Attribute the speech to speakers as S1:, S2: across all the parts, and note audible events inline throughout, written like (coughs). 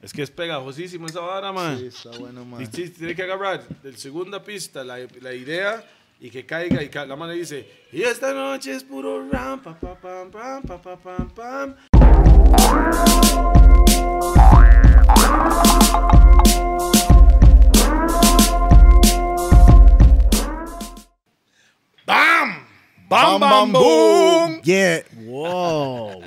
S1: Es que es pegajosísimo esa vara, man.
S2: Sí, está bueno, man.
S1: Y sí, tiene que agarrar de segunda pista la, la idea y que caiga. Y ca- la mano dice: Y esta noche es puro ram, pa, pa, pam, pam, pa, pa, pam, pam. ¡Bam! ¡Bam, bam, boom!
S2: Yeah.
S1: (laughs)
S2: Whoa.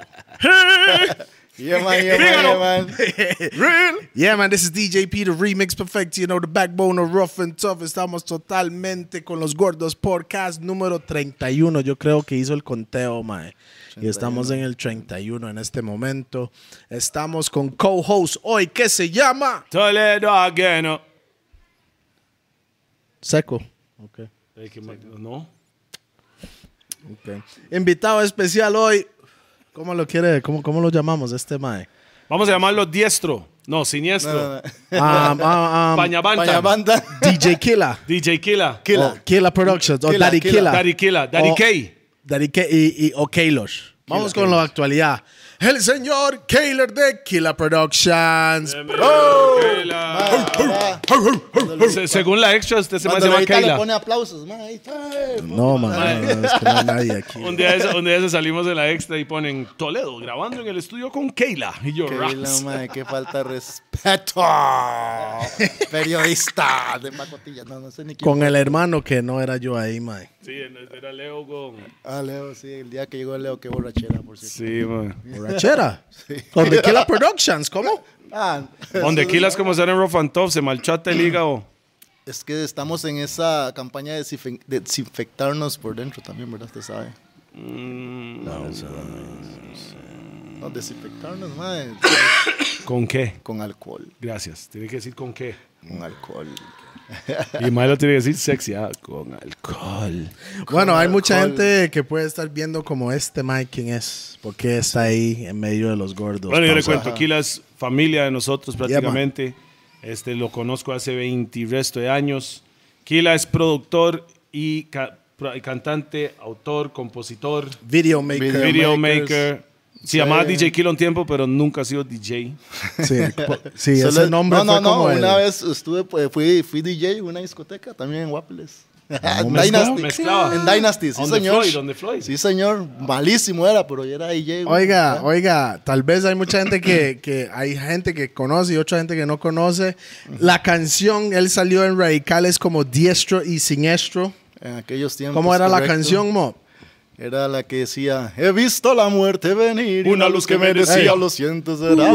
S2: yeah, man, yeah, man, yeah, man.
S1: Real.
S2: Yeah, man, this is DJ P, the remix perfect, you know, the backbone of Rough and Tough. Estamos totalmente con los gordos podcast número 31. Yo creo que hizo el conteo, mae. Y estamos en el 31 en este momento. Estamos con co-host hoy que se llama
S1: Toledo again.
S2: Seco.
S1: No.
S2: ok. Invitado especial hoy. ¿Cómo lo quiere? ¿Cómo, cómo lo llamamos este (laughs) mae?
S1: Vamos a llamarlo diestro. No, siniestro.
S2: Um, um, um,
S1: Pañabantan. (laughs)
S2: Pañabantan. DJ Killa.
S1: DJ Kila.
S2: Killa. Productions. O Oh. Killa, Daddy Killa. Killa.
S1: Daddy Kila. Daddy
S2: O-
S1: K.
S2: Daddy K y, y- o Kailash. Vamos con la actualidad. El señor Kaylor de Killa Productions.
S1: Eh, Keila. Se- según la extra, usted se me
S3: Cuando
S1: llama
S3: Levita le
S1: Keila.
S3: pone aplausos, man. Ahí está.
S2: No, man, no, no, es que no hay nadie aquí.
S1: Un día, de eso- un día de eso salimos de la extra y ponen Toledo grabando en el estudio con Keila. Y yo,
S3: Keila,
S1: "Raps".
S3: man, qué falta
S1: (laughs)
S3: de respeto. Periodista de pacotilla. No, no sé ni quién.
S2: Con el hermano que no era yo ahí, man.
S1: Sí, era Leo con.
S3: Ah, Leo, sí. El día que llegó Leo, qué borrachera, por cierto.
S1: Sí, man.
S2: (laughs) Borrachera. Con The Killa Productions, ¿cómo?
S3: Ah,
S1: Donde Kilas, como ser en Rough and Tough, se malchata el hígado.
S3: es que estamos en esa campaña de desinfe- de desinfectarnos por dentro también, ¿verdad? Usted sabe.
S1: Mm.
S3: No, desinfectarnos, man.
S1: ¿Con qué?
S3: Con alcohol.
S1: Gracias. Tiene que decir con qué.
S3: Con alcohol.
S1: Y Milo tiene que decir sexy. ah, con alcohol.
S2: Bueno, hay mucha
S3: alcohol.
S2: gente que puede estar viendo como este Mike quién es, porque está ahí en medio de los gordos.
S1: Bueno, yo le
S2: Pausa.
S1: cuento, aquí las familia de nosotros prácticamente. este, lo conozco hace 20 y resto de años. Kila es productor y ca- pro- y cantante, autor, compositor,
S2: Videomaker.
S3: Video-
S1: videomaker. Se
S3: Sí.
S1: llamaba DJ Kila un tiempo, pero nunca ha sido
S3: (laughs)
S1: DJ.
S2: Sí, (laughs) po- sí
S3: Solo
S2: ese
S3: es-
S2: nombre
S3: no, no,
S2: fue
S3: no,
S2: como el-
S3: una vez estuve, pues, fui, fui DJ en una discoteca también en Guapiles. (laughs) en
S2: mezclaba,
S3: Dynasty.
S1: mezclaba.
S3: En Dynasty, sí,
S1: On the
S3: señor.
S1: Floyd, on the Floyd.
S3: Sí, señor. Malísimo era, pero yo era DJ. güey.
S2: Oiga,
S3: Ah,
S2: oiga, tal vez hay mucha gente que, que hay gente que conoce y otra gente que no conoce. La canción, él salió en Radicales como diestro y siniestro.
S3: En aquellos tiempos.
S2: ¿Cómo era la
S3: Pues correcto.
S2: canción, Mo?
S3: Era la que decía: He visto la muerte venir.
S1: Una luz que me
S3: decía:
S1: decía".
S3: Lo siento, será.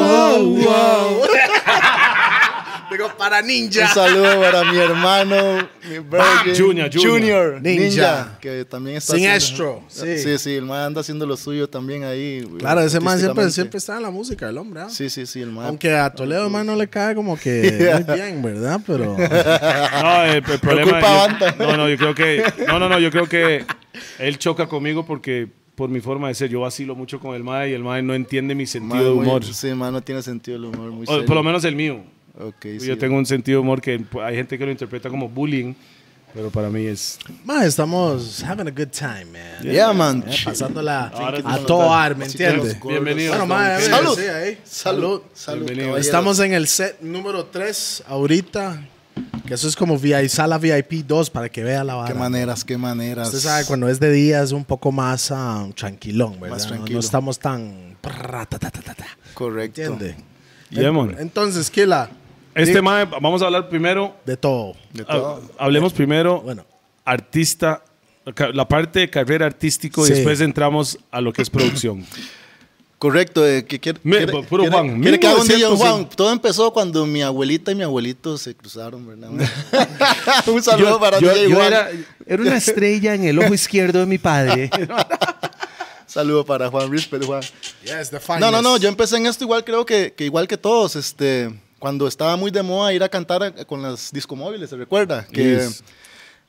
S2: Digo, para
S3: Un
S2: ninja.
S3: saludo para mi hermano, mi brother,
S1: Junior, Junior.
S3: Ninja,
S2: Ninja.
S3: que también está
S2: Siniestro,
S3: haciendo-
S2: sí.
S3: sí, sí, el man anda haciendo lo suyo también ahí. güey,
S2: Claro, ese man siempre,
S3: artísticamente.
S2: siempre está en la música, el hombre. ¿ah?
S3: Sí, sí, sí, el man.
S2: Aunque a Toledo, man, no le cae como
S3: (laughs)
S2: que muy bien, ¿verdad? Pero
S1: No, el, el problema
S3: culpa
S1: yo-
S3: banda.
S1: No, no, yo creo que no, no, no, yo creo que él choca conmigo porque por mi forma de ser, yo vacilo mucho con el mae y el mae no entiende mi
S3: Man,
S1: sentido de humor.
S3: Muy, sí, man, no tiene sentido el humor. Muy
S1: O,
S3: serio.
S1: por lo menos el mío.
S3: Ok,
S1: Yo
S3: sí.
S1: tengo un sentido de humor que pues, hay gente que lo interpreta como bullying, pero para mí es...
S2: man, estamos having a good time, man.
S3: Yeah, man.
S2: Eh, pasándola
S1: Ahora
S2: a
S1: sí.
S2: todo ar, ¿me
S3: Así que los
S2: entiendes?
S3: gordos
S1: Bienvenido.
S2: Bueno,
S3: son-
S2: mae, a ver,
S3: Salud.
S2: sí, ahí.
S3: Salud. Salud.
S1: Bienvenido.
S3: caballeros.
S2: Estamos en el set número 3 ahorita, que eso es como VIP, sala VIP 2 para que vea la
S3: Qué
S2: vara.
S3: maneras, qué maneras.
S2: Usted sabe, cuando es de día es un poco más ah, tranquilón, ¿verdad?
S3: Más
S2: No- No,
S3: tranquilo.
S2: estamos tan... prrra, ta, ta, ta, ta, ta.
S3: Correcto.
S2: ¿Entiende?
S1: Yeah, man.
S2: Entonces, Kila,
S1: Este mae, vamos a hablar primero,
S2: de todo.
S3: De
S1: ha-
S3: todo.
S1: hablemos primero
S2: Bueno.
S1: artista, ca- la parte de carrera artístico
S2: Sí.
S1: y después entramos a lo que es producción.
S3: Correcto. eh, que quiere,
S1: Me-
S3: quiere-
S1: puro
S3: quiere-
S1: Juan,
S3: quiere que haga un día un
S1: 1900.
S3: Juan. Todo empezó cuando mi abuelita y mi abuelito se
S1: (laughs)
S3: cruzaron, ¿verdad? (laughs) un saludo para
S1: yo-
S3: DJ
S1: yo
S3: Juan.
S1: era-
S4: Era una estrella en el ojo izquierdo de mi padre.
S3: Saludo para Juan Risper, Juan.
S2: Yes, the
S3: No, no, no,
S2: finest.
S3: yo empecé en esto igual creo que, que igual que todos, este, cuando estaba muy de moda ir a cantar a- con las discomóviles, ¿se recuerda? Que,
S1: Yes.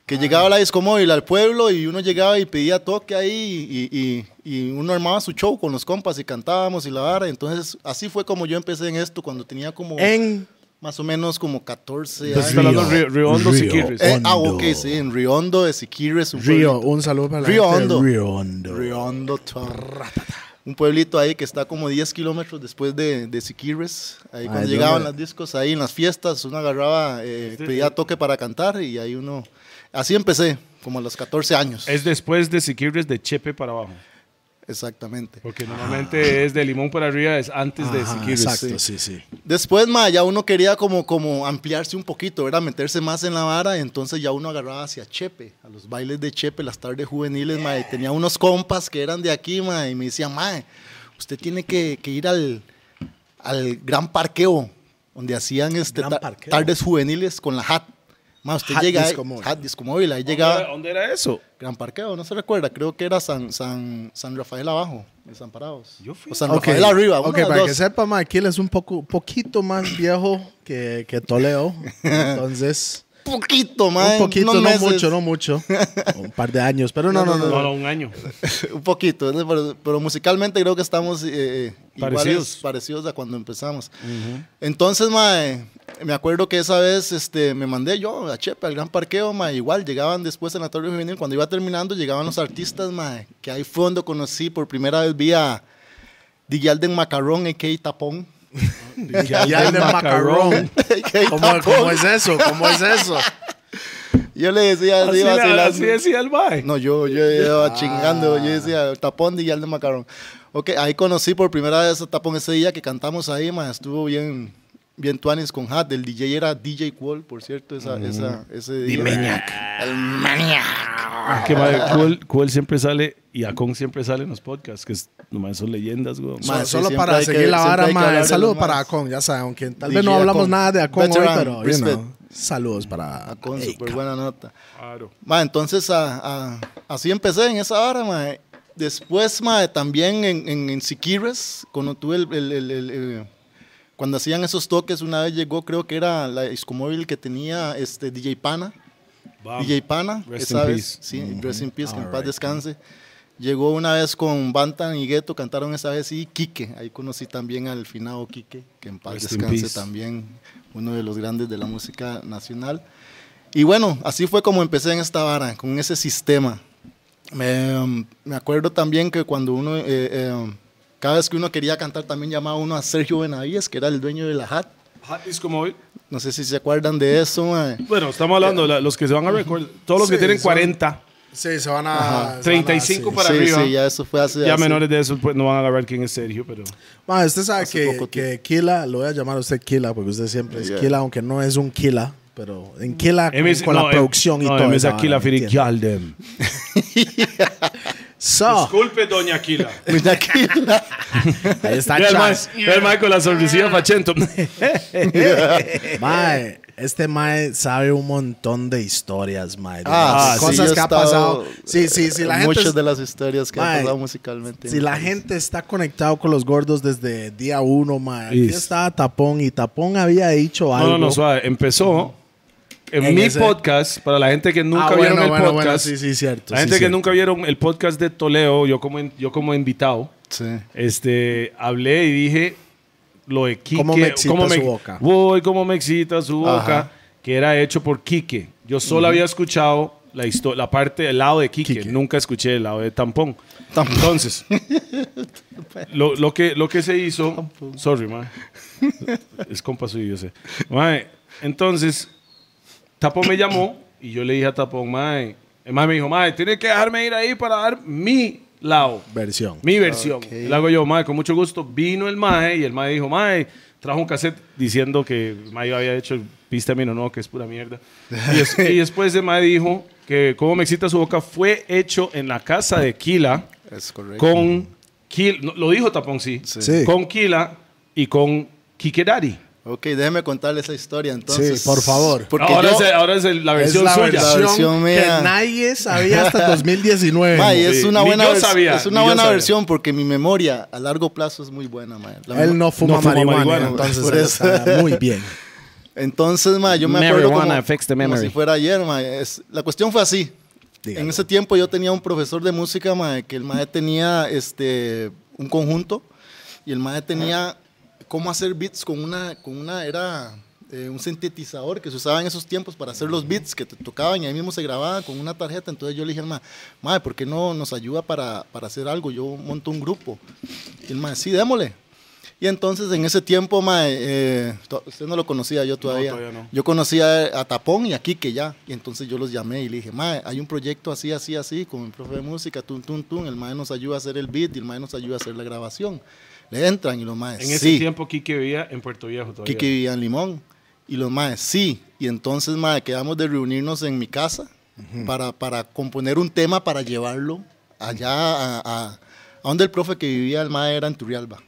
S3: que llegaba la discomóvil al pueblo y uno llegaba y pedía toque ahí y, y- y uno armaba su show con los compas y cantábamos y la vara. Entonces, así fue como yo empecé en esto cuando tenía como
S2: En...
S3: más o menos como 14
S1: Pues
S3: años.
S1: está hablando de Río- Riondo, Siquirres.
S3: Eh, ah,
S2: Hondo.
S3: ok, sí, en Riondo de Siquirres. un
S2: Río,
S3: pueblito.
S2: un saludo para la
S3: Río
S2: gente de
S3: Hondo.
S2: Río Hondo.
S3: Riondo, Tom. un pueblito ahí que está como 10 kilómetros después de, de Siquirres. Ahí
S2: Ah,
S3: cuando
S2: yo
S3: llegaban
S2: me-
S3: las discos, ahí en las fiestas, uno agarraba, eh, pedía toque para cantar y ahí uno... Así empecé, como a los 14 años.
S1: Es después de Siquirres de Chepe para abajo.
S3: Exactamente.
S1: Porque normalmente es de Limón para arriba, es antes de
S2: Ajá,
S1: Siquirres.
S2: exacto, sí, sí.
S3: Después, ma, ya uno quería como, como ampliarse un poquito, ¿verdad? Meterse más en la vara, entonces ya uno agarraba hacia Chepe, a los bailes de Chepe, las tardes juveniles, ma, y tenía unos compas que eran de aquí, ma, y me decían, ma, usted tiene que, que ir al, al gran parqueo, donde hacían este,
S2: Gran
S3: ta-
S2: Parqueo.
S3: tardes juveniles con la hat. Ma, usted
S2: Hat
S3: llega ahí,
S2: Disco Móvil.
S3: hat Disco Móvil, ahí
S1: ¿Dónde era,
S3: llegaba
S1: dónde era eso?
S3: Gran Parqueo, no se recuerda, creo que era San, San, San Rafael abajo, en San Parados.
S1: Yo fui.
S3: O San
S2: Ok,
S3: Rafael arriba, una
S2: ok,
S3: de las
S2: para que
S3: dos.
S2: sepa, ma, Kiel es un poco, poquito más viejo que, que Toleo. Entonces,
S3: poquito, (laughs) ma,
S2: un poquito,
S3: unos
S2: no
S3: meses.
S2: mucho,
S3: (laughs)
S2: no mucho. Un par de años, pero no, no, no.
S1: No,
S2: no.
S1: no, un año.
S3: (laughs) un poquito, ¿no? pero, pero musicalmente creo que estamos eh, iguales,
S1: Parecidos.
S3: parecidos a cuando empezamos. Entonces, mae, me acuerdo que esa vez este, me mandé yo a Chepe, al gran parqueo, mae, igual llegaban después en la Torre Juvenil, cuando iba terminando llegaban los artistas, mae, que ahí fue donde conocí por primera vez vi a Digialden Macarrón, a.k.a. Tapón.
S2: (laughs)
S3: (laughs)
S2: Ya de macarrón.
S3: a.k.a.
S2: ¿Cómo,
S3: Tapón.
S2: ¿Cómo es eso?
S3: (laughs)
S2: ¿Cómo es eso?
S3: Yo le decía,
S1: Así,
S3: así,
S1: la-
S3: vacilando.
S1: así decía el mae.
S3: No, yo, yo iba chingando. Yo decía, tapón de Guillermo Macarón. Ok, ahí conocí por primera vez a tapón ese día que cantamos ahí, más estuvo bien. Bien Tuanis con Hat, el DJ era DJ Qual, por cierto, esa, esa, ese día. El maniac.
S1: Que mae, Cool, Cool siempre sale y Akon siempre sale en los podcasts, que es, nomás son leyendas, güey.
S3: Ma,
S2: So-
S3: sí,
S2: solo
S3: siempre
S2: para
S3: hay que-
S2: seguir la
S3: siempre
S2: vara,
S3: hay que hablar
S2: mae.
S3: de
S2: Saludos
S3: los
S2: para
S3: maes.
S2: Acon, ya saben, aunque tal
S3: DJ
S2: vez no hablamos
S3: Akon.
S2: nada de Acon hoy,
S3: Veteran,
S2: pero you
S3: respect.
S2: know, saludos para
S3: Ah, Con
S2: Ey,
S3: súper buena nota.
S1: Claro.
S3: Ma, entonces a- a- así empecé en esa hora, ma. Después, ma, también en, en, en Siquirres, cuando tuve el, el- el- el- el- Cuando hacían esos toques, una vez llegó, creo que era la discomóvil que tenía este, DJ Pana. DJ Pana,
S1: Um, Rest
S3: esa
S1: in
S3: vez.
S1: peace.
S3: Sí, Rest in Peace, que en paz descanse. Llegó una vez con Bantan y Gueto, cantaron esa vez y Quique. Ahí conocí también al finado Quique, que en paz
S1: Rest in
S3: descanse
S1: peace.
S3: también, uno de los grandes de la música nacional. Y bueno, así fue como empecé en esta vara, con ese sistema. Me, um, me acuerdo también que cuando uno, eh, eh, cada vez que uno quería cantar, también llamaba uno a Sergio Benavides, que era el dueño de la HAT.
S1: Hot Disco Móvil.
S3: No sé si se acuerdan de eso. mae.
S1: Bueno, estamos hablando, la- los que se van a recordar, todos los que
S2: Sí,
S1: tienen
S2: son-
S1: 40,
S2: Sí, se van a. se van a-
S1: 35
S2: sí.
S1: para
S3: sí,
S1: arriba.
S3: sí, ya eso fue hace...
S1: ya
S3: hace-
S1: menores de eso pues, no van a agarrar quién es Sergio, pero...
S2: Ma, usted sabe
S3: Hace
S2: que,
S3: poco
S2: que Kila, lo voy a llamar a usted Kila, porque usted siempre es
S3: Yeah.
S2: Kila, aunque no es un Kila, pero en Kila con,
S1: MS
S2: con
S1: no,
S2: la
S1: eh,
S2: producción y
S1: no,
S2: todo.
S1: MS
S2: esa
S1: Aquila
S2: vara, ¿me entiende?
S1: Firigialdem.
S2: So,
S1: Disculpe, doña Aquila.
S2: Pues
S3: Mira aquí. (laughs)
S1: (laughs)
S2: ahí está
S1: Ve el
S2: Chas.
S1: mae- ve el mae con la sonrisilla Pachento.
S2: Mae, este Mae sabe un montón de historias, Mae. de
S3: Ah,
S2: las
S3: sí,
S2: cosas
S3: yo
S2: que
S3: he
S2: ha
S3: estado,
S2: pasado. Sí, sí, sí, la gente.
S3: Muchas
S2: es-
S3: de las historias que
S2: Mae,
S3: han pasado musicalmente.
S2: Si la gente está conectado con los gordos desde día uno, mae. Aquí
S1: Yes.
S2: estaba Tapón y Tapón había dicho
S1: No,
S2: algo.
S1: no, no, suave. Empezó en,
S2: En
S1: mi
S2: ese-
S1: podcast, para la gente que nunca
S2: Ah,
S1: vieron
S2: bueno,
S1: el
S2: bueno,
S1: podcast.
S2: bueno, sí, sí, cierto.
S1: La
S2: sí,
S1: gente que
S2: cierto.
S1: nunca vieron el podcast de Toleo, yo como, in- yo como invitado,
S3: Sí.
S1: este, hablé y dije lo de Quique.
S2: ¿Cómo me excita su boca?
S1: Voy, cómo me excita su boca,
S3: Ajá.
S1: que era hecho por Quique. Yo solo había escuchado la, histo- la parte del lado de Quique.
S2: Quique.
S1: Nunca escuché el lado de Tampón.
S3: Tampón.
S2: (laughs)
S1: Entonces, lo, lo que, lo que se hizo... Sorry, man. Es compa suyo, yo sé. Mae, entonces, Tapón me llamó y yo le dije a Tapón, mae... El mae me dijo, mae, tiene que dejarme ir ahí para dar mi lado.
S2: Versión.
S1: Mi versión. La hago yo, mae, con mucho gusto. Vino el mae y el mae dijo, mae, trajo un cassette diciendo que el mae había hecho pista mí no, que es pura mierda. Y,
S3: (laughs)
S1: es- y después el mae dijo que Cómo me excita su boca fue hecho en la casa de Kila
S3: Es correcto.
S1: con Kila, lo dijo Tapón, sí,
S2: Sí.
S1: con Kila y con Kike Daddy.
S3: Ok, déjeme contarle esa historia entonces.
S2: Sí, por favor.
S3: Porque
S1: Ahora,
S3: yo-
S1: es, el- ahora es el- la
S2: Es
S1: versión
S2: la
S1: suya.
S2: versión,
S3: versión
S2: que
S3: mía.
S2: nadie sabía hasta
S3: (laughs)
S2: 2019.
S3: Mae, es
S1: Sí,
S3: una
S1: ni
S3: buena,
S1: yo
S3: vers-
S1: sabía,
S3: es una
S1: ni yo
S3: buena
S1: sabía.
S3: versión porque mi memoria a largo plazo es muy buena, mae. La memo-
S2: Él no fuma,
S1: No fuma
S2: marihuana,
S1: marihuana,
S2: entonces
S3: por
S2: él
S3: eso.
S2: está muy (laughs) bien.
S3: (laughs) Entonces, mae, yo me acuerdo como,
S4: Marijuana affects the
S3: como
S4: memory.
S3: si fuera ayer, mae. Es- la cuestión fue así.
S2: Dígalo.
S3: En ese tiempo yo tenía un profesor de música, mae, que el mae tenía este, un conjunto y el mae tenía cómo hacer beats con una, con una era eh, un sintetizador que se usaba en esos tiempos para hacer los beats que te tocaban y ahí mismo se grababa con una tarjeta. Entonces yo le dije al ma, "Ma, ¿por qué no nos ayuda para, para hacer algo? Yo monto un grupo. Y el ma, sí, démosle. Y entonces en ese tiempo, ma, eh, to- usted no lo conocía yo todavía.
S1: todavía no.
S3: Yo conocía a Tapón y a Quique ya. Y entonces yo los llamé y le dije, ma, hay un proyecto así, así, así, con el profe de música, tun, tun, tun. El ma nos ayuda a hacer el beat y el ma nos ayuda a hacer la grabación. Le entran y los maes,
S1: En ese
S3: sí.
S1: tiempo, Kike vivía en Puerto Viejo todavía.
S3: Kike vivía en Limón. Y los maes, sí. Y entonces, mae, quedamos de reunirnos en mi casa para, para componer un tema para llevarlo allá a, a- a donde el profe que vivía, el mae, era en Turrialba.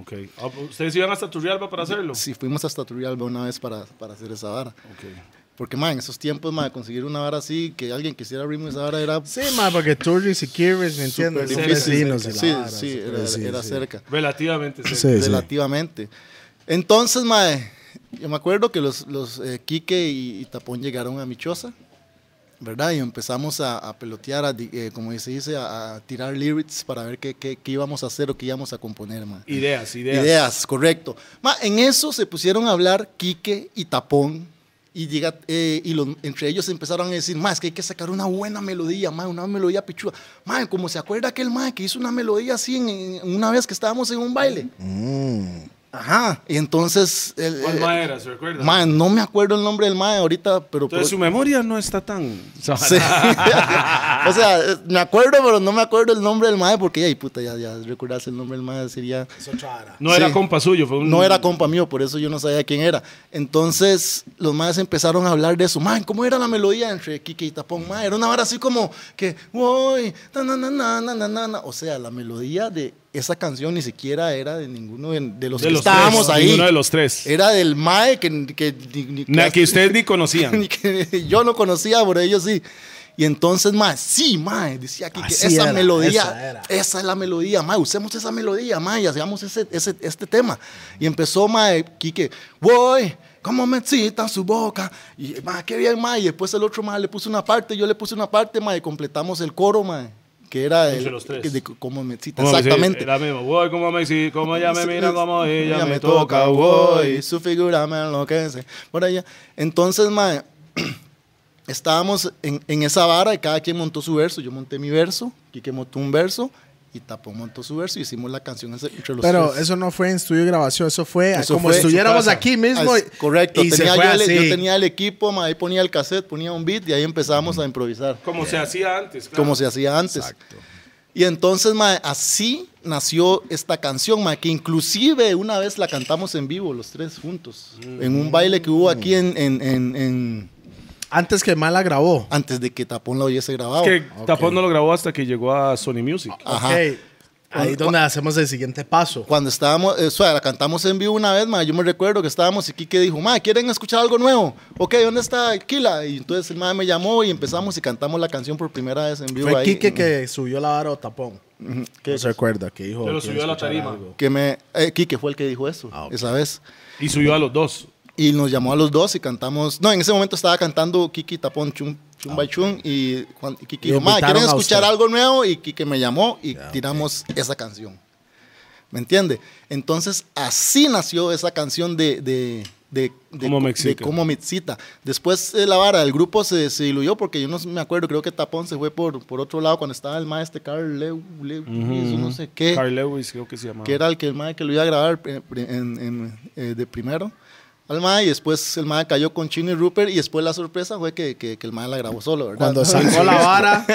S1: Ok. Ah, ¿Ustedes iban hasta Turrialba para hacerlo?
S3: Sí, fuimos hasta Turrialba una vez para, para hacer esa vara.
S1: Ok.
S3: Porque, mae, en esos tiempos, mae, conseguir una vara así, que alguien quisiera ritmo esa vara era
S2: Sí, ma, porque Turris y Kirris, ¿me entiendes? Son
S1: difícil.
S2: vecinos y la
S3: Sí,
S2: vara,
S3: sí,
S2: súper
S3: era,
S2: sí,
S3: era
S2: sí.
S3: cerca.
S1: Relativamente. cerca.
S2: Sí.
S3: relativamente. Entonces, mae, yo me acuerdo que los, los eh, Quique y, y Tapón llegaron a mi choza, ¿verdad? Y empezamos a, a pelotear, a di- eh, como se dice, a, a tirar lyrics para ver qué, qué- qué íbamos a hacer o qué íbamos a componer, mae.
S1: Ideas, ideas.
S3: Ideas. correcto. Ma, en eso se pusieron a hablar Quique y Tapón. Y, llega, eh, y los- entre ellos empezaron a decir, más es que hay que sacar una buena melodía, ma, una melodía pichuda. Ma, como se acuerda aquel ma que hizo una melodía así en- en- una vez que estábamos en un baile. Ajá. Y entonces... el-
S1: ¿Cuál
S3: eh,
S1: más era? ¿Se recuerda?
S3: ma, no me acuerdo el nombre del ma ahorita, pero...
S1: Entonces su
S3: pero-
S1: memoria no está tan...
S3: Sí. (laughs) o sea, eh, me acuerdo, pero no me acuerdo el nombre del mae, porque, ay, puta, ya, ya, recordarse el nombre del mae sería...
S1: (laughs) No
S3: Sí.
S1: era compa suyo, fue un...
S3: No era compa mío, por eso yo no sabía quién era. Entonces, los más empezaron a hablar de eso. Man, ¿cómo era la melodía entre Kike y Tapón? Man, era una hora así como que, "Uy, na, na, na, na, na, na, na, na". O sea, la melodía de esa canción ni siquiera era de ninguno de, de los
S1: de
S3: que
S1: los
S3: estábamos
S1: tres,
S3: ahí. Eh,
S1: Uno de los tres.
S3: Era del Mae que, que, ni- ni-
S1: Na- que ustedes ni conocían.
S3: (laughs) ni que yo no conocía, pero ellos sí. Y entonces, mae, sí, mae, decía aquí que
S2: Así
S3: esa
S2: era,
S3: melodía,
S2: esa
S3: esa,
S2: era.
S3: es la melodía, mae, usemos esa melodía, mae, y hagamos ese, ese- este tema. Y empezó, mae, Quique, voy, como me excita su boca, y mae, qué bien, mae, y después el otro, mae, le puso una parte, yo le puse una parte, mae, y completamos el coro, mae, que era
S1: Entre
S3: el-
S1: los tres.
S3: que de como me excita,
S1: Como que sí,
S3: exactamente.
S1: La misma. Voy como me sí, como ella me mira, como ella me
S3: toca,
S1: toca,
S3: voy,
S1: voy.
S3: su figura me enloquece, por allá. Entonces, mae, (clears throat) estábamos en, en esa vara y cada quien montó su verso, yo monté mi verso, Quique montó un verso y Tapón montó su verso y hicimos la canción ese- entre los
S2: Pero
S3: tres.
S2: eso no fue en estudio de grabación, eso fue
S3: Eso
S2: como
S3: fue en su
S2: estuviéramos
S1: casa.
S2: aquí mismo.
S3: Ah, es correcto,
S2: y se
S3: tenía
S2: fue
S3: yo, el, yo
S2: así.
S3: tenía el equipo, mae, ahí ponía el cassette, ponía un beat y ahí empezábamos a improvisar,
S1: Como se hacía antes. claro.
S3: como se hacía antes. Y entonces, mae, así nació esta canción, mae, que inclusive una vez la cantamos en vivo los tres juntos,
S1: Mm.
S3: en un baile que hubo aquí en, en- en- en-
S2: Antes que Mala grabó.
S3: antes de que Tapón la hubiese grabado.
S1: Que Tapón no lo grabó hasta que llegó a Sony Music.
S3: Ajá.
S2: Ok. Ahí es
S3: Cu-
S2: donde hacemos el siguiente paso.
S3: Cuando estábamos, eh, o sea, la cantamos en vivo una vez, mae, yo me recuerdo que estábamos y Kike dijo, mae, ¿quieren escuchar algo nuevo? Ok, ¿dónde está Kila? Y entonces el mae me llamó y empezamos y cantamos la canción por primera vez en vivo
S2: Fue
S3: ahí.
S2: Quique que subió la vara o tapón. No se recuerda que dijo.
S1: Que lo
S2: "Quiero
S1: subió a la
S2: escuchar
S1: tarima".
S2: algo.
S3: que me, eh, Quique fue el que dijo eso,
S2: Ah, ok.
S3: esa vez.
S1: Y subió a los dos.
S3: Y nos llamó a los dos y cantamos. No, en ese momento estaba cantando Kiki Tapón Chum, Chum by Chum. Y cuan- y Kiki
S2: Lo
S3: dijo, "Ma,
S2: invitaron
S3: ¿quieren
S2: a
S3: escuchar
S2: usted".
S3: algo nuevo? Y Kiki me llamó y tiramos esa canción. ¿Me entiende? Entonces, así nació esa canción de. de de, de,
S1: Como me
S3: de
S1: excita.
S3: Como me excita. Después eh, la vara, el grupo se, se diluyó porque yo no me acuerdo, creo que Tapón se fue por, por otro lado cuando estaba el maestro Carl Lewis, no sé qué
S1: Carl Lewis, creo que se llamaba.
S3: que era el que el mae que lo iba a grabar eh, pri- en- en, eh, de primero al mae y después el mae cayó con Chino y Rupert y después la sorpresa fue que, que- que el mae la grabó solo, ¿verdad? (laughs)
S2: Cuando sacó la (laughs) vara,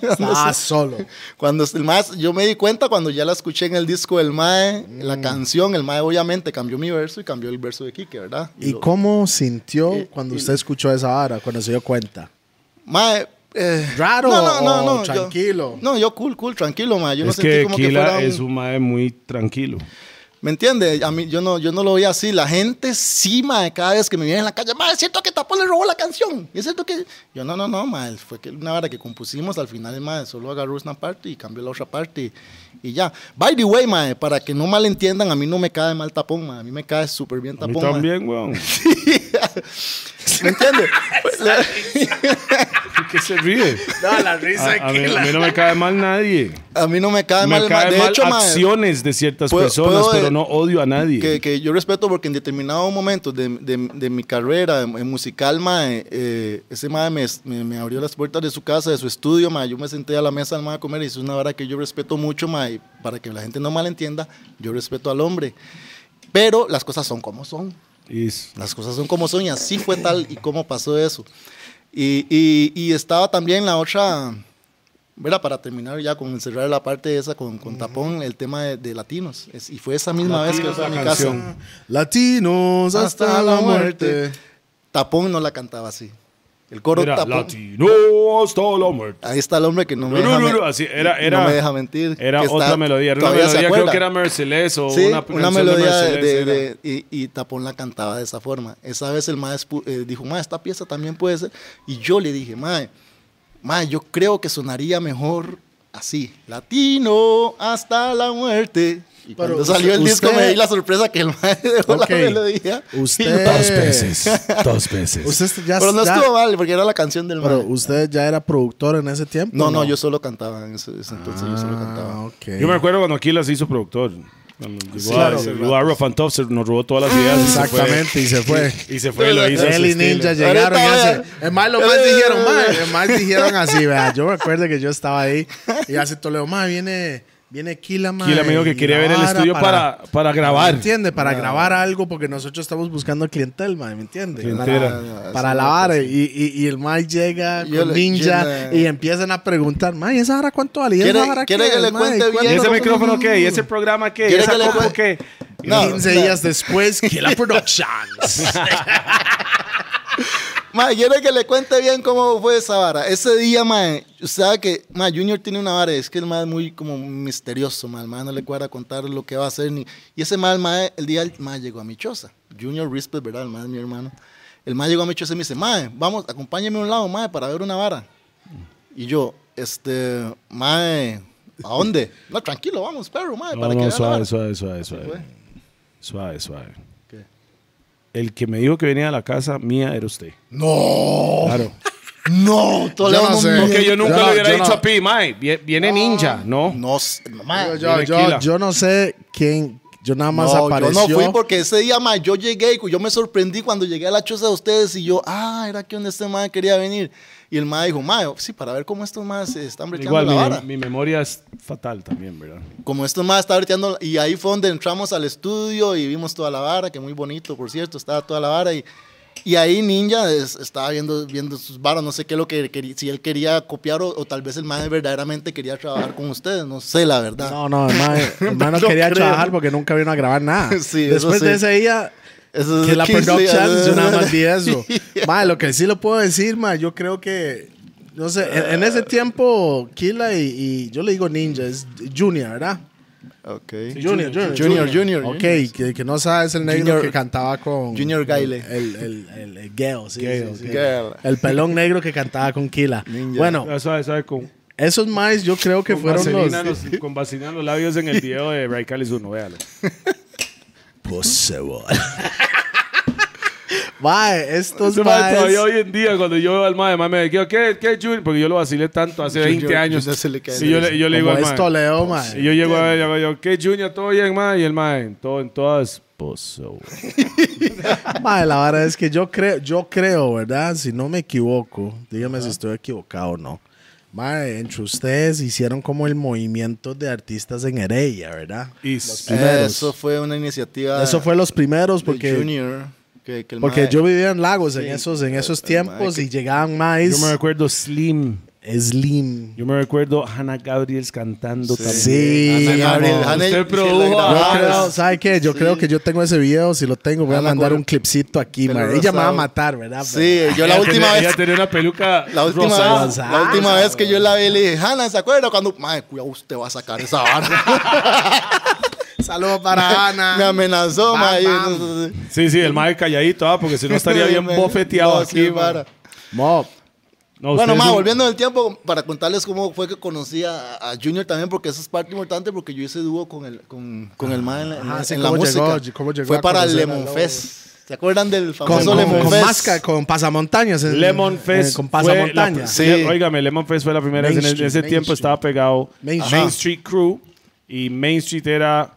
S2: estaba solo.
S3: Cuando el mae, yo me di cuenta cuando ya la escuché en el disco del mae,
S2: Mm.
S3: la canción, el mae obviamente cambió mi verso y cambió el verso de Kike, ¿verdad?
S2: ¿Y
S3: lo-
S2: cómo sintió
S3: y-
S2: cuando
S3: y-
S2: usted escuchó esa vara, cuando se dio cuenta?
S3: Mae, eh,
S2: ¿Raro o tranquilo?
S3: Yo, no, yo cool, cool, tranquilo, mae. Yo no
S1: es
S3: sentí
S1: que
S3: como que
S1: Kila
S3: fuera un-
S1: es un mae muy tranquilo.
S3: ¿Me entiendes? A mí, yo no, yo no lo veía así. La gente sí, mae, cada vez que me viene en la calle, mae, es cierto que Tapón le robó la canción. Es cierto que... Yo, no, no, no, mae, fue que una vara que compusimos, al final, mae, solo agarró una parte y cambió la otra parte y, y ya. By the way, mae, para que no malentiendan, a mí no me cae mal Tapón, mae. A mí me cae súper bien
S1: A mí
S3: Tapón, mae.
S1: también, weón.
S3: ¿Me entiendes? (laughs)
S1: ¿Por (laughs) qué se ríe?
S2: No, la risa
S1: A, a mí, a mí no me cae mal nadie.
S3: A mí no me cae
S1: Me
S3: mal. ma-
S1: caen
S3: de
S1: mal
S3: hecho, ma,
S1: acciones de ciertas
S3: puedo-
S1: personas,
S3: puedo,
S1: pero
S3: eh,
S1: no odio a nadie.
S3: que, que yo respeto porque en determinado momento de, de- de mi carrera en, en musical, mae, eh, ese mae me, me- me abrió las puertas de su casa, de su estudio, mae. Yo me senté a la mesa del mae a comer y eso es una vara que yo respeto mucho, mae. y Para que la gente no malentienda, yo respeto al hombre. Pero las cosas son como son.
S1: Y es-
S3: Las cosas son como son y así fue tal y cómo pasó eso. Y, y- y estaba también la otra, ¿verdad? Para terminar ya con cerrar la parte esa con, con tapón, el tema de, de latinos. Es- y fue esa misma vez que
S1: Latinos,
S3: fue a mi
S1: la
S3: casa.
S1: canción.
S2: Latinos hasta la muerte.
S3: Tapón no la cantaba así. El coro
S1: Mira,
S3: tapón.
S1: latino hasta la muerte.
S3: Ahí está el hombre que no me,
S1: No, no,
S3: deja,
S1: no,
S3: men-
S1: no, así era- era-
S3: no me deja mentir.
S1: Era
S3: que está-
S1: otra melodía. Era una
S3: todavía se
S1: melodía, creo
S3: acuerda.
S1: que era Mercedes o
S3: Sí,
S1: una,
S3: una,
S1: canción
S3: melodía de,
S1: Mercedes,
S3: de-
S1: era.
S3: de- y, y Tapón la cantaba de esa forma. Esa vez el maestro eh, dijo, ma, esta pieza también puede ser. Y yo le dije, ma, ma, yo creo que sonaría mejor así, latino hasta la muerte. Y
S2: Pero
S3: cuando salió el
S2: usted-
S3: disco me di la sorpresa que el maestro dejó
S2: Ok.
S3: la melodía.
S2: Usted-
S3: Y-
S1: Dos
S3: (laughs)
S1: veces.
S2: Usted ya
S3: pero no
S2: está-
S3: estuvo mal porque era la canción del
S2: Pero
S3: maestro.
S2: usted ya era productor en ese tiempo.
S3: No, no, yo solo cantaba en ese, ese entonces, yo solo
S2: Ah,
S3: cantaba.
S2: ok.
S1: Yo me acuerdo cuando Aquilas se hizo productor. Cuando Llegó a-
S2: claro.
S1: llegó a Rough and Tough, se nos robó todas las ideas. y se fue.
S2: Exactamente, y se fue.
S1: Y se fue y lo hizo. a su
S2: Él y
S1: estilo.
S2: Ninja llegaron y
S3: Ahorita
S2: hace.
S3: vea.
S2: Además, lo
S1: Eh.
S2: más dijeron, mae, más dijeron así, vea. Yo me acuerdo que yo estaba ahí y hace Toledo, mae, viene, viene Kila, mae.
S1: Kila me dijo que
S2: y
S1: quería
S2: la
S1: ver el
S2: vara
S1: estudio para, para, grabar.
S2: ¿Entiende?
S3: Ah.
S2: Para grabar algo, porque nosotros estamos buscando clientel, mae, ¿me entiende?
S1: Clientela.
S2: Para, para la vara. Y, y, y el mae llega
S3: Yo
S2: con
S3: le-
S2: Ninja
S3: yo le-
S2: y empiezan a preguntar, mae, ¿esa vara cuánto vale? ¿Y esa
S3: ¿Quiere-
S2: vara
S3: quiere
S2: qué
S3: que
S2: es,
S3: le
S2: mae?
S3: cuente bien
S2: ¿Cuánto
S1: ¿Y ese
S3: Nosotros
S1: micrófono qué? ¿Y ese programa qué? ¿Y
S3: ¿Quiere
S1: esa
S3: que le
S1: compu qué?
S3: cuente?
S1: Y
S3: No,
S1: nosotros-
S2: 15
S1: (laughs)
S2: días después, Kila Productions.
S3: Ma, quiere que le cuente bien cómo fue esa vara. Ese día, ma, usted sabe que, ma, Junior tiene una vara, es que el ma es muy como misterioso, ma, el ma no le cuadra contar lo que va a hacer. Ni... Y ese ma, el ma, el día, el ma llegó a mi choza. Junior Rispet, ¿verdad? El ma es mi hermano. El ma llegó a mi choza y me dice, ma, vamos, acompáñeme a un lado, ma, para ver una vara. Y yo, este, ma, ¿a dónde? No, tranquilo, vamos, perro, ma,
S1: No,
S3: para que
S1: no,
S3: vea la
S1: suave,
S3: vara.
S1: suave, suave, suave.
S3: fue?
S1: Suave, suave.
S3: ¿Qué?
S1: El que me dijo que venía a la casa mía era usted.
S2: no.
S3: (laughs)
S1: Claro.
S3: No, todo
S2: Yo no sé.
S1: Porque yo nunca
S2: Yo no,
S1: le hubiera
S2: yo
S1: dicho
S2: no.
S1: a Pi, Mae, vie- viene ninja, ¿no?
S3: No, sé, ma,
S2: Yo, yo,
S1: Dime,
S2: yo-
S1: Kila.
S2: yo no sé quién. Yo nada más
S3: No,
S2: apareció.
S3: Yo no fui porque ese día, ma, yo llegué y yo me sorprendí cuando llegué a la choza de ustedes y yo, ah, era que donde este man quería venir. Y el ma dijo, ma, sí, para ver cómo estos más están breteando
S1: Igual,
S3: la
S1: mi,
S3: vara.
S1: mi memoria es fatal también, ¿verdad?
S3: Como estos más están breteando. Y ahí fue donde entramos al estudio y vimos toda la vara, que muy bonito, por cierto, estaba toda la vara. Y, y ahí Ninja es- estaba viendo, viendo sus varas, no sé qué lo que quería, si él quería copiar o, o tal vez el man verdaderamente quería trabajar con ustedes, no sé la verdad.
S2: No, no,
S3: (laughs)
S2: hermano, no
S3: No
S2: quería
S3: creo.
S2: trabajar porque nunca vino a grabar nada.
S3: (laughs) Sí, eso
S2: Después de
S3: sí.
S2: ese día,
S3: Eso es
S2: que la
S3: 15 días.
S2: production, yo nada más vi eso. Ma, lo que sí lo puedo decir, ma, yo creo que, no sé, en, en ese tiempo, Kila y, y yo le digo Ninja, es Junior, ¿verdad?
S3: (laughs) Ok.
S2: Junior, Junior.
S3: Junior, Junior,
S2: Ok,
S3: Junior.
S2: Que, que no sabes el negro
S3: Junior-
S2: que cantaba con.
S3: Junior Gaile.
S2: El, el, el, el Gale, sí,
S1: Gale,
S2: sí, sí.
S3: Gale.
S2: El pelón negro que cantaba con Kila.
S3: Ninja.
S2: Bueno,
S1: Ya Suave, suave, con,
S2: esos más yo creo que
S1: con
S2: fueron los.
S1: vaselina en los- con vaselina en los labios en (laughs) el video de Radical y no véalo.
S2: (laughs) Mae, estos
S1: Ese mae
S2: maes-
S1: todavía hoy en día, cuando yo veo al mae, mae me digo, ¿qué, qué, Junior? Porque yo lo vacilé tanto hace
S3: Junior,
S1: 20 años.
S3: Junior se le cae
S1: Sí,
S3: la
S1: yo
S3: risa.
S1: le, yo le digo
S2: como
S1: al
S2: es
S1: mae. "Pues
S2: Toledo, mae.
S1: Y yo llego a ver, yo, yo, ¿qué, Junior? ¿Todo bien, mae? Y el mae, en, todo, en todas, pues, pozo.
S2: Mae, la verdad es que yo creo, yo creo, ¿verdad? Si no me equivoco, dígame si estoy equivocado o no. Mae, entre ustedes hicieron como el movimiento de artistas en Heredia, ¿verdad?
S1: Y
S2: Los primeros.
S3: Eso fue una
S1: Ah,
S3: iniciativa.
S2: Eso fue los primeros
S3: de
S2: porque,
S3: Junior. que- que el
S2: porque
S3: mae-
S2: yo vivía en Lagos en
S3: Sí,
S2: esos, en
S3: el
S2: esos
S3: mae
S2: tiempos
S3: que-
S2: y llegaban más
S1: yo me recuerdo Slim.
S2: Slim.
S1: Yo me recuerdo Hannah Gabriels cantando también.
S3: Ah,
S2: Sí,
S3: Ana Gabriel,
S2: amor.
S3: Ana-
S1: Usted
S3: sí,
S1: produjo
S3: la
S1: a-
S2: Yo
S1: Ah,
S2: creo,
S1: es-
S2: ¿sabe qué? Yo creo que yo tengo ese video. Si lo tengo, voy a
S3: Ah, la
S2: mandar
S3: cor-
S2: un clipcito aquí,
S3: Pelo
S2: man. Ella me va a
S3: rosado.
S2: matar, ¿verdad?
S3: Sí, yo la
S1: Ella
S3: última
S1: tenía- Ella
S3: vez.
S1: tenía una peluca
S3: La última,
S1: rosada.
S3: vez, la última vez que yo la vi, le dije, Hanna, ¿se acuerda cuando? Mae, cuidado, usted va a sacar esa vara.
S2: (laughs) Saludos para
S3: Me amenazó,
S2: Bam,
S3: mae.
S2: bam.
S3: No sé-
S1: Sí, sí, el mae calladito, ah, porque si
S3: (laughs)
S1: no estaría bien
S3: Me-
S1: bofeteado
S3: no, sí,
S1: aquí. mae.
S3: vara.
S2: Mo,
S1: No,
S3: Bueno,
S1: ustedes
S3: más
S1: son-
S3: volviendo en el tiempo, para contarles cómo fue que conocí a, a Junior también, porque eso es parte importante, porque yo hice dúo con el, con, con el man en, la- en
S2: Ajá,
S3: la-
S2: sí,
S3: en la
S2: ¿cómo llegó?
S3: música.
S2: ¿Cómo llegó a
S3: fue para
S2: conocer a
S3: Lemon
S2: Lobo?
S3: Fest. ¿Se acuerdan del
S2: Con,
S3: famoso
S2: con,
S3: Lemon
S2: con
S3: Fest?
S2: masca, con pasamontañas. en-
S1: Lemon
S2: eh,
S1: Fest.
S2: Con
S1: fue la-
S2: pasamontañas.
S3: Sí.
S1: Le- Óigame, Lemon Fest fue la primera vez. En,
S2: Main
S1: el- en
S2: Street,
S1: ese
S3: Main
S1: tiempo
S3: Street.
S1: estaba pegado
S2: Main
S1: Main,
S2: Street.
S1: Street Crew y Main Street era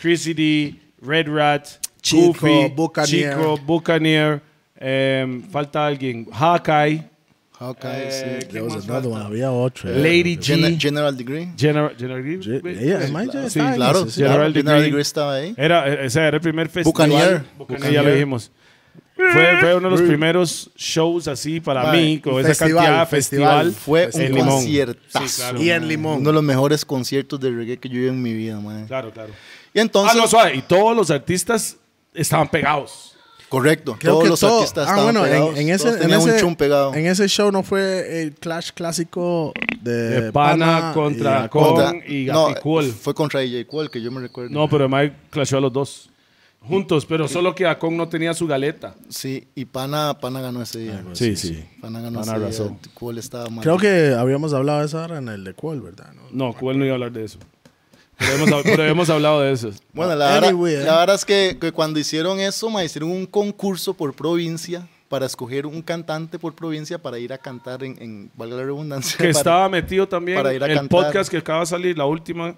S1: Chrissy D, Red Rat,
S2: Chico,
S1: Goofy,
S2: Buccaneer.
S1: Chico, Buccaneer. em, falta alguien. Hawkeye.
S3: Hawkeye,
S1: eh,
S3: sí.
S1: ¿quién
S2: There
S1: más
S2: was another one,
S1: falta?
S2: Había
S3: Eh,
S2: otro.
S1: Lady G.
S3: Gen- General Degree.
S1: General, General Green.
S2: Ye- ella, el man ya
S1: sí,
S2: estaba en
S3: Claro,
S2: ese, sí.
S1: General
S3: claro, General
S1: Degree.
S3: Degree estaba ahí.
S1: Era, eh, o sea, era el primer festival.
S3: Buccaneer.
S1: Buccaneer, ya lo dijimos. Fue, fue uno de los primeros shows así para
S3: Vale,
S1: mí, con
S2: un
S1: esa
S2: festival,
S1: cantidad de
S2: festival.
S1: festival.
S3: Fue
S1: Pues,
S3: un
S1: en Limón.
S3: conciertazo.
S1: Sí, claro.
S2: Y en Limón.
S3: Uno de los mejores conciertos de reggae que yo vi en mi vida, man.
S1: Claro, claro.
S3: Y entonces,
S1: Ah, no, suave. Y todos los artistas estaban pegados.
S3: correcto,
S2: Creo
S3: todos
S2: que
S3: los
S2: todo-
S3: artistas
S2: ah,
S3: estaban
S2: bueno, en-
S3: pegados,
S2: en, ese,
S3: todos
S2: en
S3: tenían
S2: ese-
S3: un chum pegado.
S2: en ese show no fue el clash clásico de,
S1: De Pana contra
S2: y-
S1: Con
S3: Contra-
S1: y
S3: no,
S1: Gatti Cool.
S3: Fue contra DJ Cool, que yo me recuerdo.
S1: No, pero además clashó a los dos. Juntos, pero solo que Akon no tenía su galeta.
S3: Sí, y Pana, Pana ganó ese día.
S1: Ah, Sí, sí.
S3: Pana ganó
S1: Pana
S3: ese
S1: arrasó.
S3: día. Cool estaba mal.
S2: Creo que habíamos hablado de esa hora en el de Cuál, ¿verdad? No.
S1: No, Cuel no iba a hablar de eso. Pero hemos, hab- pero hemos hablado de
S3: (laughs)
S1: eso.
S3: Bueno, la, vara-
S2: Anyway, eh.
S3: la verdad es que, que cuando hicieron eso, ma, hicieron un concurso por provincia para escoger un cantante por provincia para ir a cantar en, en valga la redundancia.
S1: Que
S3: (laughs) para-
S1: estaba metido también
S3: para ir a
S1: el
S3: cantar.
S1: podcast que acaba de salir, la última,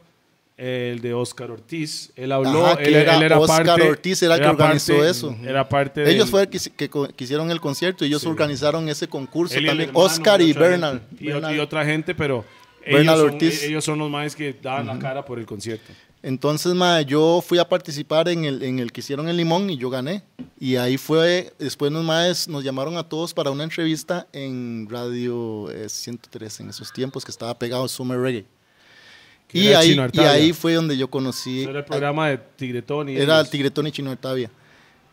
S1: el de Oscar Ortiz. Él habló,
S3: Ajá, que
S1: él,
S3: era
S1: él era
S3: Oscar
S1: parte.
S3: Ortiz, era el que organizó
S1: parte-
S3: eso.
S1: Era parte
S3: Ellos
S1: del-
S3: fueron que, que, co- que hicieron el concierto y ellos organizaron ese concurso
S1: él y el
S3: también.
S1: hermano,
S3: Oscar y
S1: otra
S3: Bernal.
S1: gente. Y, o-
S3: Bernal.
S1: y otra gente, pero ellos
S3: Bernal
S1: son, e-,
S3: Ortiz.
S1: ellos son los más que dan la cara por el concierto.
S3: Entonces, ma, yo fui a participar en el, en el que hicieron el limón y yo gané. Y ahí fue, después nos, maes, nos llamaron a todos para una entrevista en Radio eh, 103 en esos tiempos que estaba pegado Summer Reggae.
S1: Que
S3: Y
S1: era
S3: ahí,
S1: Chino
S3: y
S1: Artavia.
S3: ahí fue donde yo conocí.
S1: Eso era el programa de Tigretón y
S3: Era
S1: ellos.
S3: el Tigretón y Chino Artavia.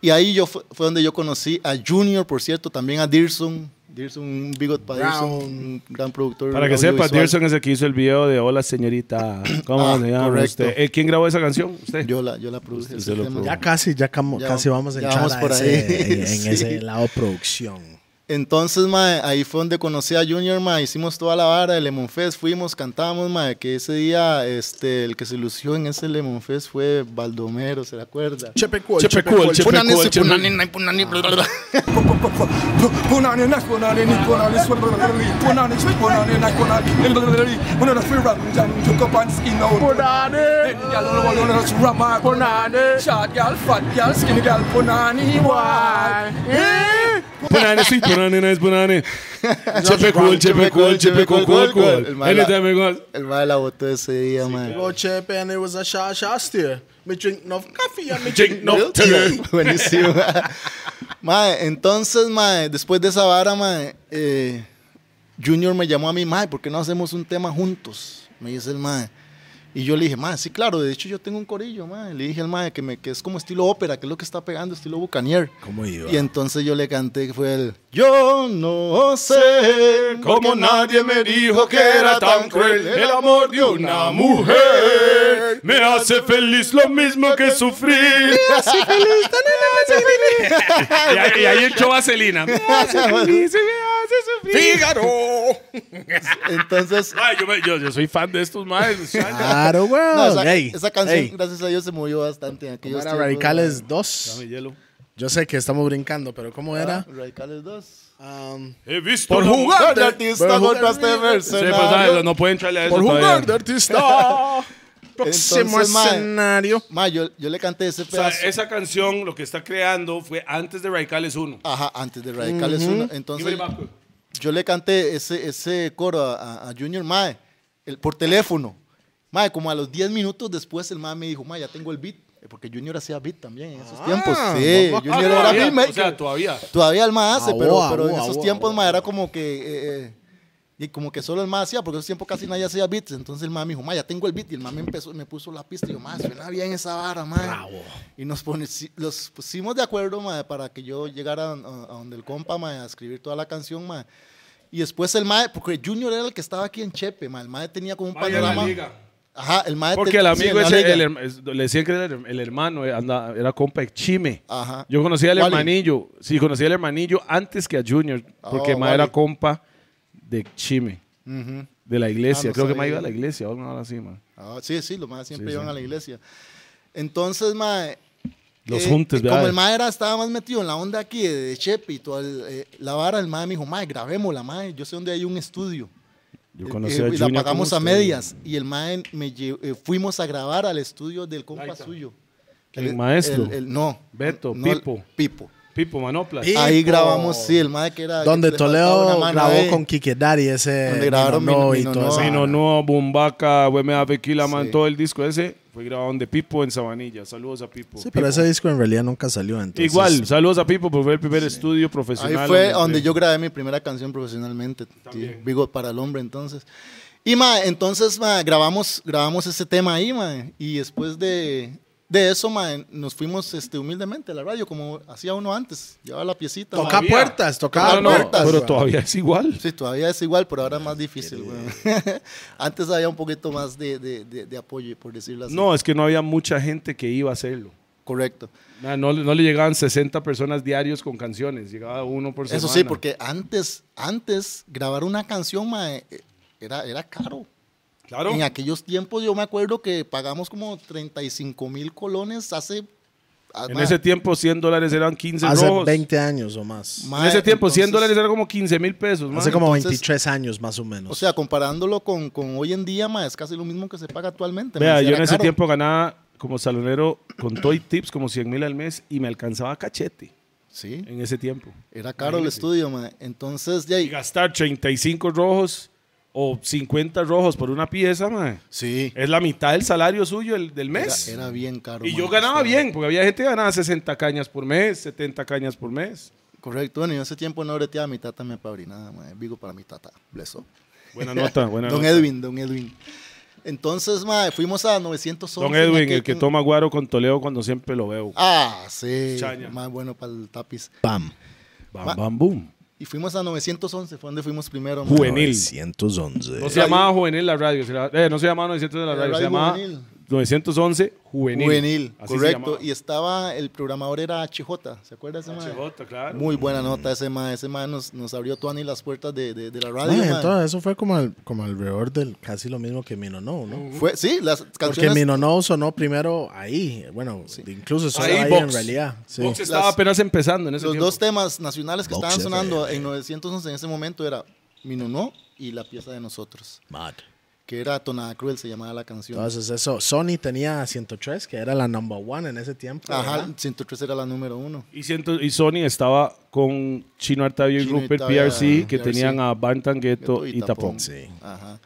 S3: Y ahí yo fu- fue donde yo conocí a Junior, por cierto, también a Dirson. Dirson, un bigot para Dirson,
S2: Brown.
S3: un gran productor.
S1: Para que sepa,
S3: audiovisual.
S1: Dirson es el que hizo el video de Hola
S3: (coughs)
S1: señorita. ¿Cómo
S3: Ah,
S1: se llama
S3: correcto.
S1: usted? Eh, ¿Quién grabó esa canción? Usted.
S3: Yo la, yo la produje.
S1: Usted
S3: ese
S1: lo
S3: tema.
S1: produjo.
S2: Ya casi, ya, camo-
S3: Ya-
S2: casi vamos a
S3: ya
S2: entrar
S3: vamos
S2: a
S3: por
S2: ese-
S3: ahí.
S2: en,
S3: (laughs)
S2: en
S3: Sí.
S2: ese lado producción.
S3: Entonces, mae, ahí fue donde conocí a Junior, mae, hicimos toda la vara de Lemon Fest, fuimos, cantamos, mae, que ese día este, el que se lució en ese Lemon Fest fue Baldomero, ¿se le acuerda?
S2: Chepe Cool,
S1: Chepe Cool, Chepe Cool, Chepe Cool. Punane, sí, punane, nice,
S3: (laughs)
S1: punane. Chepe cool, chepe cool, chepe cool, cool, cool.
S3: El mae la-
S1: Anytime I go-
S3: El mae la botó ese día, mae.
S2: Go Chepe and it was a sha sha steer. Me drink no coffee and me
S1: Drink no tea.
S3: (laughs) Buenísimo. mae, entonces, mae, después de esa vara, mae, eh, Junior me llamó a mí, mae, ¿por qué no hacemos un tema juntos? Me dice el mae. Y yo le dije, mae, sí, claro, de hecho yo tengo un corillo, mae. Le dije al mae que, me, que es como estilo ópera, que es lo que está pegando, estilo Bucanier.
S2: ¿Cómo iba?
S3: Y entonces yo le canté que fue el Yo no sé
S1: Como nadie me dijo que era tan cruel el amor de una mujer. Me hace feliz lo mismo que sufrir. Me hace feliz. y, ahí, y ahí entró Vaselina. Me hace feliz y me hace sufrir. (laughs)
S3: Entonces
S1: Ay, yo, me- yo- yo soy fan de estos madres.
S2: Claro, güey.
S3: (laughs) no, esa,
S2: Ey,
S3: esa canción,
S2: ey.
S3: gracias a Dios, se movió bastante en aquellos
S2: Era
S3: tiempos,
S2: Radicales
S3: mae.
S2: 2. Yo sé que estamos brincando, pero ¿cómo era?
S3: Radicales 2.
S2: Um,
S1: He visto
S2: Por
S1: una
S2: jugar
S1: mujer-
S3: Jugar de artista,
S2: Pero
S3: golpes
S2: jugar-
S3: de
S2: Sí, pues,
S1: Sí, pues, ah,
S3: mercenario.
S1: no pueden entrarle a eso
S2: por jugar de
S1: todavía.
S3: (laughs)
S2: artista. Próximo
S3: Entonces, mae,
S2: escenario.
S3: Ma, yo, yo le canté ese
S1: O sea,
S3: pedazo.
S1: esa canción lo que está creando fue antes de Radicales Ah, 1.
S3: Ajá, antes de Radicales 1. Entonces, yo le canté ese, ese coro a, a- a Junior Mae el, por teléfono. Mae, como a los 10 minutos después, el Mae me dijo, Mae, ya tengo el beat. Porque Junior hacía beat también en esos tiempos.
S1: Ah,
S3: Sí, Junior era beatmaker.
S1: O sea, todavía.
S3: Todavía el más hace,
S2: Ah,
S3: pero,
S2: boa,
S3: pero en
S2: boa,
S3: esos
S2: boa,
S3: tiempos
S2: boa.
S3: ma, era como que. eh, eh, y como que solo el más hacía, porque en esos tiempos casi nadie hacía beats. Entonces el más me dijo, ma, ya tengo el beat. Y el más me empezó, me puso la pista. Y yo, ma, suena bien esa vara, ma. Y nos pone, si- los pusimos de acuerdo, ma, para que yo llegara a, a- a donde el compa, ma, a escribir toda la canción, ma. Y después el mae, porque Junior era el que estaba aquí en Chepe, ma. El mae tenía como un
S1: Mae era la
S3: panorama.
S1: liga.
S3: Ajá, el mae
S1: Porque
S3: Ah, te-
S1: el
S3: sí, en
S1: amigo
S3: la
S1: ese,
S3: liga.
S1: el herma- es- le decían que era el, el hermano, eh, anda- era compa de Chime.
S3: Ajá.
S1: Yo conocía al
S3: Wally.
S1: hermanillo, sí, conocía al hermanillo antes que a Junior, porque
S3: Oh,
S1: Ma era
S3: Wally.
S1: compa de Chime,
S3: Ujú.
S1: de la iglesia.
S3: Ah, no
S1: Creo que Ma
S3: sabía.
S1: iba a la iglesia, o algo así, Ma.
S3: Ah, sí, sí, los más siempre
S1: Sí,
S3: iban
S1: sí.
S3: a la iglesia. Entonces, mae,
S1: Los
S3: eh,
S1: juntes,
S3: y Como
S1: ¿verdad?
S3: el mae era, estaba más metido en la onda aquí de, de Chepe y toda el- eh, la vara, el mae me dijo, mae, grabémosla, mae, yo sé dónde hay un estudio.
S1: Yo
S3: Eh,
S1: conocí
S3: eh,
S1: a
S3: y
S1: Junior.
S3: la
S1: como
S3: pagamos a
S1: usted.
S3: medias y el mae me lle- eh, fuimos a grabar al estudio del compa suyo.
S1: ¿Quién, maestro?
S3: el- el- no.
S1: Beto,
S3: no,
S1: Pipo.
S3: Pipo.
S1: Pipo, Manopla.
S2: Y-
S3: Ahí
S2: Pipo.
S3: grabamos, sí, el mae que era...
S2: Donde
S3: que le faltaba
S2: Toledo
S3: una mano,
S2: grabó
S3: eh.
S2: con Kike Daddy ese.
S3: Donde grabaron
S2: Minono
S3: Min-
S2: y todo
S3: Minono.
S2: eso.
S1: Vino
S3: Ah.
S1: no, Bumbaca, Güeme Bequila, man,
S3: Sí.
S1: todo el disco ese fue grabado de Pipo en Sabanilla. Saludos a Pipo.
S2: Sí, pero
S1: Pipo.
S2: ese disco en realidad nunca salió. Entonces,
S1: Igual, saludos a Pipo por fue el primer estudio profesional.
S3: Ahí fue
S1: donde-
S3: donde yo grabé mi primera canción profesionalmente, tío. Vigo para el hombre entonces. Y ma, entonces ma, grabamos, grabamos ese tema ahí, ma, y después de, de eso ma, nos fuimos este, humildemente a la radio, como hacía uno antes, llevaba la piecita. ma.
S2: Toca
S1: Todavía.
S2: puertas, toca
S3: Claro,
S1: No, no,
S2: puertas.
S1: pero
S2: güey.
S1: todavía es igual.
S3: Sí, todavía es igual, pero ahora es más difícil. güey. (laughs) antes había un poquito más de, de- de- de apoyo, por decirlo así.
S1: No, es que no había mucha gente que iba a hacerlo.
S3: Correcto.
S1: Na- Ah, No, le- no le llegaban 60 personas diarios con canciones, llegaba uno por semana.
S3: Eso sí, porque antes, antes grabar una canción ma, eh, era, era caro.
S1: Claro.
S3: En aquellos tiempos yo me acuerdo que pagamos como 35 mil colones hace... ah,
S1: En
S3: ma-
S1: ese tiempo 100 dólares eran 15
S2: Hace
S1: rojos.
S2: 20 años o más.
S1: en ese tiempo 100
S3: entonces,
S1: dólares eran como 15 mil pesos.
S2: Hace
S1: man.
S2: como
S3: entonces-
S2: 23 años más o menos.
S3: O sea, comparándolo con, con hoy en día, ma, es casi lo mismo que se paga actualmente. ma,
S1: Vea,
S3: si
S1: yo
S3: era
S1: en ese
S3: caro.
S1: tiempo ganaba como salonero con Toy Tips como 100 mil al mes y me alcanzaba cachete
S3: Sí,
S1: en ese tiempo.
S3: era caro el estudio, ma. Entonces, ya...
S1: Y gastar 35 rojos o 50 rojos por una pieza, mae,
S3: Sí,
S1: es la mitad del salario suyo el- del
S3: era,
S1: mes.
S3: era bien caro.
S1: y
S3: ma,
S1: yo ganaba
S3: estaba-
S1: bien, porque había gente que ganaba 60 cañas por mes, 70 cañas por mes.
S3: Correcto, bueno, yo en ese tiempo no breteaba a mi tata, me nada, ma. Vigo para mi tata, bless up.
S1: (laughs) Buena
S3: (laughs)
S1: nota, buena
S3: Don
S1: nota.
S3: Edwin, don Edwin. Entonces, ma, fuimos a 911.
S1: Don
S3: en
S1: Edwin,
S3: aquel-
S1: el que toma guaro con Toledo cuando siempre lo veo.
S3: Ah, sí,
S1: Chaña.
S3: más bueno para el tapiz.
S2: Pam.
S3: Ah,
S1: Bam, bam, boom.
S3: Y fuimos a 911, fue donde fuimos primero. ma.
S1: Juvenil.
S2: 111.
S1: No se llamaba Juvenil la radio, se la- eh, no se llamaba 900 de la
S3: La
S1: radio, se
S3: Eh, radio
S1: llamaba
S3: Juvenil.
S1: 911 Juvenil.
S3: Juvenil,
S1: Así se
S3: correcto.
S1: llamaba.
S3: Y estaba, el programador era HJ, ¿se acuerda ese mae?
S1: Chejota, claro.
S3: Muy buena nota ese mae, ese mae nos, nos abrió Tuani las puertas de, de- de la radio.
S2: Mae,
S3: mae.
S2: entonces eso fue como, al- como alrededor del casi lo mismo que Mino No, ¿no?
S3: Fue, sí, las
S2: Porque
S3: canciones.
S2: Mino No sonó primero ahí, bueno, incluso sonó
S1: Ahí,
S2: ahí, en
S1: Vox.
S2: realidad. sí.
S1: Vox estaba
S3: Las-
S1: apenas empezando en ese
S3: los
S1: tiempo. eh.
S3: dos temas nacionales que
S2: Vox
S3: estaban
S2: FM.
S3: sonando en 911 en ese momento era Minunó y La pieza de nosotros,
S2: Mad.
S3: que era Tonada Cruel, se llamaba la canción.
S2: Entonces eso, Sony tenía 103, que era la number one en ese tiempo.
S3: Ajá,
S2: ¿verdad?
S3: 103 era la número uno.
S1: Y, siento- y Sony estaba con Chino Artavio y
S3: Chino
S1: Rupert
S3: Artavio,
S1: PRC, que
S3: PRC.
S1: tenían a Bantan Ghetto
S3: Ghetto
S1: y Tapón.
S2: Sí.
S3: Ajá.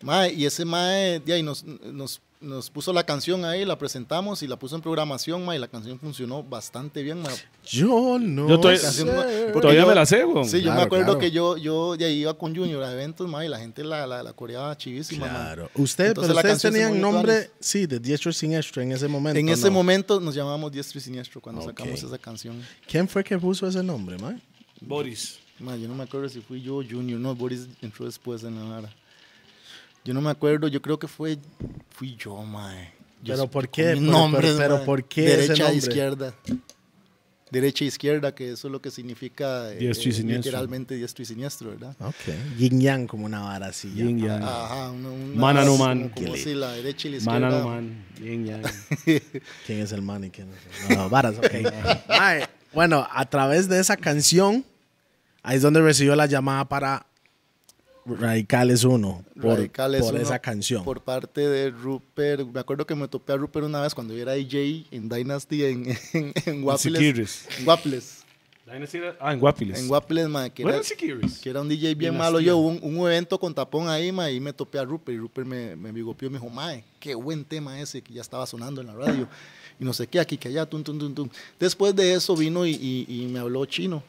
S3: Mae, y ese Mae, de ahí nos, nos, nos puso la canción ahí, la presentamos y la puso en programación, Mae, y la canción funcionó bastante bien, Mae.
S2: Yo no
S1: Yo todavía-
S2: sé.
S3: Porque
S1: Pues, Todavía
S3: yo-
S1: me la sé, weón.
S3: Sí, yo
S2: Claro,
S3: me acuerdo
S2: claro.
S3: que yo, yo de ahí iba con Junior a eventos, Mae, y la gente la, la, la coreaba chivísima, mae.
S2: Claro. Usted,
S3: Entonces
S2: pero
S3: la
S2: ustedes
S3: canción se
S2: tenían
S3: movió todas
S2: nombre,
S3: las-
S2: sí, de diestro y siniestro en ese momento.
S3: En ese
S2: ¿no?
S3: momento nos llamábamos Diestro y Siniestro cuando
S2: Ok.
S3: sacamos esa canción.
S2: ¿Quién fue que puso ese nombre, man?
S1: Boris.
S3: Mae, yo no me acuerdo si fui yo o Junior, no, Boris entró después en la vara. Yo no me acuerdo, yo creo que fue, fui yo, Mae. Yo
S2: Pero
S3: sé-
S2: ¿por qué?
S3: con mis
S2: Pero-
S3: nombres,
S2: pero- pero
S3: mae.
S2: ¿por qué ese
S3: Derecha e
S2: nombre?
S3: izquierda. Derecha e izquierda, que eso es lo que significa eh,
S1: Diestro y
S3: eh,
S1: siniestro.
S3: literalmente diestro y siniestro, ¿verdad?
S2: Ok. Yin Yang como una vara así. ya.
S1: Yin Yang.
S3: Ajá, una- una-
S1: Mm. Man a no
S3: como-
S1: man.
S3: Como, si la derecha y la izquierda.
S1: Mana no man. Yin (laughs) Yang.
S2: ¿Quién es el man y quién es el... No, no, varas, ok. Mae, bueno, a través de esa canción, ahí es donde recibió la llamada para Radicales 1. Por,
S3: Radicales
S2: por
S3: uno,
S2: esa canción.
S3: Por parte de Rupert. Me acuerdo que me topé a Rupert una vez cuando yo era DJ en Dynasty en, (laughs) en, en Guapiles.
S1: Siquirres.
S3: En Guapiles.
S1: Ah, en Guapiles.
S3: En Guapiles, ma, que,
S1: Bueno,
S3: era,
S1: en Siquirres.
S3: que era un DJ bien
S1: Dinastía.
S3: malo. Yo hubo un, un evento con tapón ahí, ma, y me topé a Rupert. Y Rupert me, me bigopió y me dijo, mae, qué buen tema ese que ya estaba sonando en la radio. Y no sé qué, aquí, que allá, tum, tum, tum, tum. Después de eso vino y, y- y me habló Chino.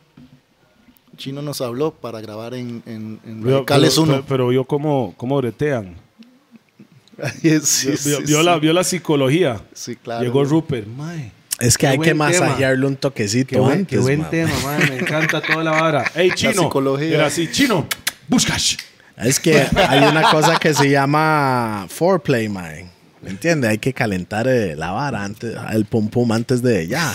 S3: Chino nos habló para grabar en, en, en
S1: Vio-
S3: Radicales
S1: pero-
S3: 1.
S1: Pero, pero vio cómo, cómo bretean.
S3: (laughs) Sí,
S1: Vio,
S3: sí,
S1: vio- vio
S3: sí.
S1: la, vio la psicología.
S3: Sí, claro.
S1: Llegó Rupert. Mae.
S2: es que
S4: Qué
S2: hay que
S4: buen tema.
S2: masajearle un toquecito
S4: Qué buen,
S2: antes,
S4: qué buen
S2: mae.
S4: tema, man.
S3: (laughs)
S4: Me encanta toda la vara.
S1: Ey, chino.
S3: psicología.
S1: Era así, chino. Buscas.
S2: Es que hay una cosa que se llama foreplay, man. ¿Me entiende? Hay que calentar eh, la vara antes, el pum pum antes de ya.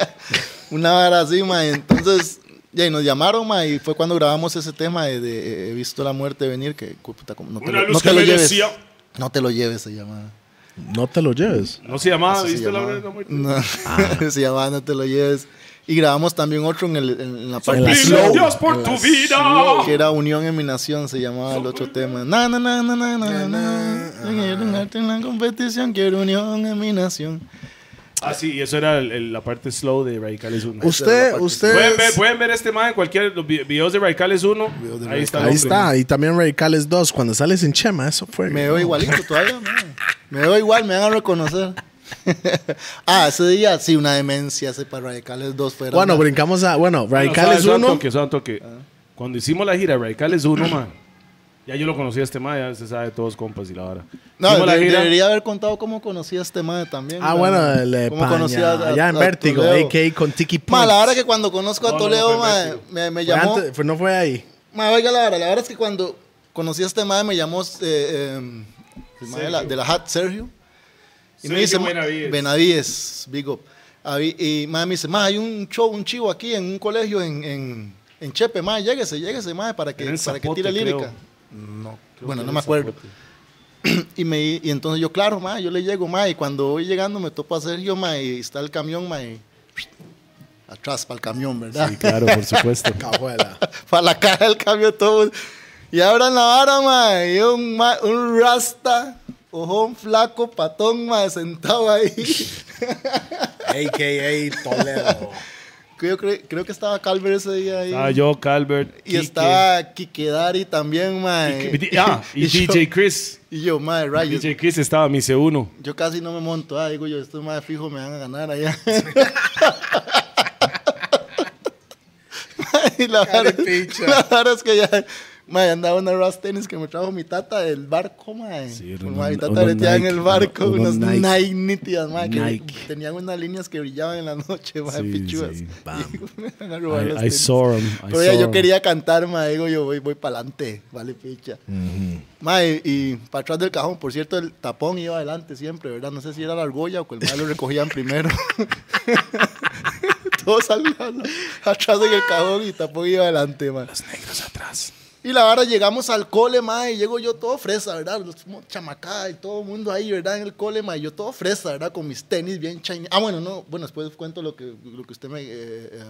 S3: (laughs) Una vara así, ma. Entonces, ya, y nos llamaron, ma, y fue cuando grabamos ese tema de, de, eh, He visto la muerte venir, que, cu- puta, como- no te,
S1: Una
S3: lo,
S1: luz
S3: no te
S1: que
S3: lo
S1: me
S3: lleves.
S1: decía.
S3: No te lo lleves, se llama.
S2: No te lo lleves.
S1: No se llamaba,
S3: Así
S1: ¿Ah,
S3: se
S1: ¿viste la hora de la
S3: llamaba.
S1: muerte?
S3: No, (laughs) se llamaba No te lo lleves. Y grabamos también otro en, el- en- en la parte
S2: la
S1: Dile
S2: slow,
S1: Dios por
S2: la
S1: tu vida.
S3: que era Unión en mi nación, se llamaba el otro tema. Na, na, na, na, na, na, na. No Quiero ganarte en la competición, quiero Unión en mi nación.
S1: Ah, sí, y eso era el- el- la parte slow de Radicales 1.
S2: Usted, usted.
S1: Pueden ver, pueden ver este man en cualquier los vi- videos de Radicales 1. Ahí está. el
S2: Ahí
S1: hombre.
S2: está. Y también Radicales 2. Cuando sales en Chema, eso fue.
S3: Me veo igualito todavía, man. Me veo igual, me van a reconocer. (laughs) ah, ese día sí, una demencia ese para Radicales 2 fuera.
S2: Bueno,
S3: una-
S2: brincamos a. Bueno,
S1: Bueno, suave,
S2: Radicales
S1: suave
S2: 1.
S1: toque, suave toque. Cuando hicimos la gira de Radicales 1, man. Ya yo lo conocía a este man, ya se sabe todos compas y la hora.
S3: No,
S1: hicimos la
S3: de-
S1: gira.
S3: debería haber contado cómo conocí a este madre también.
S2: Ah,
S3: man.
S2: bueno, el eh,
S3: Cómo
S2: paña.
S3: conocí a- a-
S2: Allá en
S3: a
S2: Vértigo,
S3: Toledo.
S2: a.k.a. con Tiki
S3: Ma,
S2: Punks.
S3: la verdad que cuando conozco a
S1: No, no,
S3: Toledo,
S1: no,
S3: ma,
S1: perfecto.
S3: me, me
S2: Fue
S3: llamó.
S2: antes- fue- no fue ahí.
S3: Ma, oiga la verdad, la verdad es que cuando conocí a este madre me llamó eh, eh, el mae de, la, de la hat, Sergio. Y me
S1: Sergio
S3: dice,
S1: Benavides.
S3: Benavides, Big Up. Avi- Y madre me dice, ma, hay un show, un chivo aquí en un colegio en, en, en Chepe, ma, lléguese, lléguese, ma, para que,
S1: Era en
S3: para que
S1: Zapote,
S3: tire lírica.
S1: creo.
S3: No, bueno, no me acuerdo. Y, me, y entonces yo, claro, ma, yo le llego, ma, y cuando voy llegando me topo a Sergio, ma, y está el camión, ma, y atrás para el camión, ¿verdad?
S1: Claro, por
S3: (laughs)
S1: supuesto.
S2: Cajuela.
S3: para la cara del cambio todo. Y abran la vara, ma, y un, ma- un rasta, ojón flaco, patón, ma, sentado ahí. (laughs)
S2: a.k.a. Toledo.
S3: creo, creo, creo que estaba Calver ese día ahí.
S1: Estaba yo, Calvert.
S3: y
S1: Kike.
S3: estaba Kike Dari también, ma.
S1: Y-
S3: (laughs)
S1: Ah, y,
S3: yo-
S1: DJ Chris.
S3: Y yo, ma, rayos.
S1: DJ Chris estaba mi C1.
S3: Yo casi no me monto, ah, digo yo, estos más fijo me van a ganar allá. y la verdad,
S2: Carepicha.
S3: la verdad es que ya madre, andaba una Ross tenis que me trajo mi tata del barco, madre.
S1: Sí, era
S3: Con
S1: una-
S3: mi tata
S1: una
S3: breteaba en
S1: Nike,
S3: el barco,
S1: una- una
S3: unas Nike,
S1: Nike.
S3: nítidas, madre, que
S1: Nike.
S3: tenían unas líneas que brillaban en la noche, madre,
S1: Sí,
S3: pichudas.
S1: sí.
S2: Bam.
S3: (laughs) Y me van a robar las
S1: I, I
S3: tenis.
S1: saw him. I
S3: Pero ya
S1: saw
S3: yo
S1: him.
S3: quería cantar, ma, digo yo, voy, voy para adelante, vale picha. Ma, y, para atrás del cajón, por cierto, el tapón iba adelante siempre, ¿verdad? No sé si era la argolla o que el ma lo recogían primero. (laughs) Todos salían atrás en el cajón y tapón iba adelante, ma.
S1: Los negros atrás.
S3: Y la verdad, llegamos al cole, ma, y llego yo todo fresa, ¿verdad? Los mo- chamacá y todo el mundo ahí, ¿verdad? En el cole, ma, y yo todo fresa, ¿verdad? Con mis tenis bien shiny. Ah, bueno, no, bueno, después cuento lo que, lo que usted me... eh, eh.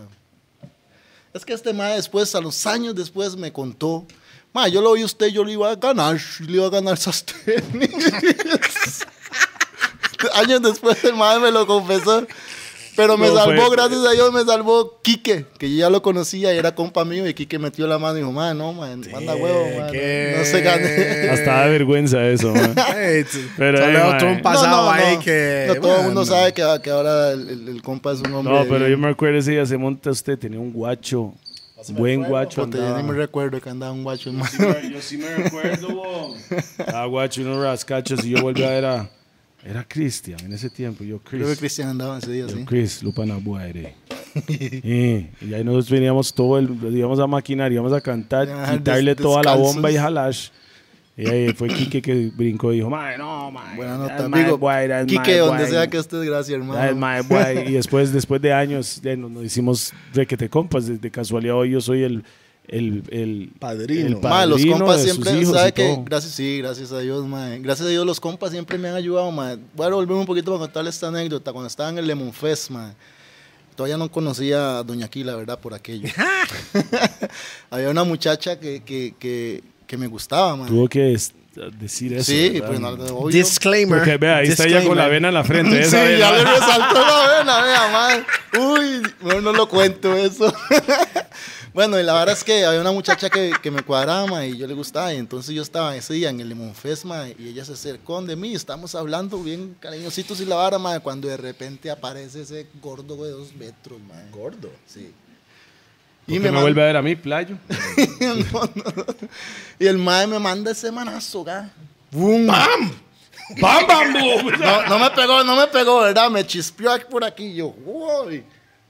S3: Es que este ma después, a los años después, me contó, ma, yo lo oí a usted, yo le iba a ganar, le iba a ganar esas tenis. (laughs) años después, el ma me lo confesó. Pero me
S1: No, fue- este.
S3: salvó, gracias a Dios, me salvó Quique, que yo ya lo conocía y era compa mío. Y Quique metió la mano y dijo, ma, no, man, manda huevo, ma, no-
S2: ¿qué?
S3: no
S1: (laughs)
S3: se gane.
S1: Hasta da vergüenza eso,
S3: (laughs)
S1: man. Pero, eh,
S2: Toledo
S1: mae.
S2: tuvo un pasado
S3: No, no,
S2: ahí
S3: no.
S2: que.
S3: No, todo el mundo
S2: bueno.
S3: sabe que, que ahora el, el- el compa es un hombre.
S1: No, pero yo
S3: bien-
S1: me acuerdo ese día se monta usted, tenía un guacho. Buen guacho.
S3: Puta, yo ni me
S1: andaba.
S3: recuerdo que andaba un guacho, ma.
S1: Yo sí me recuerdo, bo. Ah, guacho, unos rascachos. Y yo volví a ver a. Era Cristian en ese tiempo. Yo,
S3: Creo que
S1: Chris.
S3: Cristian andaba ese día, sí.
S1: Chris, Lupana
S3: (laughs)
S1: Buare. y, y ahí nos veníamos todo, el, íbamos a maquinar, íbamos a cantar,
S3: Ah,
S1: quitarle
S3: des-
S1: toda la
S3: descalzos.
S1: bomba y jalash. Y ahí fue Quique que brincó y dijo, madre, no, madre.
S3: Buena
S1: ya
S3: nota,
S1: es mae
S3: amigo.
S1: guay, ya es
S3: Quique,
S1: mae
S3: donde
S1: guay,
S3: sea que estés, gracias,
S1: ya es
S3: hermano.
S1: Ah, mae guay".
S3: (laughs)
S1: Y después, después de años, ya nos, nos hicimos requete compas. De, de casualidad hoy yo soy el, el, el
S2: Padrino.
S1: el
S3: Ma, los
S1: padrino
S3: compas
S1: de sus
S3: siempre,
S1: hijos y
S3: ¿sabe que
S1: todo.
S3: Gracias, sí, gracias a Dios, ma. Gracias a Dios los compas siempre me han ayudado, ma. Voy a volver un poquito para contarles esta anécdota. Cuando estaba en el Lemon Fest, ma, todavía no conocía a Doña Aquila, ¿verdad? Por aquello.
S1: (laughs)
S3: (laughs) Había una muchacha que, que, que, que me gustaba, ma.
S1: Tuvo que es- decir eso.
S3: Sí,
S1: ¿verdad?
S3: pues no, obvio.
S2: Disclaimer.
S1: Porque vea, ahí está ella con la vena en la frente.
S3: (laughs) Sí,
S1: esa vena.
S3: ya le resaltó la vena, vea, man. Uy, mejor no lo cuento eso. (laughs) bueno, y la verdad es que había una muchacha que, que me cuadraba ma, y yo le gustaba. Y entonces yo estaba ese día en el Lemon Fest, ma, y ella se acercó de mí. Estamos hablando bien cariñositos y la vara, ma, cuando de repente aparece ese gordo de dos metros, ma. ¿Gordo? Sí. (laughs)
S1: Porque me
S3: man-
S1: vuelve a ver a mí,
S3: (laughs)
S1: playo.
S3: No, no. Y el mae me manda ese manazo, ga. ¡Bum!
S1: ¡Bam, bam, boom!
S3: No, no me pegó, no me pegó, ¿verdad? Me chispeó aquí por aquí. Yo, uy.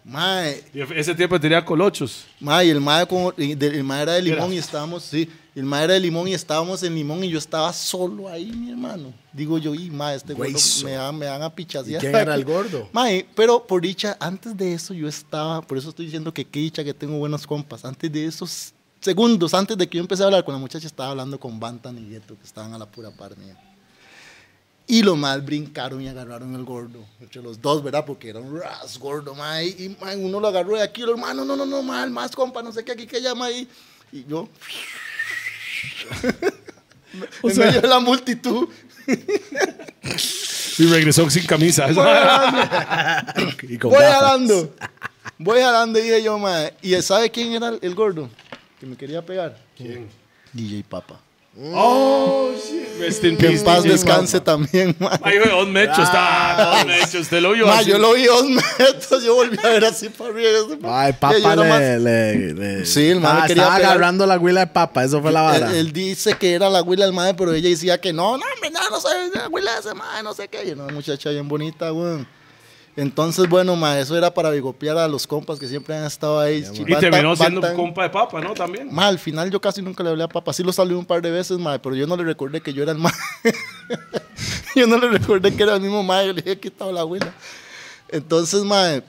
S3: Mae,
S1: Y Ese tiempo tenía colochos.
S3: mae, y el mae, con- y de- el mae era de limón y estábamos, sí, el mae era de limón y estábamos en limón y yo estaba solo ahí, mi hermano. Digo yo, y mae, este gordo
S2: Güeyzo.
S3: me van, me van a pichasear.
S2: ¿Y quién era el gordo?
S3: Mae, pero por dicha, antes de eso yo estaba, por eso estoy diciendo que qué dicha que tengo buenos compas. Antes de esos segundos, antes de que yo empecé a hablar con la muchacha, estaba hablando con Bantan y Gueto, que estaban a la pura par mía. Y los más brincaron y agarraron al gordo. Entre los dos, ¿verdad? Porque era un ras gordo, mae. Y mae, uno lo agarró de aquí, el hermano, no, no, no, mae, el más compa, no sé qué, aquí que llama ahí. Y yo. (laughs) en
S2: sea-
S3: medio de la multitud.
S1: Y regresó sin camisa. (laughs)
S3: Voy jalando,
S2: Y con
S3: voy
S2: gafas.
S3: jalando. Voy jalando, dije yo, mae. ¿Y sabe quién era el, el gordo que me quería pegar? ¿Quién? DJ Papa.
S1: Oh, shit. Rest in
S3: Que
S1: peace.
S3: en paz
S1: DJ
S3: descanse
S1: Papa.
S3: también, mae.
S1: Ay, güey, Don Mecho está. Don Mecho, usted lo vio.
S3: Ma,
S1: así.
S3: yo lo vi dos metros, yo volví a ver así para arriba. ese pa-
S2: Ay,
S3: Y yo
S2: papá
S3: nomás-
S2: le, le- le-
S3: Sí, el man
S2: Ah,
S3: le quería
S2: Estaba
S3: pegar.
S2: agarrando la huila de papa, eso fue la
S3: él,
S2: vara.
S3: él dice que era la huila del madre, pero ella decía que no, no, hombre, no, no soy la huila de ese madre, no sé qué. Y una muchacha bien bonita, weón. Entonces, bueno, ma, eso era para bigopear a los compas que siempre han estado ahí.
S1: Y terminó siendo
S3: compas
S1: compa de papa, ¿no? También.
S3: Ma, al final yo casi nunca le hablé a papá. Sí lo saludé un par de veces, ma, pero yo no le recordé que yo era el ma. (laughs) yo no le recordé que era el mismo ma. Yo le dije que estaba la abuela. Entonces, ma,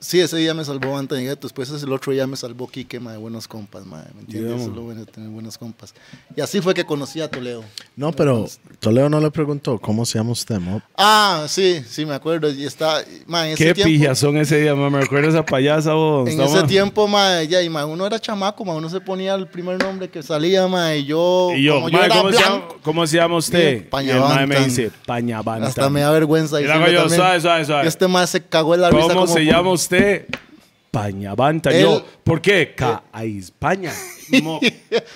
S3: sí, ese día me salvó Antonio. Después ese- el otro día me salvó Quique, ma, de buenos compas, ma. ¿Me entiendes? Eso es lo bueno de tener buenos compas. Y así fue que conocí a Toledo.
S2: No, pero Toledo no le preguntó cómo se llama usted, mo?
S3: Ah, sí, sí, me acuerdo. Y está, ma, en ese
S1: Qué
S3: tiempo.
S1: pijazón ese día, ma. Me recuerdo esa payasa, vos.
S3: En ese tiempo, ma, ya, y, ma, uno era chamaco, ma, uno se ponía el primer nombre que salía, ma, y yo,
S1: Y yo,
S3: como yo
S1: ma,
S3: era
S1: ¿cómo, se llama,
S3: blanco,
S1: ¿cómo se llama usted?
S3: Bien,
S1: y el ma me
S3: Pañabantan.
S1: dice, Pañabanta.
S3: Hasta me da vergüenza.
S1: Y le
S3: decirlo
S1: hago yo,
S3: también.
S1: suave, suave, suave.
S3: Este más se cagó en la risa.
S1: ¿Cómo
S3: como
S1: se
S3: por-
S1: llama usted? Pañabanta.
S3: Él-
S1: Yo, ¿por qué? Ca a España.
S3: (laughs)
S1: Mo-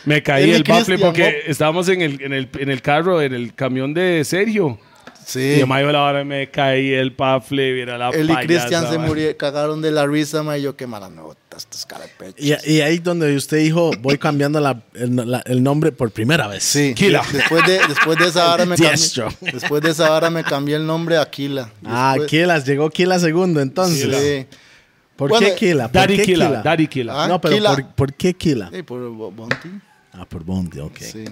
S1: Me
S3: Él
S1: caí
S3: y
S1: el baffle
S3: Cristian,
S1: porque estábamos en el, en, el, en el carro, en el camión de Sergio. Y
S3: Sí.
S1: yo, ma, yo la hora me caí el baffle, viera la
S3: Él y
S1: payasa,
S3: Cristian se
S1: ma.
S3: murieron, cagaron de la risa, ma. Y yo, qué mala nota, estos carapechos.
S2: Y, y ahí donde usted dijo, voy cambiando la- el, la- el nombre por primera vez.
S3: Sí.
S1: Kila.
S3: de- Después de, después de
S2: (laughs)
S3: esa hora me
S2: Diestro.
S3: cambié. Después de esa hora me cambié el nombre a Kila.
S2: Ah,
S3: Después-
S2: Kila, llegó Kila segundo entonces.
S3: Sí.
S2: ¿Por
S3: Bueno,
S2: qué Kila? ¿Por
S1: Daddy
S2: qué
S1: Kila, Daddy Kila.
S3: Ah,
S2: no, pero
S3: Kila.
S2: ¿por, por qué Kila?
S3: Sí, por Bo- Bonti.
S2: Ah, por Bondi, ok.
S3: Sí.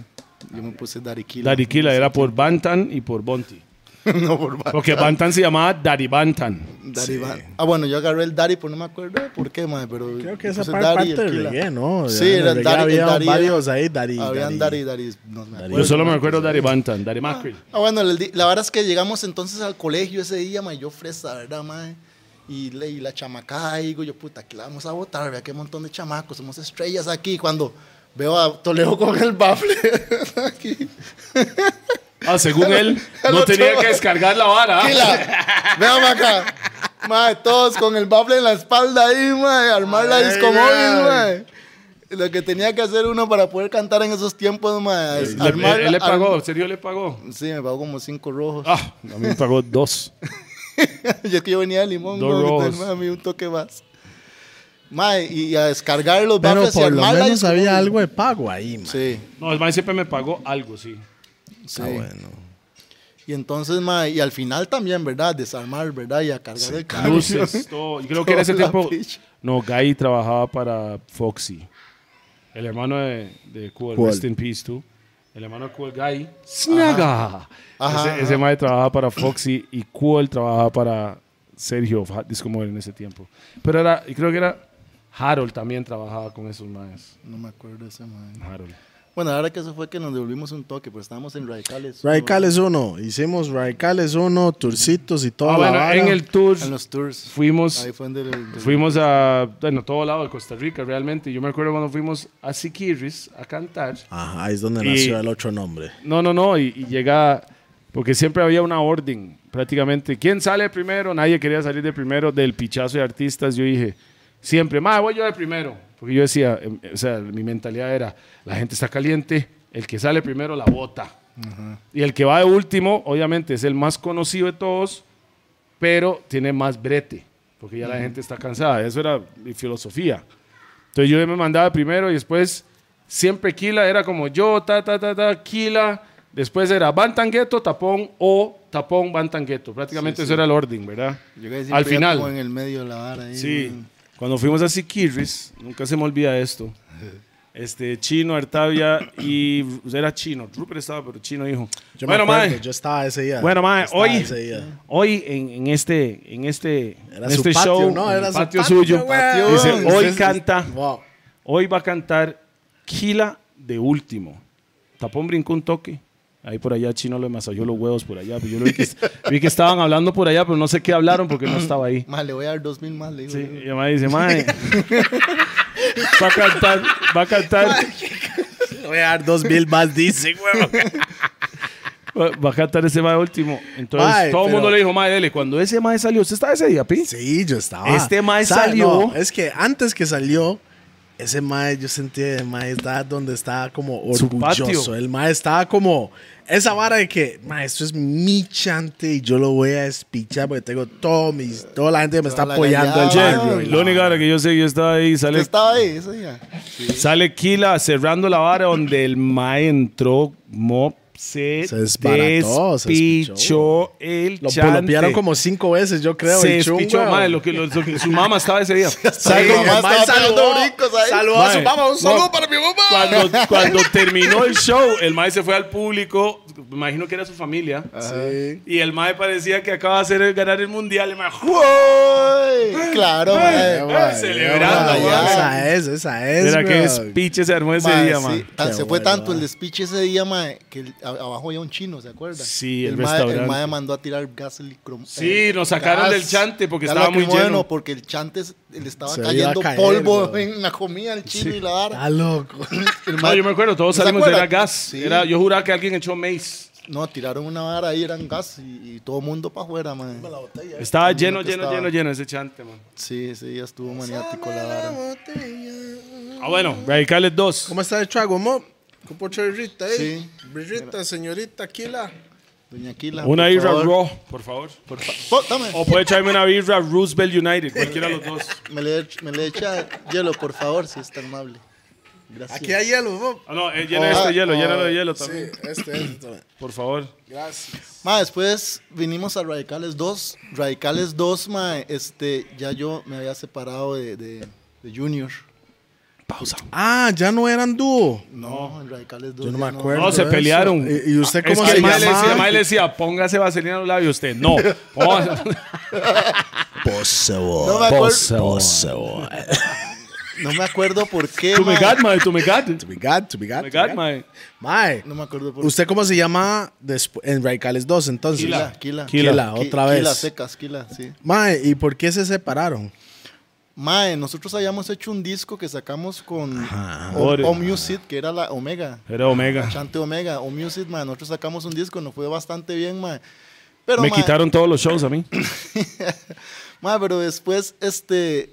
S3: Yo me puse Dari Kila.
S1: Daddy
S3: (laughs)
S1: Kila era por Bantan y por Bonti.
S3: no, por Ba- (laughs)
S1: Porque Bantan se llamaba Daddy Bantan.
S3: Dari Ba- Ah, bueno, yo agarré el Dari, pues no me acuerdo por qué, ma. Pero
S2: Creo que
S3: me
S2: esa
S3: puse
S2: par-
S3: Daddy y
S2: parte
S3: el
S2: del
S3: Kila.
S2: reggae, ¿no?
S3: Sí,
S2: En
S3: era el Dari.
S2: Había
S3: el Dari-
S2: varios ahí, Dari.
S3: Habían Dari, Dari. No me acuerdo.
S1: Yo solo me recuerdo Daddy Bantan, Daddy Macri.
S3: eh. Ah, bueno, el di- la verdad es que llegamos entonces al colegio ese día, ma, y yo fresa, ¿verdad, ma? Y, le- y la chamacada, ahí, digo yo, puta, aquí la vamos a votar, vea qué montón de chamacos, somos estrellas aquí. Cuando veo a Toledo con el bafle (laughs) aquí,
S1: Ah,
S3: (laughs)
S1: según él,
S3: el
S1: no
S3: otro-
S1: tenía que descargar la vara.
S3: aquí la, vea, ma, acá. Ma, todos con el bafle en la espalda ahí, ma, y armar la discomóvil, ma. Lo que tenía que hacer uno para poder cantar en esos tiempos, ma, es
S1: (laughs) Le-
S3: armar...
S1: él, él le
S3: ar-
S1: pagó, Sergio le pagó.
S3: Sí, me pagó como cinco rojos.
S1: Ah, a mí me pagó dos.
S3: (laughs) Yo es que yo venía de Limón,
S1: Dos
S3: no,
S1: robos.
S3: a mí un toque más. Mae, y a descargar los
S2: Pero
S3: baffles y
S2: por lo
S3: armarla y
S2: menos
S3: es como-
S2: había Ah, algo de pago ahí, man.
S3: Sí,
S1: No, el man siempre me pagó algo, sí.
S3: sí.
S2: Ah, bueno.
S3: Y entonces, mae, y al final también, ¿verdad? Desarmar, ¿verdad? Y a cargar el
S1: Ah,
S3: carro.
S1: Luces, todo. Yo creo que en ese
S3: Toda la
S1: tiempo.
S3: picha.
S1: No, Guy trabajaba para Foxy. El hermano de, de Cool,
S2: ¿Cuál?
S1: Rest in Peace, tú. El hermano de Cool Guy. ¡Snaga!
S3: Ajá,
S1: ese
S3: ajá.
S1: ese mae trabajaba para Foxy y Cool trabajaba para Sergio Hot Disco Mobile en ese tiempo. Pero era, y creo que era Harold también trabajaba con esos maes.
S3: No me acuerdo ese, mae.
S1: Harold.
S3: Bueno, ahora que eso fue que nos devolvimos un toque, pero estábamos en Radicales.
S2: Radicales 1, hicimos Radicales 1, Turcitos y toda
S1: Ah,
S2: la
S1: bueno,
S2: vara.
S1: en el tour
S3: En los tours.
S1: fuimos.
S3: Ahí fue donde... donde-
S1: Fuimos a, bueno, todo lado de Costa Rica realmente. Yo me acuerdo cuando fuimos a Siquiris a cantar.
S2: Ajá, ahí es donde
S1: Y-
S2: nació el otro nombre.
S1: No, no, no, y, y llega, porque siempre había una orden prácticamente. ¿Quién sale primero? Nadie quería salir de primero del pichazo de artistas. Yo dije, siempre, más voy yo de primero. Porque yo decía, em, o sea, mi mentalidad era, la gente está caliente, el que sale primero la bota. Y el que va de último, obviamente, es el más conocido de todos, pero tiene más brete, porque ya la gente está cansada. Eso era mi filosofía. Entonces yo me mandaba primero y después siempre Kila era como yo, ta, ta, ta, ta, Kila. Después era Bantangueto, tapón o tapón Bantangueto. Prácticamente eso era el orden, ¿verdad?
S3: Yo casi
S1: Al
S3: siempre iba
S1: final.
S3: Como en el medio de la vara ahí,
S1: Sí,
S3: mae.
S1: cuando fuimos a Siquirris, nunca se me olvida esto. Este, Chino, Artavia y (clears throat) era Chino. Rupert estaba, pero Chino dijo.
S2: Yo
S1: bueno,
S2: me acuerdo,
S1: mae,
S2: yo estaba ese día.
S1: bueno, mae,
S2: Estaba
S1: hoy,
S2: ese día.
S1: hoy en, en este, en este,
S2: Era
S1: en
S2: su
S1: este
S2: patio,
S1: show,
S2: ¿no?
S1: en
S2: Era
S1: el
S2: su
S1: patio
S2: patio,
S1: suyo,
S2: weón.
S1: dice,
S2: Patio.
S1: hoy
S2: Entonces,
S1: canta,
S2: Wow.
S1: hoy va a cantar Kila de último. Tapón brincó un toque. Ahí por allá Chino le masajeó los huevos por allá. Pero yo lo vi, que, vi que estaban hablando por allá, pero no sé qué hablaron porque no estaba ahí.
S3: Más, le voy a dar dos mil más, le digo.
S1: Sí,
S3: le digo.
S1: y el mae dice, mae. va a cantar, va a cantar,
S2: Voy a dar dos mil más, dice, huevón.
S1: va va a cantar ese mae último. Entonces
S2: Mae,
S1: todo el mundo
S2: pero-
S1: le dijo, mae, dele, cuando ese mae salió, ¿usted estaba ese día, Pi?
S2: Sí, yo estaba.
S1: Este mae
S2: ¿Sabe?
S1: salió.
S2: No, es que antes que salió, ese mae, yo sentí el mae estaba donde estaba como
S1: Su
S2: orgulloso.
S1: patio.
S2: El mae estaba como esa vara de que, mae, esto es mi chante y yo lo voy a espichar porque tengo todo mis, toda la gente que me está
S3: la
S2: apoyando el
S3: gallada,
S2: barrio.
S3: mae.
S2: Y
S1: Lo
S2: la-
S1: único ahora que yo sé, yo estaba ahí,
S3: Usted
S1: sale,
S3: estaba ahí ese día.
S1: sale Kila cerrando la vara donde el mae entró, mop, se,
S2: Se desbarató, se
S1: despichó
S2: despichó.
S1: el
S2: Lo
S1: chante.
S2: polopearon como cinco veces, yo creo.
S1: se
S2: el chungo.
S1: despichó, mae, lo que, lo- lo que su mamá estaba ese
S2: (laughs)
S1: día.
S3: Sí,
S2: Sabe como
S3: mamá
S2: el mae
S3: estaba
S2: saludó,
S3: pegando brincos ahí.
S2: saludó a su
S1: Mae,
S2: mamá. Un
S1: no.
S2: saludo para mi mamá.
S1: Cuando, cuando terminó el show, el mae se fue al público, me imagino que era su familia,
S2: Sí.
S1: y el mae parecía que acaba de hacer el- ganar el mundial, el mae, ¡juo!
S3: Uy, claro,
S1: Ay,
S3: mae.
S1: ay, celebrando,
S2: Ay,
S3: mae.
S2: Esa es, esa es.
S1: Era que
S2: bro.
S1: es pinche se armó ese
S3: Mae,
S1: día,
S3: sí,
S1: mae.
S3: tan-
S2: Qué
S3: se fue
S2: bueno,
S3: tanto
S2: mae.
S3: el despiche ese día, mae, que el- a- abajo había un chino, ¿se acuerda?
S1: Sí, el
S3: mae-
S1: restaurante.
S3: El mae mandó a tirar gas lacrim-
S1: Sí,
S3: eh,
S1: nos sacaron
S3: gas-
S1: del chante porque
S3: gas
S1: estaba muy
S3: lacrimógeno,
S1: lleno.
S3: porque el chante se- le estaba
S2: Se iba a
S3: cayendo
S2: caer,
S3: polvo
S2: güey.
S3: en la comida al chino y la vara.
S2: Está loco. (laughs)
S3: El
S1: No,
S3: mae-
S1: Ah, yo me acuerdo, todos
S3: ¿No se
S1: salimos, era
S3: acuerdan?
S1: gas.
S3: Sí.
S1: Era, yo juraba que alguien echó maíz.
S3: No, tiraron una vara ahí, eran gas y, y todo mundo para afuera, mae.
S1: Estaba lleno,
S3: que
S1: lleno,
S3: estaba.
S1: lleno, lleno ese chante, man.
S3: Sí, sí, ya estuvo maniático la vara.
S1: Ah, bueno, Radicales 2.
S2: ¿Cómo está el trago, mo? Con pocho de Rita, eh.
S3: Sí.
S2: Rita, señorita, Aquila.
S3: Doña Aquila.
S1: Una
S3: por
S1: birra
S3: favor.
S1: Raw, por favor. Por fa-
S3: Po- dame.
S1: o puede echarme una birra Roosevelt United, cualquiera de los dos.
S3: Me le, me le echa hielo, por favor, si es tan amable. Gracias.
S2: Aquí hay hielo, mo.
S1: Ah, no, eh, llena
S3: Oh.
S1: este hielo, llénalo de hielo
S2: Sí,
S1: también.
S2: este, este.
S1: Por favor.
S2: Gracias.
S3: Ma, después vinimos a Radicales 2. Radicales 2, ma, este, ya yo me había separado de, de- de Junior.
S2: Ah, ya no eran dúo.
S3: No, en Radicales 2.
S2: Yo no
S3: ya
S2: me acuerdo.
S1: No, se
S2: eso.
S1: pelearon. Ah,
S2: ¿Y- y usted cómo
S1: es que
S2: se
S1: el mae le
S2: llamaba?
S1: decía, el mae le decía, póngase vaselina en los labios. Usted, no. Póngase-
S2: Posebo.
S3: No me acuerdo.
S2: (laughs) Posebo.
S3: No me acuerdo por qué.
S1: (laughs) To me
S3: ma.
S1: God, mae, to me God.
S2: To be God, to be
S1: To
S2: God.
S1: me
S2: to be
S1: God,
S2: God.
S1: mae.
S2: Mae.
S3: No me acuerdo por
S2: ¿Usted cómo se llama despu- en Radicales 2 entonces?
S1: Quila.
S3: Quila.
S1: Quila,
S3: Qui-
S2: otra vez.
S3: Quila, secas, Quila, sí.
S2: Mae, ¿y por qué se separaron?
S3: Mae, eh, nosotros habíamos hecho un disco que sacamos con O,
S1: Ore.
S3: O Music, que era la Omega.
S1: Era Omega.
S3: Chante Omega, O Music, mae. Nosotros sacamos un disco, nos fue bastante bien, mae. Pero,
S1: Me
S3: mae,
S1: quitaron todos los shows a mí.
S3: (laughs) mae, pero después, este.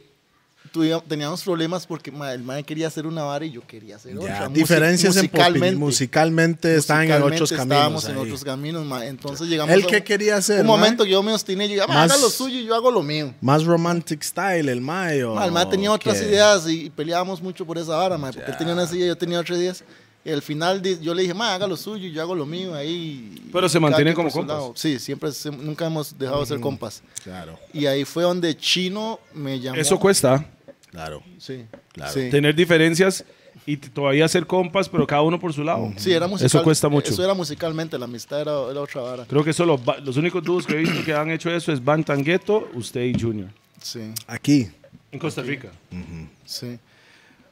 S3: tuvi- Teníamos problemas porque mae, el mae quería hacer una vara y yo quería hacer otra.
S2: Ya,
S3: Musi-
S2: diferencias en popin-
S3: musicalmente
S2: musicalmente estaban en otros
S3: estábamos
S2: caminos.
S3: en
S2: ahí.
S3: otros caminos, mae. Entonces llegamos
S2: ¿El
S3: a
S2: qué
S3: un-
S2: quería hacer?
S3: Un
S2: mae?
S3: momento que yo me obstiné, yo dije, "Mae,
S2: Más-
S3: haga lo suyo y yo hago lo mío.
S2: Más romantic style, el mayo.
S3: Ma, el mae tenía otras ideas y, y peleábamos mucho por esa vara, ma, porque él tenía unas ideas y yo tenía otras ideas. Y al final di- yo le dije, ma, haga lo suyo, yo hago lo mío ahí.
S1: Pero
S3: Y
S1: se
S3: cada
S1: mantienen
S3: quien
S1: como
S3: por su
S1: compas.
S3: lado. Sí, siempre, se- nunca hemos dejado
S2: Mm.
S3: de ser compas.
S2: Claro,
S3: Y ahí fue donde Chino me llamó.
S1: Eso cuesta.
S2: claro.
S3: Sí,
S2: Claro.
S3: sí.
S1: Tener diferencias y t- todavía ser compas, pero cada uno por su lado.
S3: Sí, era musical-
S1: Eso cuesta mucho.
S3: Eso era musicalmente, la amistad era, era otra vara.
S1: Creo que eso los, ba- los únicos dúos que he visto que han hecho eso es Van Tangueto, usted y Junior.
S3: Sí,
S2: Aquí.
S1: En Costa Rica.
S3: sí.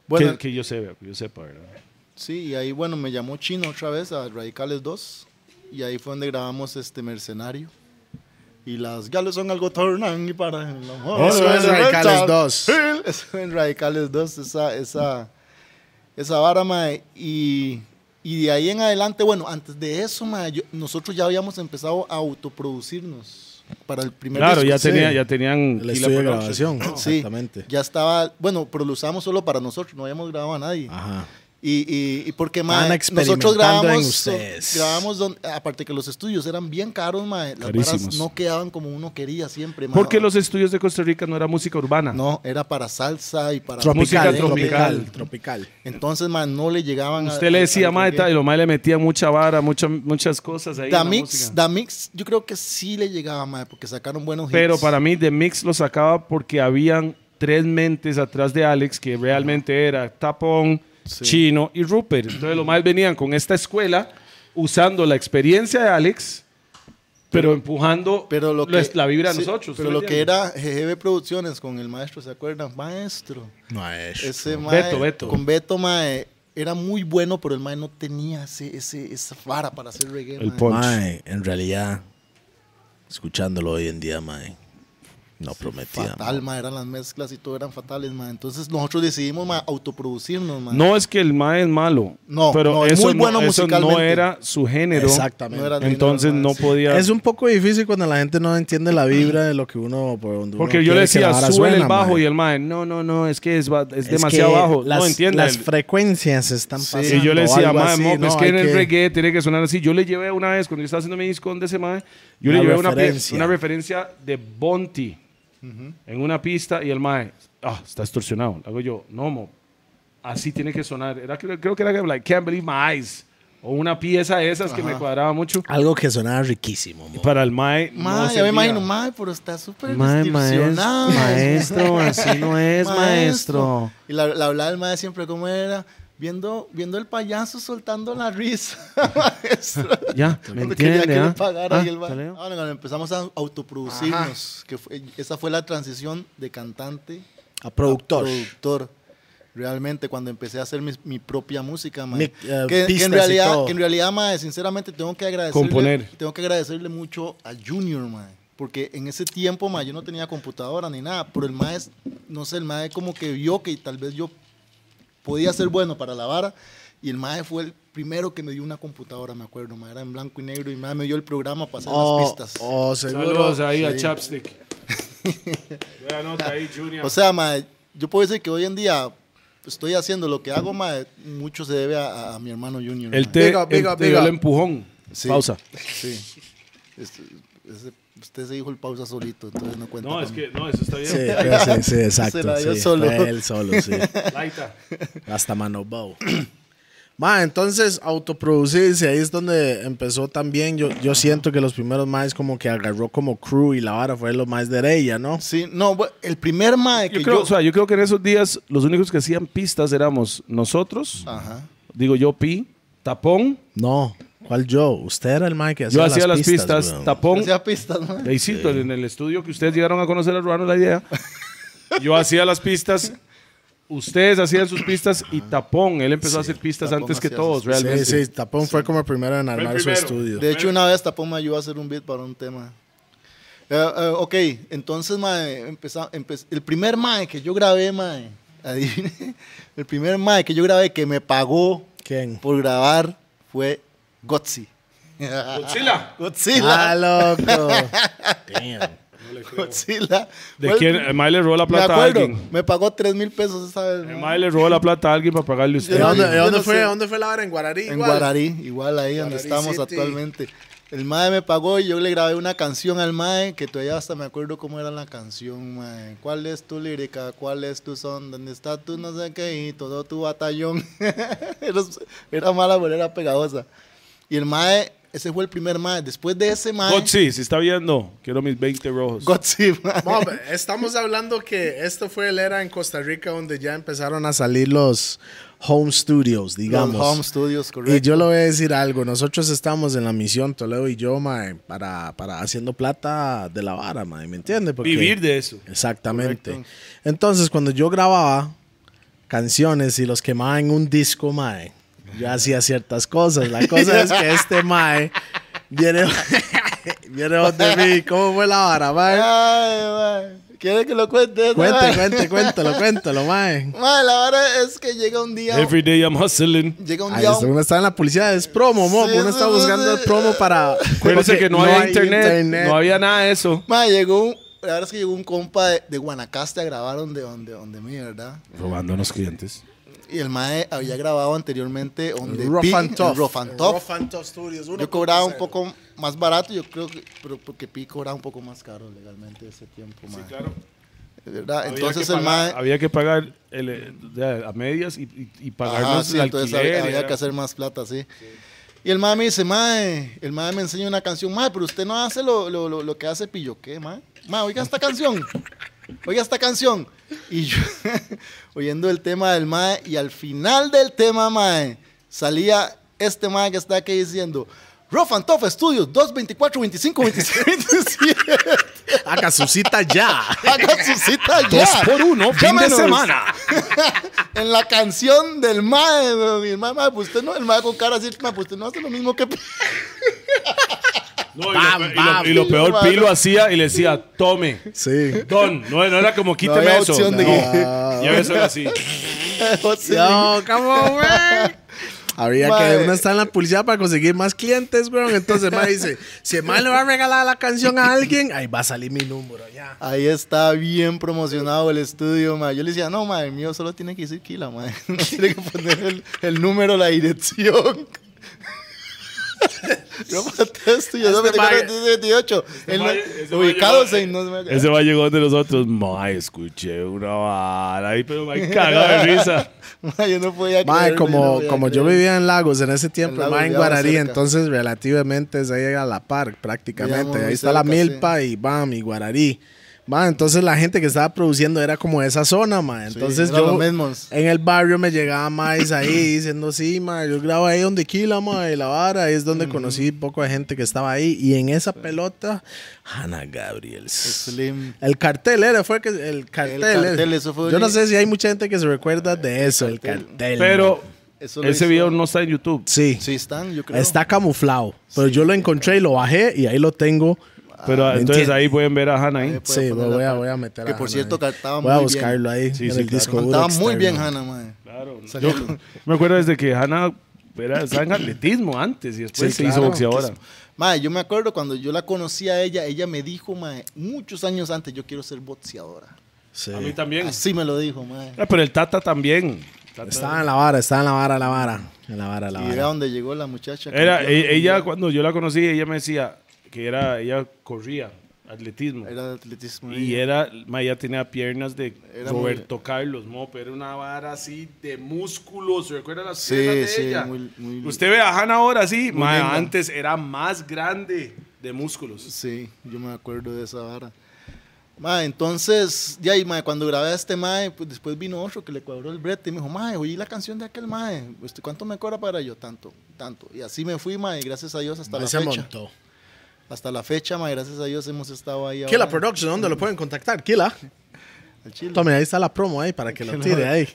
S3: Bueno,
S1: que, que yo sepa, que yo sepa, ¿verdad?
S3: sí, y ahí, bueno, me llamó Chino otra vez a Radicales 2. Y ahí fue donde grabamos este Mercenario. Y las gales son algo tornan y para el amor.
S2: Eso es Radicales 2.
S3: (laughs) Eso en Radicales 2, esa, esa, esa vara, mae. Y, y de ahí en adelante, bueno, antes de eso, mae, yo- nosotros ya habíamos empezado a autoproducirnos para el primer
S1: Claro,
S3: disco.
S1: ya, tenía,
S2: sí.
S1: ya tenían...
S2: El
S1: Kila
S2: estudio de
S1: Productions.
S2: grabación.
S3: Sí,
S2: Exactamente.
S3: ya estaba, bueno, producíamos solo para nosotros, no habíamos grabado a nadie.
S2: Ajá.
S3: Y, y, y porque,
S2: Estaban
S3: mae, nosotros
S2: experimentando en
S3: grabamos,
S2: ustedes.
S3: grabamos don- aparte que los estudios eran bien caros, mae, las varas
S1: Carísimos.
S3: no quedaban como uno quería siempre, mae.
S1: Porque los estudios de Costa Rica no era música urbana.
S3: No, era para salsa y para...
S1: Música
S2: Tropical, tropical,
S1: tropical.
S2: tropical.
S3: Entonces, mae, no le llegaban a-
S1: Usted le
S3: a-
S1: decía,
S3: a-
S1: mae, tal", y lo mae le metía mucha vara, mucha- muchas cosas ahí. en
S3: Da
S1: la
S3: Mix,
S1: música.
S3: Da Mix, yo creo que sí le llegaba, mae, porque sacaron buenos hits.
S1: Pero para mí, The Mix lo sacaba porque habían tres mentes atrás de Alex que realmente era Tapón, Chino y Rupert. Entonces, los más venían con esta escuela usando la experiencia de Alex, pero empujando
S3: Pero lo que,
S1: la- la vibra de
S3: sí,
S1: nosotros.
S3: Pero
S1: ¿sí me
S3: lo que
S1: entiendes?
S3: era GGB Producciones con el maestro, ¿se acuerdan? Maestro.
S2: No es.
S3: Ese mae,
S1: Beto, Beto.
S3: Con Beto, mae. era muy bueno, pero el mae no tenía ese, ese, esa vara para hacer reggae.
S1: El
S3: mae.
S1: punch.
S2: Mae, en realidad, escuchándolo hoy en día, mae, no prometía.
S3: Fatal, mae, eran las mezclas y todo eran fatales, mae. Entonces nosotros decidimos mae, autoproducirnos, mae.
S1: No es que el mae es malo.
S3: No,
S1: pero
S3: no, es
S1: eso,
S3: muy bueno
S1: no, eso no
S3: musicalmente.
S1: era su género.
S2: Exactamente.
S3: No era ni
S1: Entonces
S3: nada, mae,
S1: no
S3: sí.
S1: podía.
S2: Es un poco difícil cuando la gente no entiende la vibra de lo que uno. por donde uno
S1: Porque yo
S2: quiere
S1: le
S2: que la
S1: decía,
S2: vara
S1: sube
S2: suena,
S1: el bajo
S2: mae.
S1: y el mae, no, no, no, es que es, ba- es
S2: Es
S1: demasiado
S2: que
S1: bajo.
S2: Las,
S1: no entienda.
S2: Las
S1: el-
S2: frecuencias están pasando.
S1: Y yo le
S2: o
S1: decía,
S2: algo
S1: mae,
S2: así,
S1: mo,
S2: ¿no?
S1: es que
S2: Hay
S1: en el reggae tiene que sonar así. Yo le llevé una vez, cuando yo estaba haciendo mi disco de ese mae, yo
S2: Una
S1: le llevé una, pie-
S2: referencia.
S1: una referencia de Bonti en una pista y el mae, ah, está distorsionado. Le hago yo, no, mo, así tiene que sonar. Era, creo, creo que era like, Can't Believe My Eyes o una pieza de esas que me cuadraba mucho.
S2: Algo que sonaba riquísimo. mo.
S1: Para el mae, no
S3: Mae, ya
S1: servía.
S3: me imagino, mae, pero está súper
S4: Mae, maes-
S3: distorsionado. (laughs)
S4: maestro, así no es, maestro.
S3: Y la, la hablaba el mae siempre como era, viendo, viendo el payaso soltando la risa, (laughs) maestro.
S4: Ya, ¿me
S3: Porque quería
S4: entiende?
S3: que le
S4: ah?
S3: pagara
S4: Ah,
S3: y el mae-
S4: ¿te leo?
S3: Ah, bueno, cuando empezamos a autoproducirnos, que fue- esa fue la transición de cantante
S2: A productor.
S3: a productor. Realmente, cuando empecé a hacer mis- mi, propia música, mae.
S2: Mi- eh,
S3: que, que
S2: pistas
S3: en
S2: y
S3: realidad,
S2: todo.
S3: que en realidad, mae, sinceramente tengo que agradecerle,
S1: Componer.
S3: tengo que agradecerle mucho a Junior, mae, porque en ese tiempo, mae, yo no tenía computadora ni nada, pero el mae, es- no sé, el mae como que vio que tal vez yo podía ser bueno para la vara y el mae fue el primero que me dio una computadora, me acuerdo, mae, era en blanco y negro y mae me dio el programa para hacer las
S2: O,
S3: pistas.
S2: o Oh, seguro.
S1: Saludos ahí a
S3: (laughs)
S1: Chapstick. Buena nota ahí, Junior.
S3: O sea, mae, yo puedo decir que hoy en día estoy haciendo lo que hago, mae, mucho se debe a, a- a mi hermano Junior.
S1: El
S3: mae.
S1: te,
S2: Big up, big
S1: él
S2: up,
S1: te
S2: big
S1: dio el
S2: up.
S1: empujón.
S3: Sí.
S1: Pausa.
S3: Sí. Este- ese- usted se dijo el pausa solito, entonces no cuenta.
S1: No, es
S3: con-
S1: que no, eso está bien.
S2: Sí,
S3: (laughs)
S2: sí, sí, exacto.
S3: Se la dio
S2: sí,
S3: solo.
S2: fue él solo, sí.
S1: Laita.
S2: Hasta (clears throat) Manobao. Ma, entonces autoproducirse, ahí es donde empezó también. Yo, yo siento que los primeros maes como que agarró como crew y la vara fue los más de ella, ¿no?
S3: Sí, no, bu- el primer mae que
S1: Yo
S3: yo...
S1: creo, o sea, yo creo que en esos días los únicos que hacían pistas éramos nosotros,
S3: Ajá.
S1: digo yo, Pi, Tapón.
S2: No, ¿cuál yo? Usted era el mae que hacía,
S1: Yo hacía las pistas,
S2: weón.
S1: Tapón.
S3: Hacía pistas, mae.
S1: Deisito, pues, en el estudio que ustedes llegaron a conocer a Ruano la (laughs) idea. Yo hacía las pistas, ustedes hacían sus pistas y Tapón, él empezó a hacer pistas
S3: Tapón
S1: antes que
S3: hacía
S1: todos,
S3: sus-
S1: realmente.
S2: Sí, sí, Tapón fue como el primero en armar su
S1: primero.
S2: estudio.
S3: De hecho, una vez Tapón me ayudó a hacer un beat para un tema. Eh, eh, ok, entonces, mae, empeza- empe- el primer mae que yo grabé, mae, adivine, (laughs) el primer mae que yo grabé que me pagó (laughs)
S2: ¿Quién?
S3: por grabar fue Gotzi.
S1: Godzilla.
S3: Godzilla.
S2: Ah, loco! Damn.
S3: Godzilla.
S1: ¿De
S3: Fue el
S1: quién?
S3: prim-
S1: El mae le robó la
S3: Me
S1: plata a
S3: acuerdo,
S1: alguien.
S3: me pagó 3 mil pesos esa vez.
S1: El
S3: mae.
S1: mae le robó la plata a alguien para pagarle a
S2: ¿De
S1: usted.
S3: (laughs) Yo
S2: dónde,
S3: no-
S2: de
S3: yo
S2: dónde
S3: no
S2: fue,
S3: sé.
S2: dónde fue la vara? ¿En Guararí?
S3: En
S2: igual?
S3: Guararí, igual ahí donde
S2: Guararí
S3: estamos
S2: City.
S3: actualmente. El MAE me pagó y yo le grabé una canción al MAE que todavía hasta me acuerdo cómo era la canción, MAE. ¿Cuál es tu lírica? ¿Cuál es tu son? ¿Dónde está tu no sé qué? Y todo tu batallón. (laughs) era, era mala, pero era pegajosa. Y el MAE, ese fue el primer MAE. Después de ese MAE.
S1: Gotzi, si está viendo, quiero mis 20 rojos.
S3: Gotzi, mae. (laughs)
S2: Mob, estamos hablando que esto fue el era en Costa Rica donde ya empezaron a salir los home studios, digamos.
S3: Los Home Studios, correcto.
S2: y yo le voy a decir algo, nosotros estamos en la misión Toledo y yo, mae, para, para haciendo plata de la vara, mae, ¿me entiendes?
S1: Vivir de eso.
S2: Exactamente.
S3: Correcto.
S2: Entonces, cuando yo grababa canciones y los quemaba en un disco, mae, yo hacía ciertas cosas. La cosa es que
S3: (laughs)
S2: este mae viene, (laughs) viene donde mí. ¿Cómo fue la vara, mae?
S3: Ay, mae. ¿Quiere que lo cuente? eso,
S2: Cuente,
S3: mae? (laughs)
S2: cuente, cuéntalo, cuéntalo, mae.
S3: Mae, la verdad es que llega un día.
S1: Every day I'm hustling.
S3: Llega (laughs) un
S2: Ahí
S3: día.
S2: está, uno está en la publicidad, es promo, mo.
S3: Sí,
S2: uno está
S3: sí,
S2: buscando
S3: sí.
S2: el promo para.
S1: Acuérdense
S2: porque
S1: que no, había internet, no había nada de eso.
S3: Mae, llegó un, la verdad es que llegó un compa de, de Guanacaste a grabar donde, donde, donde mí, ¿verdad?
S1: Robando a los clientes.
S3: Y el mae había grabado anteriormente donde
S2: Rough
S3: Pi-
S2: and
S3: en
S2: Tough.
S3: Rough and Tough.
S2: Rough and Tough Studios. uno
S3: Yo cobraba un
S2: cero.
S3: poco más barato, yo creo que, pero porque Pi cobraba un poco más caro legalmente ese tiempo, mae. ¿Verdad? Entonces el mae...
S1: Había que pagar el, eh, ya, a medias y, y, y pagarnos
S3: Ajá, sí,
S1: el
S3: entonces
S1: alquiler.
S3: había, había
S1: era-
S3: que hacer más plata, sí. Y el mae me dice, mae, el mae me enseña una canción, mae, pero usted no hace lo, lo, lo, lo que hace Pilloqué, mae. Mae, oiga esta canción, oiga esta canción. Y yo, (laughs) oyendo el tema del mae, y al final del tema, mae, salía este mae que está aquí diciendo, Rough and Tough Studios, 224, 25, 26, 27.
S2: Haga su
S1: (laughs)
S2: cita
S3: (laughs)
S2: ya.
S3: Haga su cita ya.
S2: Dos por uno, fin de
S3: Llámenos.
S2: semana.
S3: en la canción del mae, mi hermano, mae, pues usted no, el mae con cara así, mae, pues usted no hace lo mismo que... (laughs)
S1: No, y,
S2: Bam,
S1: lo, pe- y
S2: bam.
S1: lo- y lo peor,
S3: Mano.
S1: Pilo hacía y le decía, tome,
S2: Sí.
S1: don. No, no era como,
S3: No
S1: quíteme
S3: había
S1: eso.
S3: opción de que...
S1: (laughs) Y a veces era
S3: (laughs)
S1: así.
S3: o sea,
S2: No, come on, man. (laughs) Habría
S3: Mae.
S2: que uno está en la publicidad para conseguir más clientes, weón. Entonces, mae dice, si el mae le va a regalar la canción a alguien, ahí va a salir mi número, ya.
S3: Ahí está bien promocionado el estudio, mae. Yo le decía, no, mae, el mío solo tiene que decir Kila, mae. (laughs) No tiene que poner el, el número, la dirección. (laughs) Yo maté esto, yo
S2: Este mae-
S3: 28. El
S1: este mae-
S3: mae-
S1: ese mae
S3: Ubicados
S1: llegó-
S3: en... No, se me-
S1: Ese va llegó de nosotros. Ma, escuché una vara ahí, pero me cagado de risa.
S3: (laughs) Mae, yo no podía creerlo,
S2: Mae,
S3: yo no
S2: como,
S3: podía
S2: como yo
S3: creerlo.
S2: vivía en Lagos en ese tiempo,
S3: En Lagos,
S2: mae, en
S3: vivíamos
S2: Guararí,
S3: cerca.
S2: entonces relativamente es ahí a la par,
S3: Vivíamos
S2: prácticamente.
S3: muy
S2: Ahí está la
S3: cerca, sí.
S2: milpa y bam, y Guararí. Mae, entonces la gente que estaba produciendo era como de esa zona, mae. Entonces
S3: era
S2: yo
S3: los mismos.
S2: en el barrio me llegaba más ahí diciendo, sí, mae, yo grabo ahí donde Kila, mae, la vara. Ahí es donde conocí poco de gente que estaba ahí. Y en esa pelota, Hannah Gabriels.
S3: Slim.
S2: El cartel era, fue que el cartel. era.
S3: cartel, eso fue
S2: Yo no
S3: un-
S2: sé si hay mucha gente que se recuerda de eso, el cartel.
S1: Pero
S3: Eso lo
S1: ese
S3: hizo-
S1: video no está en YouTube.
S2: Sí,
S3: Sí, están, yo creo.
S2: está camuflado. Pero yo lo encontré y lo bajé y ahí lo tengo.
S3: Ah,
S1: Pero
S2: ¿me
S1: entonces
S2: entiendes?
S1: ahí pueden ver a Hannah ahí.
S3: puede
S2: Sí,
S3: poner
S2: voy
S3: la
S2: a,
S3: parte.
S2: voy a meter a
S3: Que por
S2: Hannah
S3: cierlo,
S2: ahí.
S3: cantaba
S2: Voy a
S3: muy bien.
S2: buscarlo ahí
S1: Sí,
S2: en
S1: sí,
S2: el
S1: claro.
S2: disco duro
S3: Cantaba muy
S2: externo.
S3: bien Hannah, mae.
S1: Claro. no.
S3: Salió-
S1: Yo me acuerdo desde que Hannah era, estaba en atletismo antes y después
S2: Sí,
S1: se
S2: claro.
S1: hizo boxeadora.
S3: Mae, yo me acuerdo cuando yo la conocí a ella, ella me dijo, mae, muchos años antes, yo quiero ser boxeadora.
S2: Sí.
S1: A mí también.
S3: Así me lo dijo, mae.
S1: Ah, pero el Tata también. Tata-
S2: Estaba en la vara, estaba en la vara, la vara. En la vara, la
S3: Y era
S2: vara.
S3: donde llegó la muchacha.
S1: Era,
S3: campeona
S1: e- ella,
S3: mundial.
S1: cuando yo la conocí, ella me decía que era, ella corría atletismo.
S3: Era de atletismo.
S1: y era, ma, ella tenía piernas de
S3: Era muy-
S1: Roberto Carlos Mope, era una vara así de músculos, ¿se recuerdan las
S3: Sí,
S1: piernas de
S3: sí,
S1: ella?
S3: muy- muy-
S1: Usted ve a Hannah ahora sí, ma,
S3: linda.
S1: antes era más grande de músculos.
S3: Sí, yo me acuerdo de esa vara. Mae, entonces, ya, y, mae, cuando grabé a este mae, pues después vino otro que le cuadró el brete y me dijo, mae, oí la canción de aquel mae, este, ¿cuánto me cobra para yo? Tanto, tanto. Y así me fui, mae, y gracias a Dios hasta
S2: Ahí
S3: la
S2: se
S3: fecha.
S2: montó.
S3: Hasta la fecha, mae, gracias a Dios hemos estado ahí.
S2: Kila
S3: ahora,
S2: Production, ¿dónde lo pueden contactar? Kila.
S3: al chile.
S2: Tome, ahí está la promo ahí para que lo tire ahí.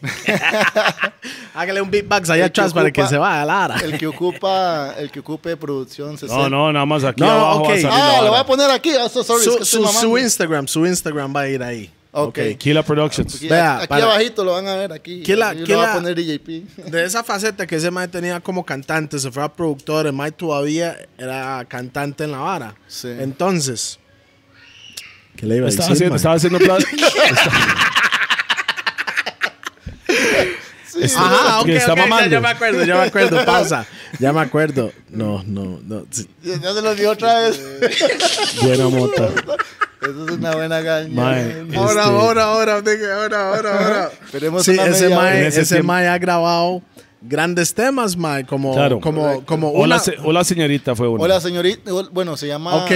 S2: (laughs) Hágale un beatbox allá
S3: El que
S2: atrás para que
S3: ocupa-
S2: se vaya a la vara.
S3: El que ocupa, el que ocupe producción 60.
S1: No, no, nada más aquí
S2: No,
S1: abajo
S2: ok.
S1: va a salir la
S3: Ah, lo
S1: vara.
S3: voy a poner aquí. Ah, so sorry, es
S2: Su,
S3: que estoy
S2: su- su
S3: mamando.
S2: Instagram, su Instagram va a ir ahí.
S3: Ok.
S1: Kila Productions.
S3: Aquí,
S2: Vea,
S3: aquí
S2: para-
S3: abajito lo van a ver, aquí.
S2: ¿Qué la-
S3: Aquí
S2: qué
S3: lo va a
S2: la-
S3: poner DJP.
S2: (laughs) De esa faceta que ese mae tenía como cantante, se fue a productor, el mae todavía era cantante en la vara.
S3: Sí.
S2: Entonces, ¿qué le iba a
S1: Estaba
S2: decir,
S1: haciendo,
S2: mae?
S1: estaba haciendo
S2: (laughs)
S1: pla-
S2: Ajá, ok,
S1: que está
S2: ok, ya-
S1: mamando.
S2: ya me acuerdo, ya
S1: (laughs)
S2: me acuerdo, pausa. Ya me acuerdo. No, no, no. sí,
S3: Ya se lo dio otra vez.
S2: Buena mota.
S3: Eso es una buena gaña.
S1: Mae,
S3: Mae.
S2: Ahora, ahora, ahora, nigga, ahora, ahora,
S3: (laughs)
S2: ahora.
S3: Esperemos
S2: este- Sí,
S3: una
S2: ese
S3: media hora.
S2: mae,
S1: En ese
S2: ese
S1: tiempo.
S2: mae ha grabado grandes temas, mae, como,
S1: Claro.
S2: como, como una...
S1: hola, se- hola, señorita, fue uno.
S3: Hola, señorita. Hol- Bueno, se llama.
S2: Ok.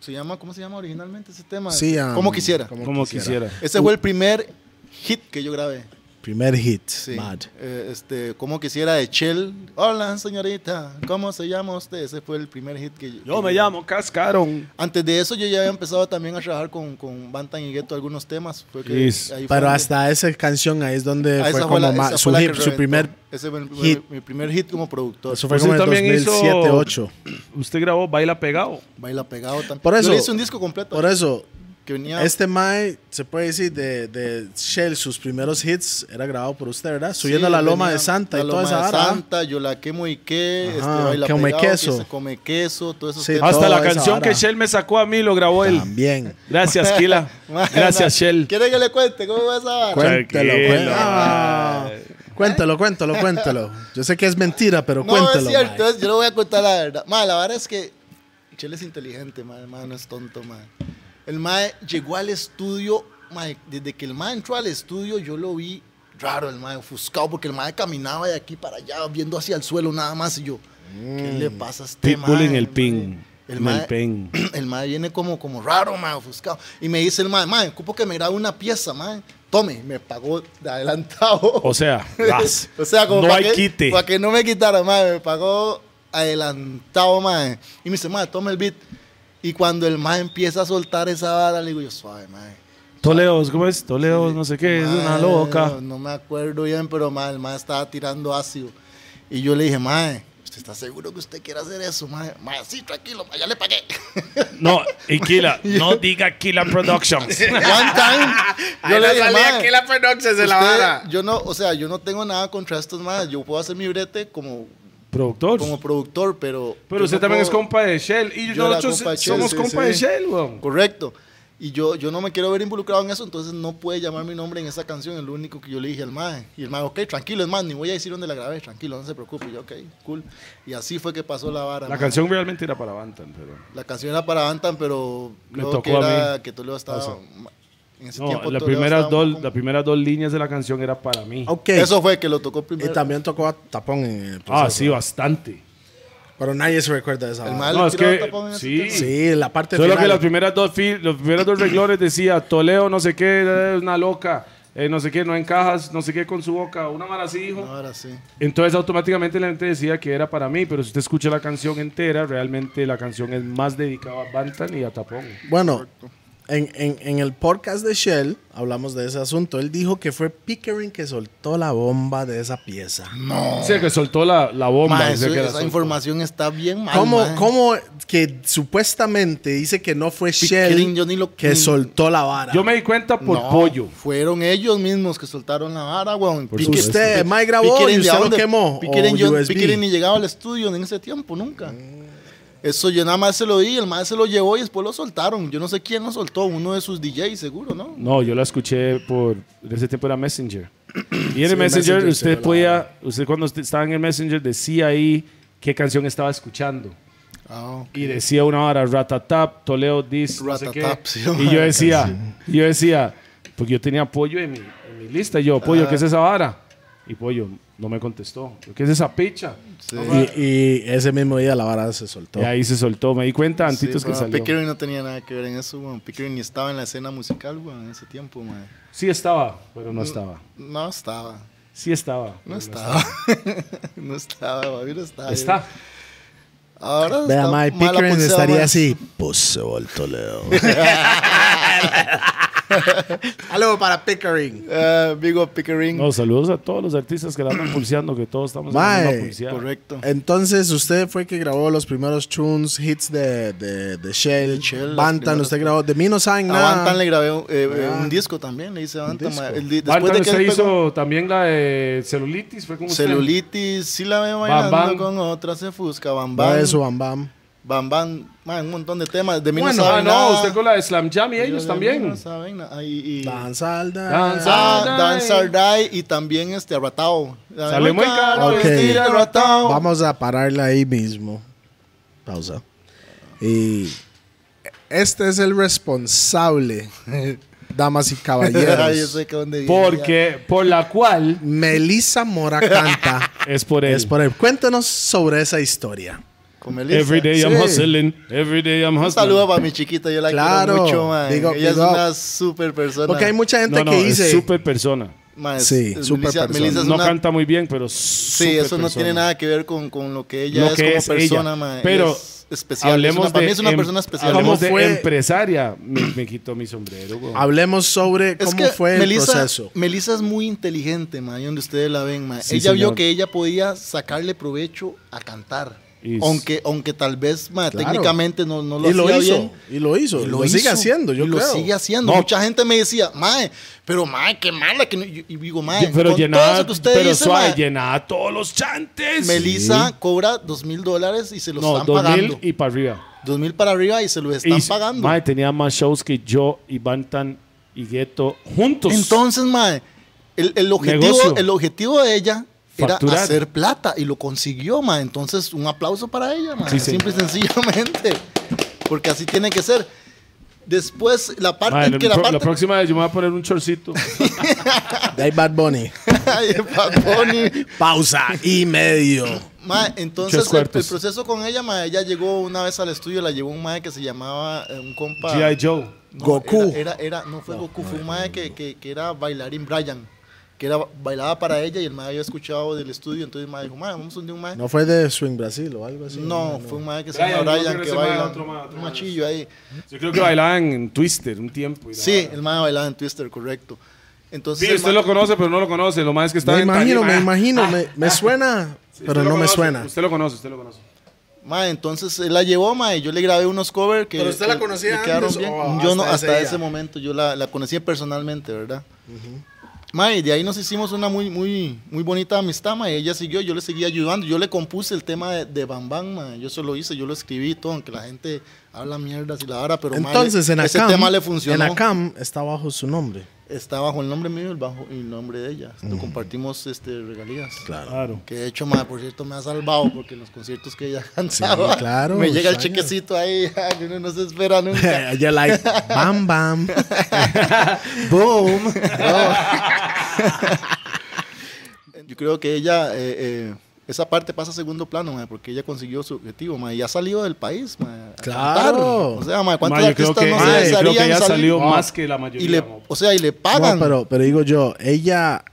S3: Se llama, ¿Cómo se llama originalmente ese tema?
S2: Sí, um,
S3: como quisiera.
S1: Como quisiera.
S3: Ese fue el primer hit que yo grabé.
S2: Primer hit,
S3: Sí.
S2: mad.
S3: Eh, este, como quisiera de Chell. Hola, señorita. ¿Cómo se llama usted? Ese fue el primer hit que yo.
S1: Yo
S3: que
S1: me llamo Cascaron.
S3: Antes de eso, yo ya había empezado también a trabajar con, con Bantan y Gueto algunos temas. Fue que
S1: Yes.
S3: ahí fue
S2: Pero
S3: donde-
S2: hasta esa canción ahí es
S3: Ah,
S2: donde
S3: esa
S2: fue
S3: fue
S2: como
S3: la-
S2: ma-
S3: esa
S2: su,
S3: fue la
S2: hip-
S3: que
S2: su
S3: reventó.
S2: primer...
S3: Ese fue el-
S2: hit.
S3: mi primer hit como productor.
S2: Eso fue
S1: Usted
S2: como en el
S1: también hizo-
S2: 2007, 8
S1: Usted grabó Baila Pegado.
S3: Baila pegado también.
S2: Por
S3: Yo le
S2: eso-
S3: hice un disco completo.
S2: Por eso,
S3: que venía
S2: este Mae, se puede decir, de, de Shell, sus primeros hits, era grabado por usted, ¿verdad? Subiendo
S3: Sí,
S2: la loma
S3: venía
S2: de Santa
S3: la
S2: y
S3: loma
S2: toda esa
S3: de
S2: vara.
S3: Santa, yo la quemo y qué, este,
S2: Ajá,
S3: baila
S2: come
S3: pegado,
S2: queso.
S3: que se come queso, todo eso.
S2: Sí,
S3: usted-
S1: Hasta
S2: Toda
S1: la
S2: esa
S1: canción que
S2: vara.
S1: Shell me sacó a mí lo grabó él.
S2: También.
S1: Gracias,
S3: (laughs)
S1: Kila. Gracias, Shell.
S3: ¿Quiere que le cuente cómo va esa vara?
S2: Cuéntelo,
S1: Tranquilo,
S2: cuéntelo. Ah, cuéntelo, cuéntelo, cuéntelo. Yo sé que es mentira, pero
S3: No,
S2: cuéntelo.
S3: es cierto,
S2: mae.
S3: es- yo le voy a contar la verdad. Ma, la verdad es que Chele es inteligente, ma, el ma no es tonto, ma. El mae llegó al estudio, ma, desde que el mae entró al estudio yo lo vi raro, el mae ofuscado, porque el mae caminaba de aquí para allá, viendo hacia el suelo nada más, y yo, ¿qué le pasa a este
S1: Mm. Pitbull
S3: mae,
S1: en el
S3: mae?
S1: ping. En el
S3: mae-
S1: ping.
S3: (clears throat) El mae viene como, como raro, mae, ofuscado. Y me dice el mae, mae, ocupo que me grabe una pieza, mae. Tome, me pagó de adelantado.
S1: (laughs) O sea, gas.
S3: (laughs) O sea, como
S1: no
S3: para
S1: hay
S3: que,
S1: quite.
S3: Para que no me quitara, madre. Me pagó adelantado, mae. Y me dice, mae, toma el beat. Y cuando el mae empieza a soltar esa vara, le digo yo, suave, mae.
S1: Toleos, ¿cómo es? Toleos, no sé qué, es una
S3: Mae,
S1: loca.
S3: No, no me acuerdo bien, pero mae, el mae estaba tirando ácido. Y yo le dije, mae, ¿usted está seguro que usted quiere hacer eso, mae? Mae, sí, tranquilo, mae, ya le pagué. (laughs)
S1: No, y Kila, no diga Kila
S3: (laughs)
S1: Productions.
S3: One
S5: (laughs)
S3: time, yo
S5: Ahí
S3: le
S5: la
S3: dije,
S5: salía
S3: mae,
S5: aquí la Penoxia se la
S3: usted-
S5: vara.
S3: yo no, o sea, yo no tengo nada contra estos, mae. Yo puedo hacer mi brete como,
S1: Productor.
S3: como productor, pero...
S1: Pues Pero
S3: yo
S1: usted
S3: no
S1: también es
S3: puedo-
S1: compa de Shell. Y
S3: Yo era
S1: nosotros
S3: compa de Shell,
S1: somos
S3: sí,
S1: compa
S3: sí.
S1: de Shell, weón.
S3: Correcto. Y yo, yo no me quiero ver involucrado en eso, entonces no puede llamar mi nombre en esa canción, es lo único que yo le dije al mae. Y el mae, ok, tranquilo, es más, ni voy a decir dónde la grabé, tranquilo, no se preocupe. Y yo, ok, cool. Y así fue que pasó la vara.
S1: La
S3: mae.
S1: canción realmente era para Bantan, pero.
S3: La canción era para Bantam, pero
S1: Me
S3: creo
S1: tocó
S3: que
S1: a
S3: era
S1: mí.
S3: que Toledo estaba...
S1: O sea.
S3: ma- en ese
S1: No,
S3: tiempo
S1: las
S3: Toledo
S1: primeras
S3: estaba
S1: dos,
S3: como-
S1: las primeras dos líneas de la canción era para mí.
S2: Ok.
S3: Eso fue que lo tocó
S2: y
S3: primero.
S2: también tocó a Tapón en el
S3: pues,
S2: proceso.
S1: ah, sí, bastante.
S2: Pero nadie se recuerda de esa.
S3: El
S2: vara.
S3: mae
S1: No,
S3: le
S1: es
S3: tiró
S1: que-
S3: tapón en ese
S1: sí.
S3: tema.
S2: Sí, la parte
S1: Solo que
S2: final.
S1: las primeras dos, fil- los primeros dos reglones decía Toleo, no sé qué, eh, una loca, eh, no sé qué, no encajas, no sé qué con su boca, una mala así, hijo.
S3: Ahora sí.
S1: Entonces automáticamente la gente decía que era para mí, pero si usted escucha la canción entera, realmente la canción es más dedicada a Bantan y a Tapón.
S2: Bueno, en, en- en el podcast de Shell hablamos de ese asunto. Él dijo que fue Pickering que soltó la bomba de esa pieza.
S1: O sea, que soltó la, la bomba.
S3: Mae,
S1: o sea,
S3: eso-
S1: que la
S3: esa
S1: soltó.
S3: información está bien mal,
S2: ¿Cómo,
S3: mae.
S2: cómo que supuestamente dice que no fue
S3: Pickering,
S2: Shell
S3: yo ni lo-
S2: que
S3: ni-
S2: soltó la vara?
S1: Yo me di cuenta por
S3: No,
S1: pollo.
S3: Fueron ellos mismos que soltaron la vara, weón. Pique-
S2: usted,
S3: Pi-
S2: Mike grabó
S3: Pickering,
S2: y usted
S3: ¿de
S2: lo
S3: dónde?
S2: quemó,
S3: Pickering,
S2: o
S3: yo-
S2: USB.
S3: Pickering ni llegaba al estudio en ese tiempo, nunca. Eso yo nada más se lo di, el más se lo llevó y después lo soltaron. Yo no sé quién lo soltó, uno de sus DJs seguro, ¿no?
S1: No, yo la escuché por. En ese tiempo era Messenger. Y en
S2: Sí,
S1: el Messenger,
S2: Messenger se
S1: usted
S2: la-
S1: podía. Usted cuando usted estaba en el Messenger decía ahí qué canción estaba escuchando. Y decía una hora, ratatap, Toleo dis, no sé qué.
S3: Ratatap, sí,
S1: y yo
S3: (laughs) la
S1: decía, yo decía, porque yo tenía pollo en mi, en mi lista. Y yo, pollo,
S3: Ah.
S1: ¿qué es esa vara? Y pollo no me contestó. Yo, ¿Qué es esa picha?
S2: y, y ese mismo día la vara se soltó.
S1: Y ahí se soltó. Me di cuenta
S3: Sí,
S1: antitos que
S3: pero
S1: salió.
S3: Pickering no tenía nada que ver en eso, weón. Pickering ni estaba en la escena musical, weón, en ese tiempo, man.
S1: Sí estaba, pero no estaba.
S3: No estaba,
S1: Sí estaba. pero
S3: no estaba. (laughs) no estaba, baby, no estaba.
S1: Está.
S3: Ahora
S2: Vea,
S3: está
S2: Mike
S3: mala
S2: Pickering
S3: pulsada,
S2: estaría
S3: mae.
S2: así. Puso volto Leo. (laughs) Aló para Pickering.
S3: Eh, big up Pickering.
S1: No, saludos a todos los artistas que la andan pulseando, que todos estamos
S2: Mae,
S1: haciendo una pulseada.
S3: Correcto.
S2: Entonces, usted fue que grabó los primeros tunes, hits de, de, de Shell,
S3: De Shell, los
S2: Bantan,
S3: primeros.
S2: usted grabó. De mí no saben
S3: A
S2: nada.
S3: Bantan le grabé un, eh, eh,
S2: Ah.
S3: un disco también, le hice a Bantan.
S2: disco.
S3: ma- el di-
S1: Después
S3: después de que él
S1: hizo
S3: pegó
S1: también la de celulitis, fue como usted.
S3: celulitis, sí la veo
S1: Bam
S3: bailando
S1: Bam.
S3: con otra, se fusca, bam
S2: Va
S3: bam,
S2: eso, bam, bam.
S3: bam bam, ma, un montón de temas, de mí
S1: Bueno,
S3: no
S1: ah,
S3: saben
S1: no,
S3: nada.
S1: usted con la de Slam Jam y ellos
S3: De mí
S1: también.
S3: No saben nada. Ay, y,
S2: Danza al da-
S1: Danza.
S3: Ah,
S1: Sarai.
S3: Dance or Die y también este Ratao.
S1: Sale muy caro
S2: Ok.
S3: este
S1: vestir a ratao.
S2: Vamos a pararla ahí mismo. Pausa. Y este es el responsable, (laughs) damas
S3: (laughs)
S2: y
S3: Ay, yo
S2: caballeros.
S3: sé que dónde viene
S1: Porque, por la cual
S2: Melissa Mora
S3: (laughs)
S2: canta.
S1: es por él.
S2: es por él. Cuéntanos sobre esa historia.
S3: ya. Con Melissa.
S1: Every day I'm
S2: Sí.
S1: hustling, every day I'm
S3: Un
S1: hustling.
S3: saludo para mi chiquita, yo la
S2: Claro.
S3: quiero mucho, man.
S2: Big up,
S3: Ella es
S2: big up.
S3: una super persona.
S2: Porque hay mucha gente
S1: No, no,
S2: que
S1: es
S2: dice.
S1: super persona.
S3: Ma, es-
S2: Sí,
S3: es
S2: super
S3: Melissa-
S2: persona.
S3: Melissa es
S1: No
S3: una
S1: canta muy bien, pero
S3: Sí, eso no tiene nada que ver con, con lo que ella
S1: Lo
S3: es
S1: que
S3: como
S1: es
S3: persona,
S1: ella.
S3: ma. Ella
S1: Pero
S3: es especial.
S1: Hablemos
S3: Es una- para
S1: de
S3: mí es una
S1: em-
S3: persona especial.
S1: Hablemos
S2: ¿Cómo
S1: de
S2: fue?
S1: empresaria. Me, me quitó mi sombrero. güey.
S2: Hablemos sobre
S3: Es
S2: cómo
S3: que
S2: fue el
S3: Melissa,
S2: proceso.
S3: Melissa es muy inteligente, ma, ahí donde ustedes la ven, ma.
S1: Sí,
S3: ella
S1: señor.
S3: vio que ella podía sacarle provecho a cantar.
S1: Y-
S3: Aunque, aunque tal vez, ma,
S2: Claro.
S3: técnicamente no, no lo
S2: y lo
S3: hacía
S2: hizo,
S3: bien.
S2: y lo hizo,
S3: Y
S2: y lo, sigue
S3: hizo,
S2: haciendo, yo
S3: y
S2: creo.
S3: Lo sigue haciendo.
S1: No.
S3: Mucha gente me decía, mae, pero mae, qué mala. Que no-". Y y digo, mae,
S1: pero
S3: con todo
S1: llenaba,
S3: eso que usted
S1: pero
S3: dice,
S1: suave,
S3: mae,
S1: llenaba todos los chantes.
S3: Melissa cobra dos mil dólares y se los
S1: no,
S3: están
S1: dos mil
S3: pagando.
S1: y para arriba.
S3: Dos mil para arriba y se los están
S1: Y-
S3: pagando.
S1: Mae, tenía más shows que yo y Bantan y Gueto juntos.
S3: Entonces, mae, el, el objetivo,
S1: Negocio.
S3: el objetivo de ella
S1: Facturar.
S3: era hacer plata y lo consiguió, mae. Entonces, un aplauso para ella, mae.
S1: Sí,
S3: Simple y sencillamente. Porque así tiene que ser. Después, la parte
S1: Mae,
S3: en
S1: la,
S3: que la
S1: pro- la
S3: parte.
S1: próxima vez yo me voy a poner un
S3: (laughs)
S1: chorcito.
S2: De ahí Bad Bunny.
S3: Ay, Bad Bunny.
S2: Pausa y medio.
S3: Mae, entonces,
S1: Muchos
S3: el, el
S1: cuartos.
S3: proceso con ella, mae, ella llegó una vez al estudio, la llevó un mae que se llamaba eh, un compa.
S1: G.I. Joe.
S3: No,
S2: Goku.
S3: Era, era- era- no fue Goku, fue un mae que, que- que era bailarín Brian. que era bailaba para ella y el mae había escuchado del estudio, entonces el mae dijo, mae, vamos a hundir un mae. No,
S2: No fue de Swing Brasil o algo así.
S3: fue un mae que se llama
S1: Brian, no,
S3: Brian,
S1: creo
S3: que
S1: que ese mae,
S3: baila
S1: otro mae, otro
S3: un
S1: mae.
S3: machillo ahí.
S1: Yo creo que bailaban en Twister un tiempo. y la
S3: Sí,
S1: vara.
S3: el mae bailaba en Twister, correcto. Entonces,
S1: Sí,
S3: el
S1: usted
S3: mae-
S1: lo conoce, pero no lo conoce. Lo más es que está
S2: Me
S1: en
S2: imagino,
S1: tarima.
S2: me imagino, me,
S3: (laughs)
S2: me suena,
S1: Sí,
S2: pero
S1: usted lo
S2: no me
S1: conoce,
S2: suena.
S3: pues,
S1: Usted lo conoce, usted lo conoce.
S3: Mae, entonces él la llevó, mae, yo le grabé unos covers que
S2: ¿Pero usted la
S3: que
S2: conocía
S3: le quedaron
S2: antes
S3: bien.
S2: o
S3: yo no
S2: hasta
S3: hasta,
S2: ese día?
S3: ese momento yo la, la conocía personalmente, ¿verdad? Mae, de ahí nos hicimos una muy muy muy bonita amistad, mae, ella siguió, yo le seguí ayudando, yo le compuse el tema de, de Bam Bam, mae, yo se lo hice, yo lo escribí y todo, aunque la gente habla mierdas y la vara, pero mae,
S2: Entonces, en
S3: ese
S2: Acam,
S3: tema le funcionó.
S2: en Acam está bajo su nombre.
S3: Está bajo el nombre mío y bajo el nombre de ella. Lo compartimos este regalías. (laughs)
S2: (laughs)
S1: Claro.
S3: Que de hecho, ma, por cierto, me ha salvado porque en los conciertos que ella (laughs) cantaba,
S2: Sí, claro,
S3: me llega el
S2: Shania.
S3: chequecito ahí, (laughs) ay, uno no se espera
S2: (laughs)
S3: nunca.
S2: Ella like, bam,
S3: (laughs)
S2: bam. (laughs)
S3: ¡Boom! Yo creo que ella, eh, eh, esa parte pasa a segundo plano, ma, porque ella consiguió su objetivo, ma, y ha salido del país, ma, a
S2: Claro.
S3: cantar. O sea, ma, ¿cuántos
S1: Ma, yo creo
S3: artistas
S1: que,
S3: no
S1: ma,
S3: se
S1: yo creo que
S3: desearían
S1: ya
S3: salir?
S1: salió
S3: Ma,
S1: más que la
S3: y
S1: mayoría.
S3: le,
S1: mo.
S3: o sea, y le
S2: No,
S3: pagan.
S2: pero, pero digo yo, ella,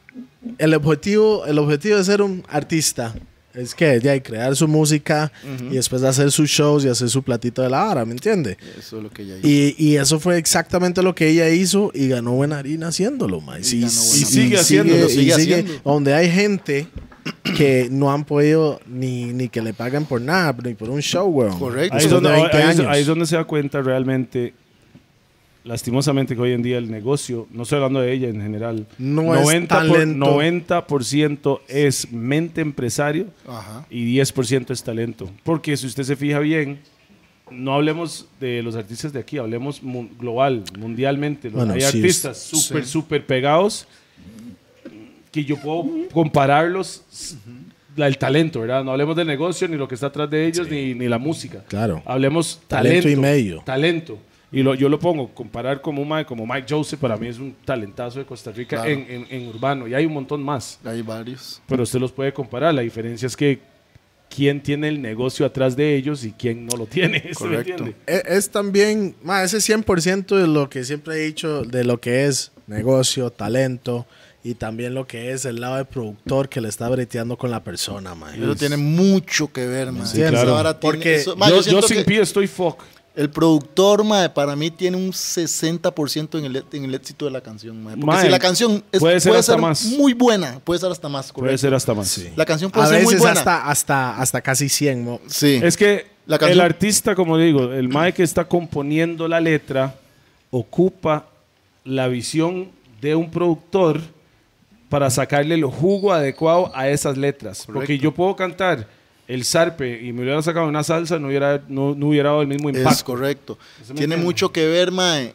S2: el objetivo, el objetivo de ser un artista es que ella y crear su música y después hacer sus shows y hacer su platito de la hora, ¿me entiende?
S3: Eso es lo que ella hizo.
S2: Y, y eso fue exactamente lo que ella hizo y ganó buena harina haciéndolo, mae. Sí,
S3: ganó
S2: sí,
S3: buena
S2: y
S1: harina. Y sigue haciéndolo,
S2: y
S3: sigue
S2: sigue-
S3: haciendo.
S2: Donde hay gente que no han podido ni, ni que le pagan por nada, ni por un show, weón.
S3: Correcto.
S1: Ahí es,
S2: Después
S1: donde,
S2: de 20
S1: ahí es-
S2: años.
S1: ahí es donde se da cuenta realmente, lastimosamente, que hoy en día el negocio, no estoy hablando de ella en general,
S2: No es
S1: por-
S2: talento.
S1: 90% es mente empresario
S3: Ajá.
S1: y 10% es talento. Porque si usted se fija bien, no hablemos de los artistas de aquí, hablemos mu- global, mundialmente. Los-
S2: Bueno,
S1: hay
S2: sí,
S1: artistas
S2: es-
S1: súper, súper pegados que yo puedo compararlos s- la- el talento, ¿verdad? No hablemos del negocio, ni lo que está atrás de ellos, ni, ni la música.
S2: Claro.
S1: Hablemos talento.
S2: Talento y medio.
S1: Talento. Y lo- yo lo pongo, comparar como, un mae como Mike Joseph, para mí es un talentazo de Costa Rica
S3: Claro.
S1: en, en- en urbano. Y hay un montón más
S3: Hay varios.
S1: pero usted los puede comparar. La diferencia es que quién tiene el negocio atrás de ellos y quién no lo tiene. (laughs) ¿Se me
S3: Correcto.
S1: entiende?
S2: E- Es, también, ma, ese 100% de lo que siempre he dicho, de lo que es negocio, talento y también lo que es el lado de productor que le está breteando con la persona, ma.
S3: Eso tiene mucho que ver, man.
S2: entiendes?
S1: claro.
S2: Porque
S1: yo yo sin pie estoy fuck.
S3: el productor, mae, para mí tiene un 60% en el, en el éxito de la canción, mae. Porque
S1: Mae,
S3: si la canción es-
S1: puede ser hasta más.
S3: muy buena, puede ser hasta más,
S1: Puede
S3: correcto.
S1: ser hasta más.
S2: Sí.
S3: La canción puede
S2: A
S3: ser muy
S2: veces
S3: buena.
S2: hasta, hasta, hasta casi 100, mo.
S3: Sí,
S1: Es que
S3: La
S1: el
S3: canción-
S1: artista, como digo, el mae que está componiendo la letra, ocupa la visión de un productor para sacarle el jugo adecuado a esas letras. Porque
S3: Correcto.
S1: yo puedo cantar el zarpe y me hubiera sacado una salsa, no hubiera, no, no hubiera dado el mismo
S3: es
S1: impacto.
S3: correcto.
S1: Eso me
S3: Tiene
S1: entiende.
S3: mucho que ver, mae,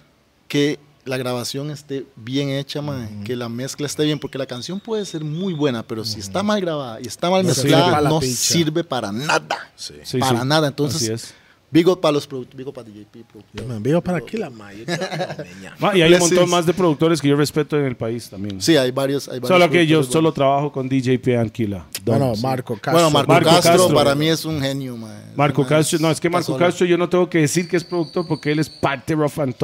S3: que la grabación esté bien hecha, mae, que la mezcla esté bien, porque la canción puede ser muy buena, pero si está mal grabada y está mal
S2: No sirve
S3: mezclada,
S2: para la
S3: no
S2: picha.
S3: sirve para nada.
S1: Sí,
S3: para
S1: sí.
S3: nada.
S1: Así
S3: Entonces,
S1: es.
S3: Vigo para los productores, Vigo para DJP,
S2: Yo
S3: productor.
S2: me envío para aquí la ma. Yo te- no, meña.
S1: Ma, Ah, y hay un
S3: Blessings.
S1: montón más de productores que yo respeto en el país también.
S3: Sí, hay varios. Hay varios
S1: solo que yo
S3: productores
S1: solo
S3: buenos.
S1: trabajo con DJ P. E Anquila.
S2: Bueno, Marco Castro.
S3: Bueno, Marco,
S1: Marco
S3: Castro,
S1: Castro.
S3: para mí es un genio, mae.
S1: Marco
S3: Mae,
S1: Castro, no, es que
S3: está
S1: Marco
S3: solo.
S1: Castro yo no tengo que decir que es productor porque él es parte de
S2: Ya, man.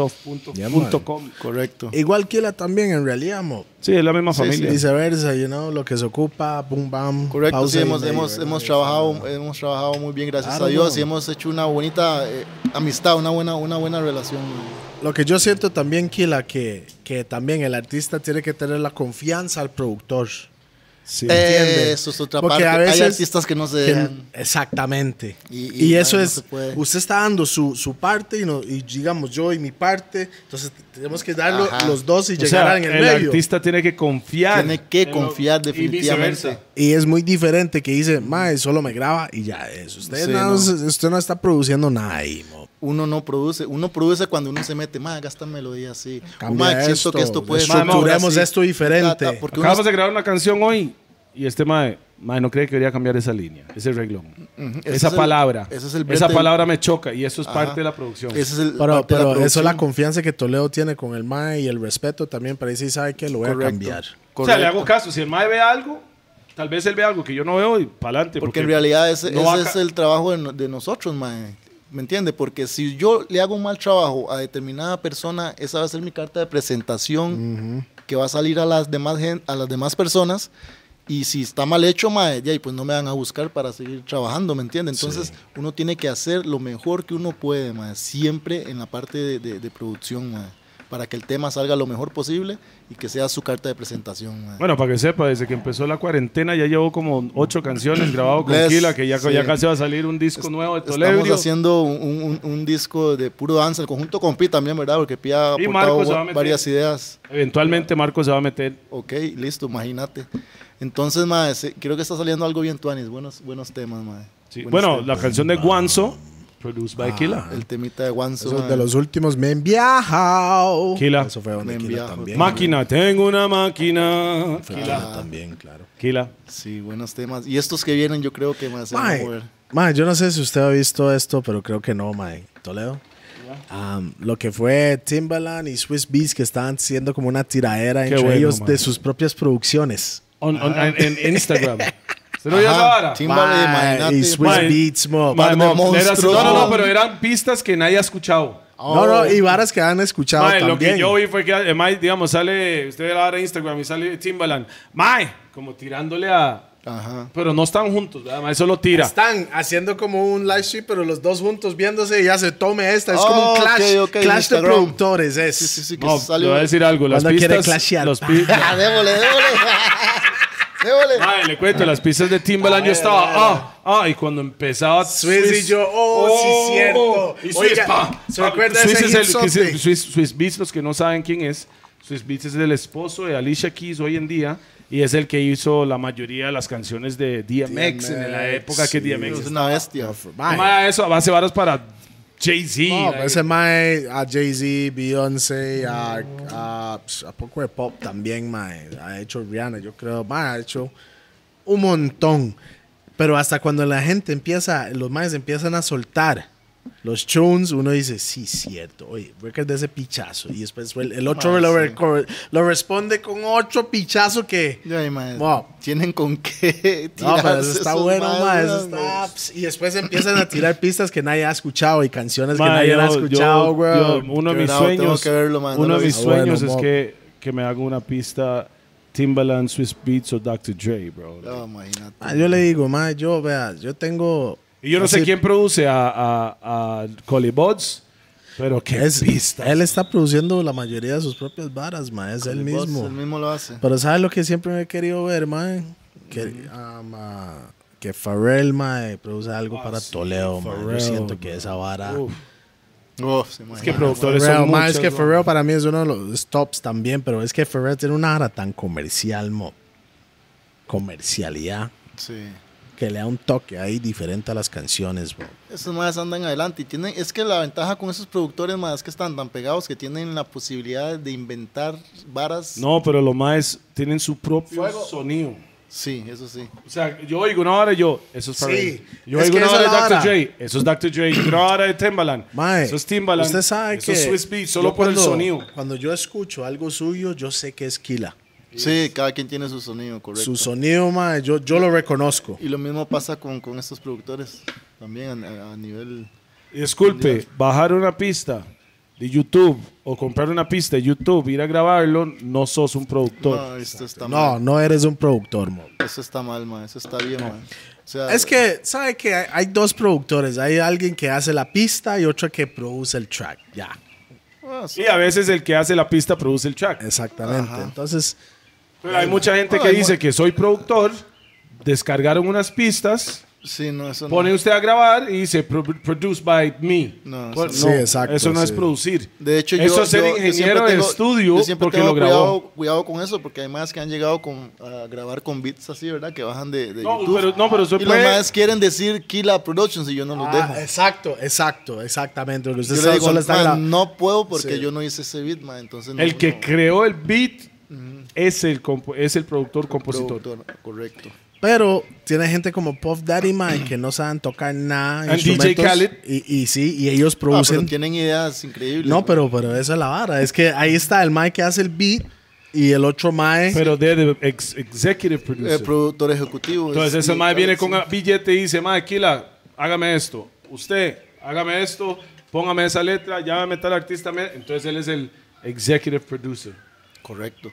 S1: roughandtough.com.
S3: Correcto.
S2: Igual que la también, en realidad, mo.
S1: Sí, es la misma
S3: Sí,
S1: familia.
S2: Viceversa, you know, lo que se ocupa, boom, bam.
S3: Correcto,
S2: pausa
S3: sí,
S2: y
S3: hemos,
S2: medio,
S3: hemos,
S2: ¿verdad?
S3: hemos, trabajado, hemos trabajado muy bien, gracias
S2: Claro,
S3: a Dios,
S2: no.
S3: y hemos hecho una bonita eh, amistad, una buena, una buena relación. mae.
S2: Lo que yo siento también, Kila, que, que también el artista tiene que tener la confianza al productor.
S1: Sí.
S2: ¿Entiende?
S3: Eh, eso es otra
S2: Porque
S3: parte.
S2: a
S3: hay
S2: veces-
S3: artistas que no se
S2: Que-
S3: dejan.
S2: exactamente.
S3: Y-
S2: Y,
S3: y,
S2: eso
S3: bueno, no
S2: es,
S3: se puede.
S2: usted está dando su, su parte y, no, y digamos yo y mi parte, entonces t- tenemos que darlo
S3: Ajá.
S2: los dos y
S1: O
S2: llegar
S1: sea,
S2: en
S1: el,
S2: el, medio.
S1: artista tiene que confiar.
S3: Tiene que
S1: en lo-
S3: confiar
S1: y
S3: definitivamente.
S1: viceversa.
S2: Y es muy diferente que dice, mae, solo me graba y ya es. Usted,
S3: Sí,
S2: no,
S3: no.
S2: usted no está produciendo nada ahí, mo.
S3: Uno no produce, uno produce cuando uno se mete, más gasta melodía así.
S2: Cambia
S3: Mae, siento
S2: esto,
S3: que esto puede ser
S2: estructuremos
S3: así.
S2: esto diferente.
S3: Ta, ta, porque uno
S1: Acabamos de grabar una canción hoy y este mae, mae no cree que debería cambiar esa línea, ese reglón.
S3: Ese
S1: Esa
S3: es el-
S1: palabra.
S3: ese es el brete
S1: esa
S3: del-
S1: palabra me choca y eso es
S3: Ajá.
S1: parte de la producción.
S3: Ese es el
S2: Pero,
S3: parte de
S2: pero eso es la
S3: producción.
S2: confianza que Toledo tiene con el mae y el respeto también para decir, ¿sabe que Lo voy
S3: Correcto.
S2: a cambiar.
S1: O sea, le
S3: Correcto.
S1: hago caso. Si el mae ve algo, tal vez él ve algo que yo no veo y para adelante.
S3: Porque en realidad ese,
S1: no
S3: ese
S1: va a
S3: es
S1: ca-
S3: el trabajo de, no- de nosotros, mae. ¿Me entiendes? Porque si yo le hago un mal trabajo a determinada persona, esa va a ser mi carta de presentación que va a salir a las demás, gen- a las demás personas. Y si está mal hecho, mae, de ahí, pues no me van a buscar para seguir trabajando, ¿me entiendes? Entonces, uno tiene que hacer lo mejor que uno puede, mae, siempre en la parte de, de- de producción, mae, para que el tema salga lo mejor posible y que sea su carta de presentación, mae.
S1: Bueno, para que sepa, desde que empezó la cuarentena ya llevo como ocho canciones grabado con
S3: Bless,
S1: Kila, que ya,
S3: sí.
S1: ya casi va a salir un disco nuevo de
S3: Estamos
S1: Tolebrio.
S3: haciendo un, un- un- un disco de puro danza, junto con Pi también, ¿verdad? Porque Pi ha
S1: Y
S3: aportado
S1: Marcos se va a
S3: va-
S1: meter.
S3: varias ideas.
S1: Eventualmente Marco se va a meter.
S3: Ok, listo, imagínate. Entonces, mae, se- creo que está saliendo algo bien, Tuanis. Buenos, buenos temas, mae.
S1: Sí.
S3: Buenos
S1: Bueno,
S3: temas.
S1: la canción de Guanzo, produced
S3: Ah,
S1: by Kila.
S3: El temita de Wanzo.
S2: Eso es
S3: mae.
S2: de los últimos me han viajado.
S1: Kila.
S2: Eso fue donde
S3: Me
S2: Kila
S3: viajo.
S2: también.
S1: Máquina, tengo una máquina.
S2: Fue Kila también, claro.
S1: Kila.
S3: Sí, buenos temas. Y estos que vienen, yo creo que más se van a
S2: Mae,
S3: mover.
S2: mae, yo no sé si usted ha visto esto, pero creo que no, mae. Toledo. Am, lo que fue Timbaland y Swiss Beats que estaban haciendo como una tiraera entre
S1: bueno,
S2: ellos
S1: mae.
S2: de sus propias producciones.
S1: On- on- en, en
S3: (laughs)
S1: Instagram. ¿Se lo vio
S3: Ah. Ajá, pues,
S1: ahora?
S3: Timbaland,
S2: Mae,
S3: imagínate.
S2: y Swiss
S1: mae.
S2: Beats, mo.
S1: Mae,
S3: de
S1: mo, era-
S3: monstruos.
S1: no, no, no, pero eran pistas que nadie ha escuchado.
S2: No, no,
S3: Oh.
S2: y varas que han escuchado
S1: Mae, lo
S2: también.
S1: que yo vi fue que, eh, mae, digamos, sale, usted ahora en Instagram y sale Timbaland. Mae, como tirándole a...
S3: Ajá.
S1: Pero no están juntos, ¿verdad? Mae, solo tira.
S2: Están haciendo como un live stream, pero los dos juntos viéndose y ya se tome esta. Es como
S3: Oh,
S2: un clash,
S3: ok, ok,
S2: clash de
S3: Instagram.
S2: productores. Es.
S3: Sí, sí, sí, que
S1: No, le
S3: salió.
S1: voy a decir algo. Las
S2: Cuando quiere
S1: pistas...
S2: clashear.
S1: los
S2: (laughs)
S1: pi-
S3: Ah, débole, débole.
S1: (laughs)
S3: débole.
S1: Mae, le cuento, las pistas de Timbaland yo estaba... Ah, ah, y cuando empezaba...
S2: Swiss y yo, oh, sí, cierto.
S1: Y Swiss,
S2: Oiga,
S1: pa,
S2: ¿se
S1: pa,
S2: recuerda
S1: Swiss
S2: ese
S1: es el-
S2: hipsote?
S1: que es- Swiss, Swiss Beats, los que no saben quién es, Swiss Beats es el esposo de Alicia Keys hoy en día y es el que hizo la mayoría de las canciones de DMX, en la época que DMX.
S3: Es una bestia.
S2: Mae.
S1: Mae, eso hace varas para Jay-Z.
S2: No, pues
S1: like,
S2: pero ese mae a Jay-Z, Beyoncé, a, a, pues, a poco de pop también, mae. Ha hecho Rihanna, yo creo. Mae, ha hecho un montón. Pero hasta cuando la gente empieza, los maes empiezan a soltar los tunes, uno dice, sí, cierto. Oye, record de ese pichazo. Y después el, el otro
S3: Mae,
S2: lo,
S3: sí.
S2: reco- lo responde con otro pichazo que...
S3: Ya, y, mae,
S2: Wow.
S3: Tienen con qué
S2: No, pero eso
S3: tirarse
S2: está
S3: esos
S2: bueno, mae. eso
S3: maes,
S2: está- Y después empiezan a tirar pistas que nadie ha escuchado y canciones que
S1: Mae,
S2: nadie
S1: yo-
S2: ha
S1: yo-
S2: escuchado,
S1: yo-
S2: güey.
S1: uno de mis
S3: Quebrado, tengo
S1: sueños,
S3: que verlo, man, no
S1: uno
S3: lo
S1: de
S3: he
S1: mis
S2: visto. Ah, bueno,
S1: sueños es
S2: mo.
S1: que, que me haga una pista Timbaland, Swiss Beats o Dr. Dre, bro.
S3: No, imagínate.
S2: Ah, yo le digo, ma, yo, vea, yo tengo.
S1: Y yo no sé
S2: así-
S1: quién produce a, a, a Collie Buds, pero qué
S2: es-
S1: pista.
S2: Él está produciendo la mayoría de sus propias varas, ma, es él
S3: El boss,
S2: mismo.
S3: El mismo lo hace.
S2: Pero ¿sabes lo que siempre me he querido ver, ma? Que, ah, ma, que Pharrell, ma, produce algo para Toledo, ma. Yo
S1: Pharrell,
S2: siento que esa vara.
S1: Uf,
S3: Uf, se imagina.
S1: que productores
S2: Pharrell,
S1: son
S2: ma,
S1: muchos,
S2: es que
S1: ¿no?
S2: Pharrell para mí es uno de los tops también, pero es que Pharrell tiene una vara tan comercial, mo. Comercialidad.
S3: Sí.
S2: Que le da un toque ahí diferente a las canciones, bro.
S3: Esos más andan adelante. Y tienen, es que la ventaja con esos productores más es que están tan pegados que tienen la posibilidad de inventar varas.
S1: No, pero los maes tienen su propio sonido.
S3: Sí, eso sí.
S1: O sea, yo oigo una hora y yo, eso es para
S2: Sí,
S1: Yo
S2: es
S1: oigo
S2: que
S1: una
S2: esa
S1: hora
S2: es la
S1: de Dr.
S2: vara.
S1: Dre, eso es Dr. Dre. Yo una hora de Timbaland,
S2: Mae,
S1: eso es Timbaland.
S2: eh, Usted sabe
S1: eso
S2: que
S1: es Swiss Beats, solo
S2: yo
S1: por el
S2: cuando-
S1: sonido.
S2: Cuando yo escucho algo suyo, yo sé que es Kila.
S3: Sí, cada quien tiene su sonido, correcto.
S2: Su sonido, mae, yo, yo lo reconozco.
S3: y lo mismo pasa con, con estos productores también a, a nivel.
S1: Disculpe, bajar una pista de YouTube o comprar una pista de YouTube, ir a grabarlo, no sos un
S3: No,
S1: productor.
S3: esto está
S2: No,
S3: mal.
S2: no eres un productor, mo.
S3: Eso está mal, ma. Eso está bien, ma. O sea,
S2: Es que, ¿sabe que hay, hay dos productores? Hay alguien que hace la pista y otro que produce el track. Ya,
S3: ah, sí.
S1: Y a veces el que hace la pista produce el track.
S2: exactamente. Entonces,
S1: Pero hay mucha gente que dice que soy productor, descargaron unas pistas,
S3: Sí, no, eso no.
S1: pone usted a grabar y dice "Pro- produced by me.
S3: No,
S1: Pues,
S2: eso no. Sí, exacto,
S1: Eso no es
S2: sí.
S1: producir.
S3: De hecho,
S1: eso
S3: yo,
S1: es ser
S3: yo- yo
S1: ingeniero
S3: siempre
S1: de
S3: tengo-
S1: estudio
S3: yo siempre
S1: porque
S3: tengo
S1: lo grabó.
S3: Cuidado, cuidado con eso, porque hay más que han llegado con, a grabar con beats así, ¿verdad? Que bajan de, de
S1: No,
S3: YouTube.
S1: pero- no, pero eso
S3: y los
S1: puede-
S3: más quieren decir Kila Productions y yo no los
S2: ah,
S3: dejo.
S2: exacto, exacto, exactamente. Porque usted
S3: Yo le
S2: solo-
S3: digo,
S2: solo está
S3: "Man,
S2: en la-
S3: no puedo porque
S2: Sí.
S3: yo no hice ese beat, man, entonces no-
S1: El que
S3: no,
S1: creó el beat
S3: Mm.
S1: es el, compo- es el productor compositor.
S3: productor, correcto. Ah,
S2: Pero tiene gente como Puff Daddy Mae que no saben tocar nada.
S1: And DJ
S2: instrumentos,
S1: Khaled.
S2: Y, y sí, y ellos
S3: Ah,
S2: producen.
S3: pero tienen ideas increíbles.
S2: no,
S3: man.
S2: pero, pero esa es la vara. Es que ahí está el Mae que hace el beat y el otro Mae.
S1: Pero de, de ex- executive producer.
S3: Eh, productor ejecutivo.
S1: Entonces
S3: es-
S1: ese mae viene
S3: sí.
S1: con un billete y dice, mae, Kila, hágame esto. Usted, hágame esto, póngame esa letra, llámame tal artista. me-". Entonces él es el executive producer.
S3: Correcto.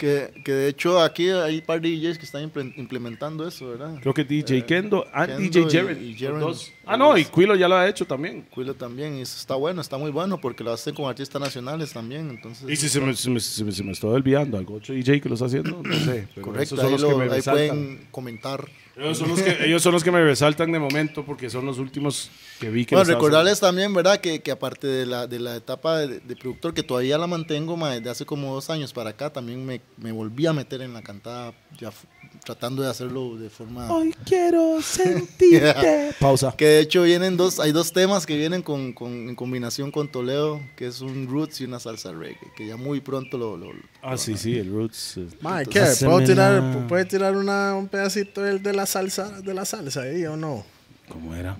S3: Que, que de hecho aquí hay par de DJs que están imple- implementando eso, ¿verdad?
S1: Creo que DJ Kendo, ah,
S3: Eh, Kendo
S1: DJ
S3: y-
S1: Jared.
S3: y
S1: los
S3: Jared.
S1: dos. Ah, no, y Quilo ya lo ha hecho también.
S3: Cuilo también, y eso está bueno, está muy bueno porque lo hacen con artistas nacionales también, entonces...
S1: Y si se me, se me, se me- se me está olvidando, algo otro DJ que lo está haciendo, no sé. pero
S3: Correcto,
S1: esos son
S3: ahí,
S1: los que
S3: lo-
S1: me
S3: ahí
S1: resaltan.
S3: pueden comentar.
S1: Ellos son, los que, ellos son los que me resaltan de momento porque son los últimos que vi que lo estaba
S3: Bueno,
S1: haciendo.
S3: recordarles también, ¿verdad? Que, que aparte de la, de la etapa de, de productor, que todavía la mantengo, ma, desde hace como dos años para acá, también me, me volví a meter en la cantada, ya f- tratando de hacerlo de forma...
S4: Hoy
S3: (laughs)
S4: quiero sentirte.
S2: Pausa.
S3: Que de hecho vienen dos, hay dos temas que vienen con, con- en combinación con Toledo, que es un roots y una salsa reggae, que ya muy pronto lo... lo-
S1: Ah, sí, sí, el Roots. eh.
S2: Mae, ¿qué?
S4: Entonces,
S2: ¿Puedo tirar,
S4: haceme la-
S2: ¿puede tirar una, un pedacito del- de la salsa de la salsa ahí o no?
S1: ¿Cómo era?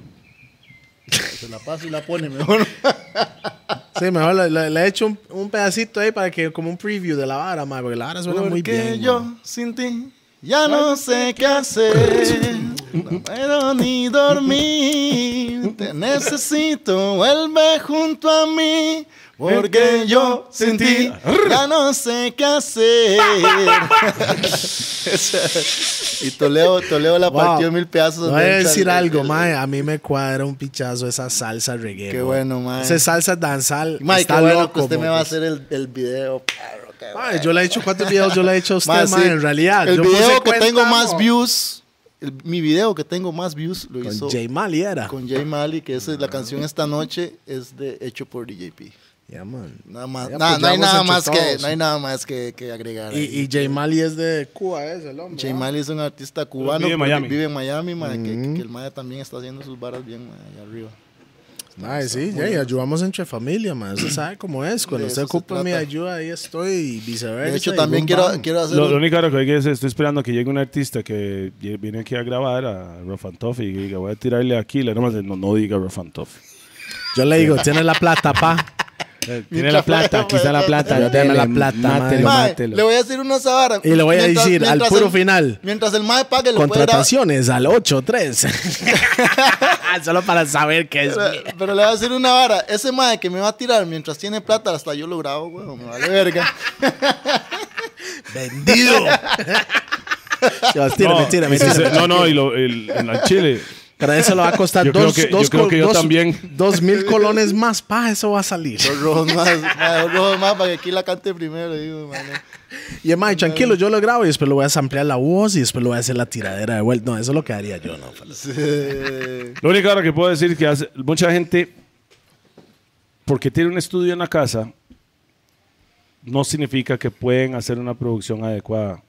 S3: se la pasa y la pone mejor.
S2: Sí, mejor le- le le echo un, un pedacito ahí para que como un preview de la vara, mae, porque la vara suena muy
S3: Porque
S2: bien.
S3: yo
S2: mae.
S3: sin ti ya no sé qué hacer. No puedo ni dormir. Te necesito, vuelve junto a mí. Porque yo sin ti ya no sé qué hacer. (laughs) y Toledo, Toledo la
S2: Wow.
S3: partió en mil pedazos.
S2: Voy a
S3: del-
S2: decir
S3: del-
S2: algo,
S3: del-
S2: mae, a mí me cuadra un pichazo esa salsa reggae.
S3: Qué
S2: mae.
S3: bueno, mae.
S2: Esa salsa danzal
S3: Mae,
S2: está
S3: qué bueno
S2: loco,
S3: que usted me
S2: mae.
S3: va a hacer el, el video. perro, qué
S2: Mae, yo le he hecho cuatro videos, yo le he
S3: (laughs)
S2: hecho a usted,
S3: Ma,
S2: Este mae,
S3: sí.
S2: en realidad.
S3: El
S2: Yo puse
S3: video que
S2: cuenta,
S3: tengo más
S2: mae,
S3: views, el- mi video que tengo más views lo hizo
S2: Con J Mali era.
S3: con Jay Mali, que esa es la canción esta noche, es de hecho por DJP.
S2: Ya, man.
S3: Nada más,
S2: Ya,
S3: nada-
S2: pues,
S3: no,
S2: ya
S3: hay
S2: hemos
S3: nada
S2: hecho
S3: más que,
S2: todos.
S3: no hay nada más que, que agregar.
S2: Y, y J Mali es de Cuba, es el hombre.
S3: Jay
S2: ¿ah?
S3: Mali es un artista cubano
S1: Vive en
S3: que
S1: Miami.
S3: vive en Miami, ma, que- que, el Maya también está haciendo sus varas bien ma, allá arriba.
S2: Mae, sí, Jay, ayudamos entre familia,
S3: (clears throat)
S2: mae. Usted sabe cómo es. Cuando
S3: De
S2: usted
S3: eso se
S2: ocupa mi
S3: trata.
S2: ayuda, ahí estoy y viceversa.
S3: De hecho,
S2: y
S3: también
S2: boom,
S3: quiero,
S2: bam.
S3: quiero hacer
S1: Lo, lo
S3: un-
S1: único que hay que es, estoy esperando que llegue un artista que lle- viene aquí a grabar a Rofantoff y que diga, voy a tirarle aquí. Le nomás de, no, no diga Rofantoff.
S4: Eh,
S2: Yo le
S3: (laughs)
S2: digo, tiene la plata, pa.
S4: Tiene la plata, aquí está la plata.
S2: Yo tengo la
S4: dele,
S2: plata,
S4: Mátelo,
S2: madre.
S3: Mae,
S4: mátelo.
S3: le voy a decir una sabara.
S2: Y le voy a decir al puro
S3: el-
S2: final.
S3: Mientras el Mae pague, lo puede grabar.
S2: Contrataciones al 8-3. (laughs) Solo para saber qué es.
S3: Pero, pero le voy a decir una vara. Ese mae que me va a tirar mientras tiene plata, hasta yo lo grabo, weón. Me vale verga.
S2: (laughs) Vendido. Sebastián,
S1: no,
S2: mentira,
S1: y
S2: mentira.
S1: si se- no, no, y lo, el, en la Chile.
S2: Pero eso lo va a costar
S1: Yo creo
S2: dos,
S1: que- yo
S2: dos,
S1: creo
S2: col-
S1: que yo
S2: dos-
S1: también.
S2: dos mil colones más, pa, eso va a salir.
S3: Dos rojos más, mae, dos rojos más para que aquí la cante primero, digo, mano.
S2: Y es más, tranquilo, yo lo grabo y después lo voy a samplear la voz y después lo voy a hacer la tiradera de vuelta. No, eso es lo que haría yo, no. fala.
S3: Sí.
S1: Lo único ahora que puedo decir es que hace- mucha gente, porque tiene un estudio en la casa, no significa que pueden hacer una producción adecuada.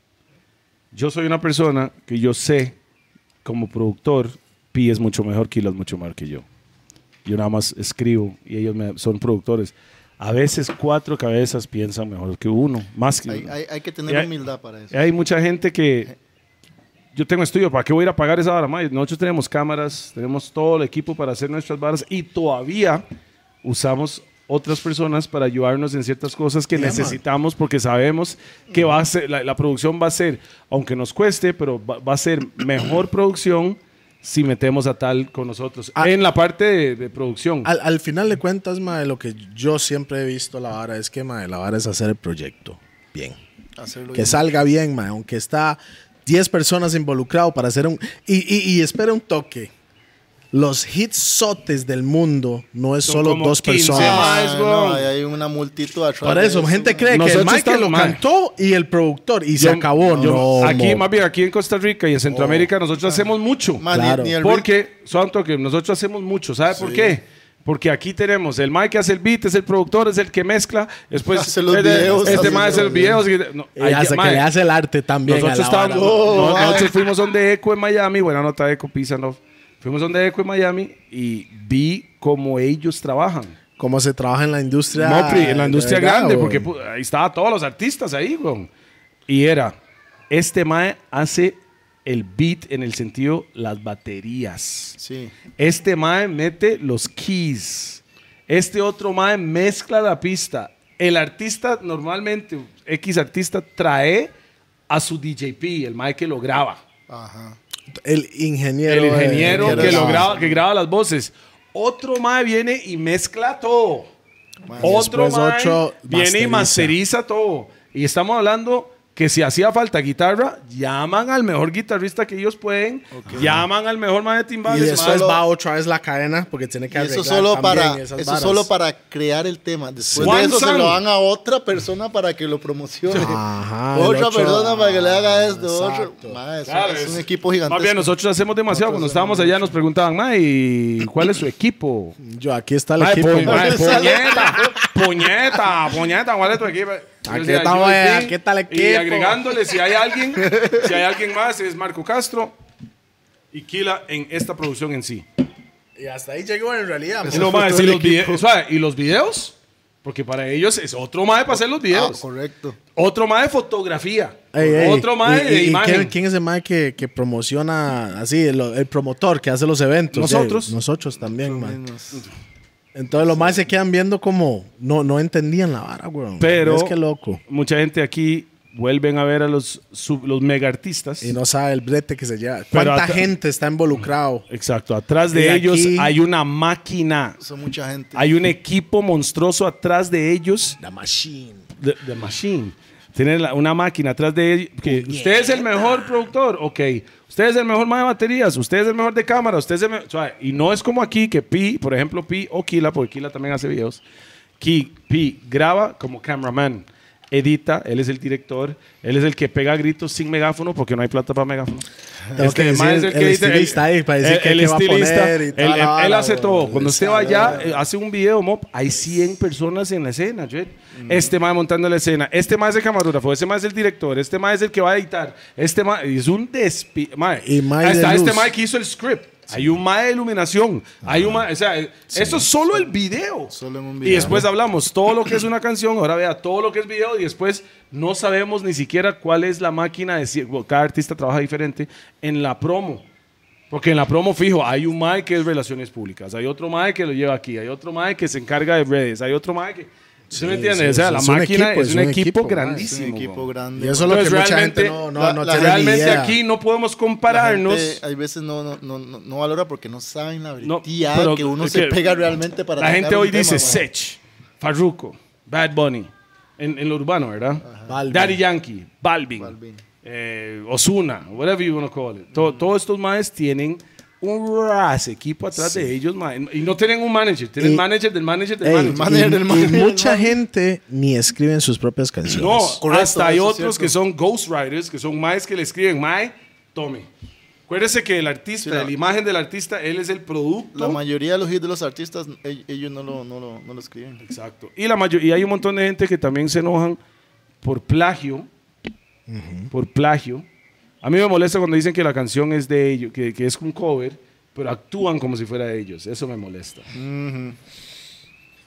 S1: Yo soy una persona que yo sé, como productor, Pi es mucho mejor, Kilo es mucho mejor que yo. Yo nada más escribo y ellos me- son productores. A veces cuatro cabezas piensan mejor que uno, más que
S3: Hay,
S1: uno.
S3: hay- hay que
S1: Y
S3: tener
S1: hay-
S3: humildad para eso.
S1: Hay mucha gente que. Yo tengo estudio, ¿para qué voy a ir a pagar esa vara? mae? Nosotros tenemos cámaras, tenemos todo el equipo para hacer nuestras varas y todavía usamos otras personas para ayudarnos en ciertas cosas que
S2: Yeah, man.
S1: necesitamos porque sabemos que va a ser, la, la producción va a ser, aunque nos cueste, pero va, va a ser mejor producción si metemos a tal con nosotros
S2: Ah.
S1: en la parte de, de producción.
S2: Al, al final de cuentas, mae, lo que yo siempre he visto la vara es que, mae, la vara es hacer el proyecto bien.
S3: Hacerlo
S2: Que
S3: bien.
S2: salga bien, mae, aunque está 10 personas involucradas para hacer un... Y, y, y espera un toque. Los hitsotes del mundo no es
S1: Son
S2: solo
S1: como
S2: dos
S1: 15
S2: personas.
S3: Ah,
S1: más,
S3: no,
S1: weón.
S3: ahí hay una multitud atrás.
S2: Por
S3: de
S2: eso, gente
S3: mae.
S2: cree que el
S1: Nosotros
S2: Mike que lo
S1: estamos mal.
S2: cantó y el productor y se
S1: Yo-
S2: acabó.
S1: yo-
S2: no,
S1: aquí,
S2: mo.
S1: más bien, aquí en Costa Rica y en Centroamérica, nosotros hacemos mucho.
S3: Mae, ni-
S2: Claro.
S3: ni el
S1: Porque, santo que nosotros hacemos mucho, ¿sabe por qué? Porque aquí tenemos el Mike que hace el beat, es el productor, es el que mezcla, después
S3: Hace los
S1: eh,
S3: videos,
S1: este
S3: hace
S1: Mike hace
S3: todo
S1: los videos. y- no,
S2: Y
S1: hay
S2: hasta
S1: mae,
S2: que le hace el arte también.
S1: nosotros,
S2: a la vara,
S1: estábamos-
S2: mo.
S1: no,
S3: mae.
S1: nosotros fuimos donde Eco en Miami, buena nota de Eco Pisanov, fuimos donde Eco en Miami y vi cómo ellos trabajan.
S2: Cómo se trabaja en la industria.
S1: No, pri- en la
S2: de
S1: industria
S2: verdad,
S1: grande,
S2: güey.
S1: porque pu- ahí estaban todos los artistas ahí, güey. Y era, este Mae hace el beat en el sentido las baterías.
S3: Sí.
S1: Este mae mete los keys. Este otro mae mezcla la pista. El artista normalmente, X artista, trae a su DJP, el mae que lo graba.
S3: Ajá.
S2: El ingeniero.
S1: El ingeniero
S3: ingeniero
S1: que,
S3: de
S1: lo
S3: la-
S1: graba, que graba las voces. Otro mae viene y mezcla todo.
S3: Mae,
S1: Otro
S2: después
S1: mae
S2: otro
S1: viene y
S2: masteriza.
S1: masteriza todo. Y estamos hablando que si hacía falta guitarra, llaman al mejor guitarrista que ellos pueden, llaman al mejor man de
S2: Y
S1: timbales. mae.
S2: después
S3: solo-
S2: va otra vez la cadena porque tiene que
S3: Y eso
S2: arreglar
S3: solo
S2: también
S3: para
S2: esas
S3: eso
S2: varas.
S3: solo para crear el tema. Después
S1: Juan
S3: de eso
S1: San.
S3: se lo dan a otra persona para que lo promocione.
S2: Ajá,
S3: (laughs)
S2: el
S3: otra
S2: otro-
S3: persona para que le haga esto. otro-
S2: Exacto.
S3: Mae, eso
S1: Claro,
S3: es
S1: es-
S3: un equipo
S1: Más bien,
S3: gigantesco.
S1: nosotros hacemos demasiado. Cuando estábamos allá nos preguntaban, mae, ¿y ¿cuál es su equipo?
S2: Mm, Yo, aquí está el
S1: Mae,
S2: equipo.
S1: po- (laughs)
S2: mae. (laughs)
S1: mae, puñeta, puñeta, puñeta, ¿cuál es tu equipo? Yo
S2: Aquí
S1: decía,
S2: estamos,
S1: yo,
S2: eh,
S1: sí.
S2: aquí está el
S1: Y
S2: equipo.
S1: agregándole, si hay alguien, si hay alguien más, es Marco Castro y Kila en esta producción en sí.
S2: Y hasta ahí llegó en realidad. pues.
S1: Y
S3: Ese
S1: lo
S3: fue
S1: más,
S3: todo
S1: y
S3: el
S1: los vide-
S3: equipo.
S1: suave, y los videos, porque para ellos es otro mae para hacer los
S3: Ah,
S1: videos.
S3: correcto.
S1: Otro mae de fotografía.
S2: Ey, ey,
S1: otro mae
S2: y-
S1: de
S2: y- y
S1: imagen.
S2: ¿quién, quién es el mae que, que promociona así? El, el promotor que hace los eventos.
S1: Nosotros.
S2: Ey, nosotros también, mae.
S3: Menos.
S2: Entonces los más se quedan viendo como no, no entendían la vara, weón.
S1: Pero
S2: Es que loco.
S1: mucha gente aquí vuelven a ver a los, sub- los mega artistas.
S2: Y no sabe el brete que se lleva.
S1: Pero
S2: ¿Cuánta
S1: acá-
S2: gente está involucrado?
S1: Exacto, atrás de
S2: Y aquí-
S1: ellos hay una máquina.
S3: Son mucha gente.
S1: Hay un equipo monstruoso atrás de ellos.
S2: La machine.
S1: The, the Machine. Tienen la- una máquina atrás de ellos. Que usted es el mejor productor. Ok. Usted es el mejor más de baterías. Usted es el mejor de cámara. Usted es el me- o sea, y no es como aquí que Pi, por ejemplo, Pi o Kila, porque Kila también hace videos. Ki, Pi graba como cameraman. Edita, él es el director, él es el que pega gritos sin megáfono porque no hay plata para megáfono.
S2: Tengo que decir,
S1: Este mae
S2: el estilista ahí para decir qué-
S1: el em-
S2: qué va a poner
S1: estilista,
S2: y
S1: él-
S2: toda la
S1: él- él
S2: vara,
S1: hace
S2: güey.
S1: todo. Cuando usted va
S2: Está
S1: allá, eh, hace un video, mop, hay 100 personas en la escena. yo-
S2: Mm.
S1: Este más montando la escena, este más es el camarógrafo, este más es el director, este más es el que va a editar, este más es un despi... mae.
S2: Y mae
S1: Ahí
S2: de
S1: está este
S2: luz.
S1: más que hizo el script. Hay un mae de iluminación. Hay un mae- o sea, eh, eso es solo el video.
S3: Solo en un
S1: Y
S3: video.
S1: después hablamos todo lo que es una canción, ahora vea todo lo que es video y después no sabemos ni siquiera cuál es la máquina de ci- bueno, cada artista trabaja diferente en la promo. Porque en la promo fijo, hay un mae que es relaciones públicas, hay otro mae que lo lleva aquí, hay otro mae que se encarga de redes, hay otro mae que ¿Sí me entiende?
S2: sí,
S1: o sea,
S2: es
S1: la
S2: un
S1: máquina
S2: equipo,
S1: es, un equipo,
S2: mae, es un
S3: Es
S1: grandísimo.
S3: un equipo
S1: weón.
S3: grande.
S2: Y eso es lo que
S1: Entonces,
S2: mucha
S1: realmente-
S2: gente no, no,
S3: la-
S2: no
S3: la-
S2: tiene ni
S1: Realmente
S2: idea.
S1: aquí no podemos
S3: La
S1: compararnos.
S3: gente, hay veces no, no, no, no, no valora porque no saben la
S1: No,
S3: breteada
S1: pero
S3: que uno
S1: es
S3: se
S1: que
S3: pega realmente para
S1: la
S3: sacar
S1: gente
S3: un
S1: hoy
S3: tema,
S1: dice
S3: mae.
S1: Sech, Farruko, Bad Bunny, en, en lo urbano, ¿verdad?
S2: Balvin.
S1: Daddy Yankee, Balvin,
S3: Balvin.
S1: Osuna, whatever you want to call it. To- Todos estos maes tienen un ras equipo atrás de ellos, mae. Y no tienen un manager, tienen
S2: Y-
S1: manager del manager del
S2: Ey,
S1: manager.
S3: manager,
S2: y-
S3: el
S2: y
S3: manager, el
S2: mucha
S3: manager.
S2: gente ni escriben sus propias canciones.
S1: No,
S3: Correcto,
S1: hasta hay
S3: eso es
S1: otros
S3: cierto.
S1: que son ghostwriters, que son maes que le escriben, mae, tome. Acuérdese que el artista,
S3: Sí, la-
S1: la imagen del artista, él es el producto.
S3: La mayoría de los hits de los artistas, e- ellos no lo, no lo, no lo escriben.
S1: Exacto. Y la mayo- y hay un montón de gente que también se enojan por plagio. Por plagio. A mí me molesta cuando dicen que la canción es de ellos, que, que es un cover, pero actúan como si fuera de ellos. Eso me molesta.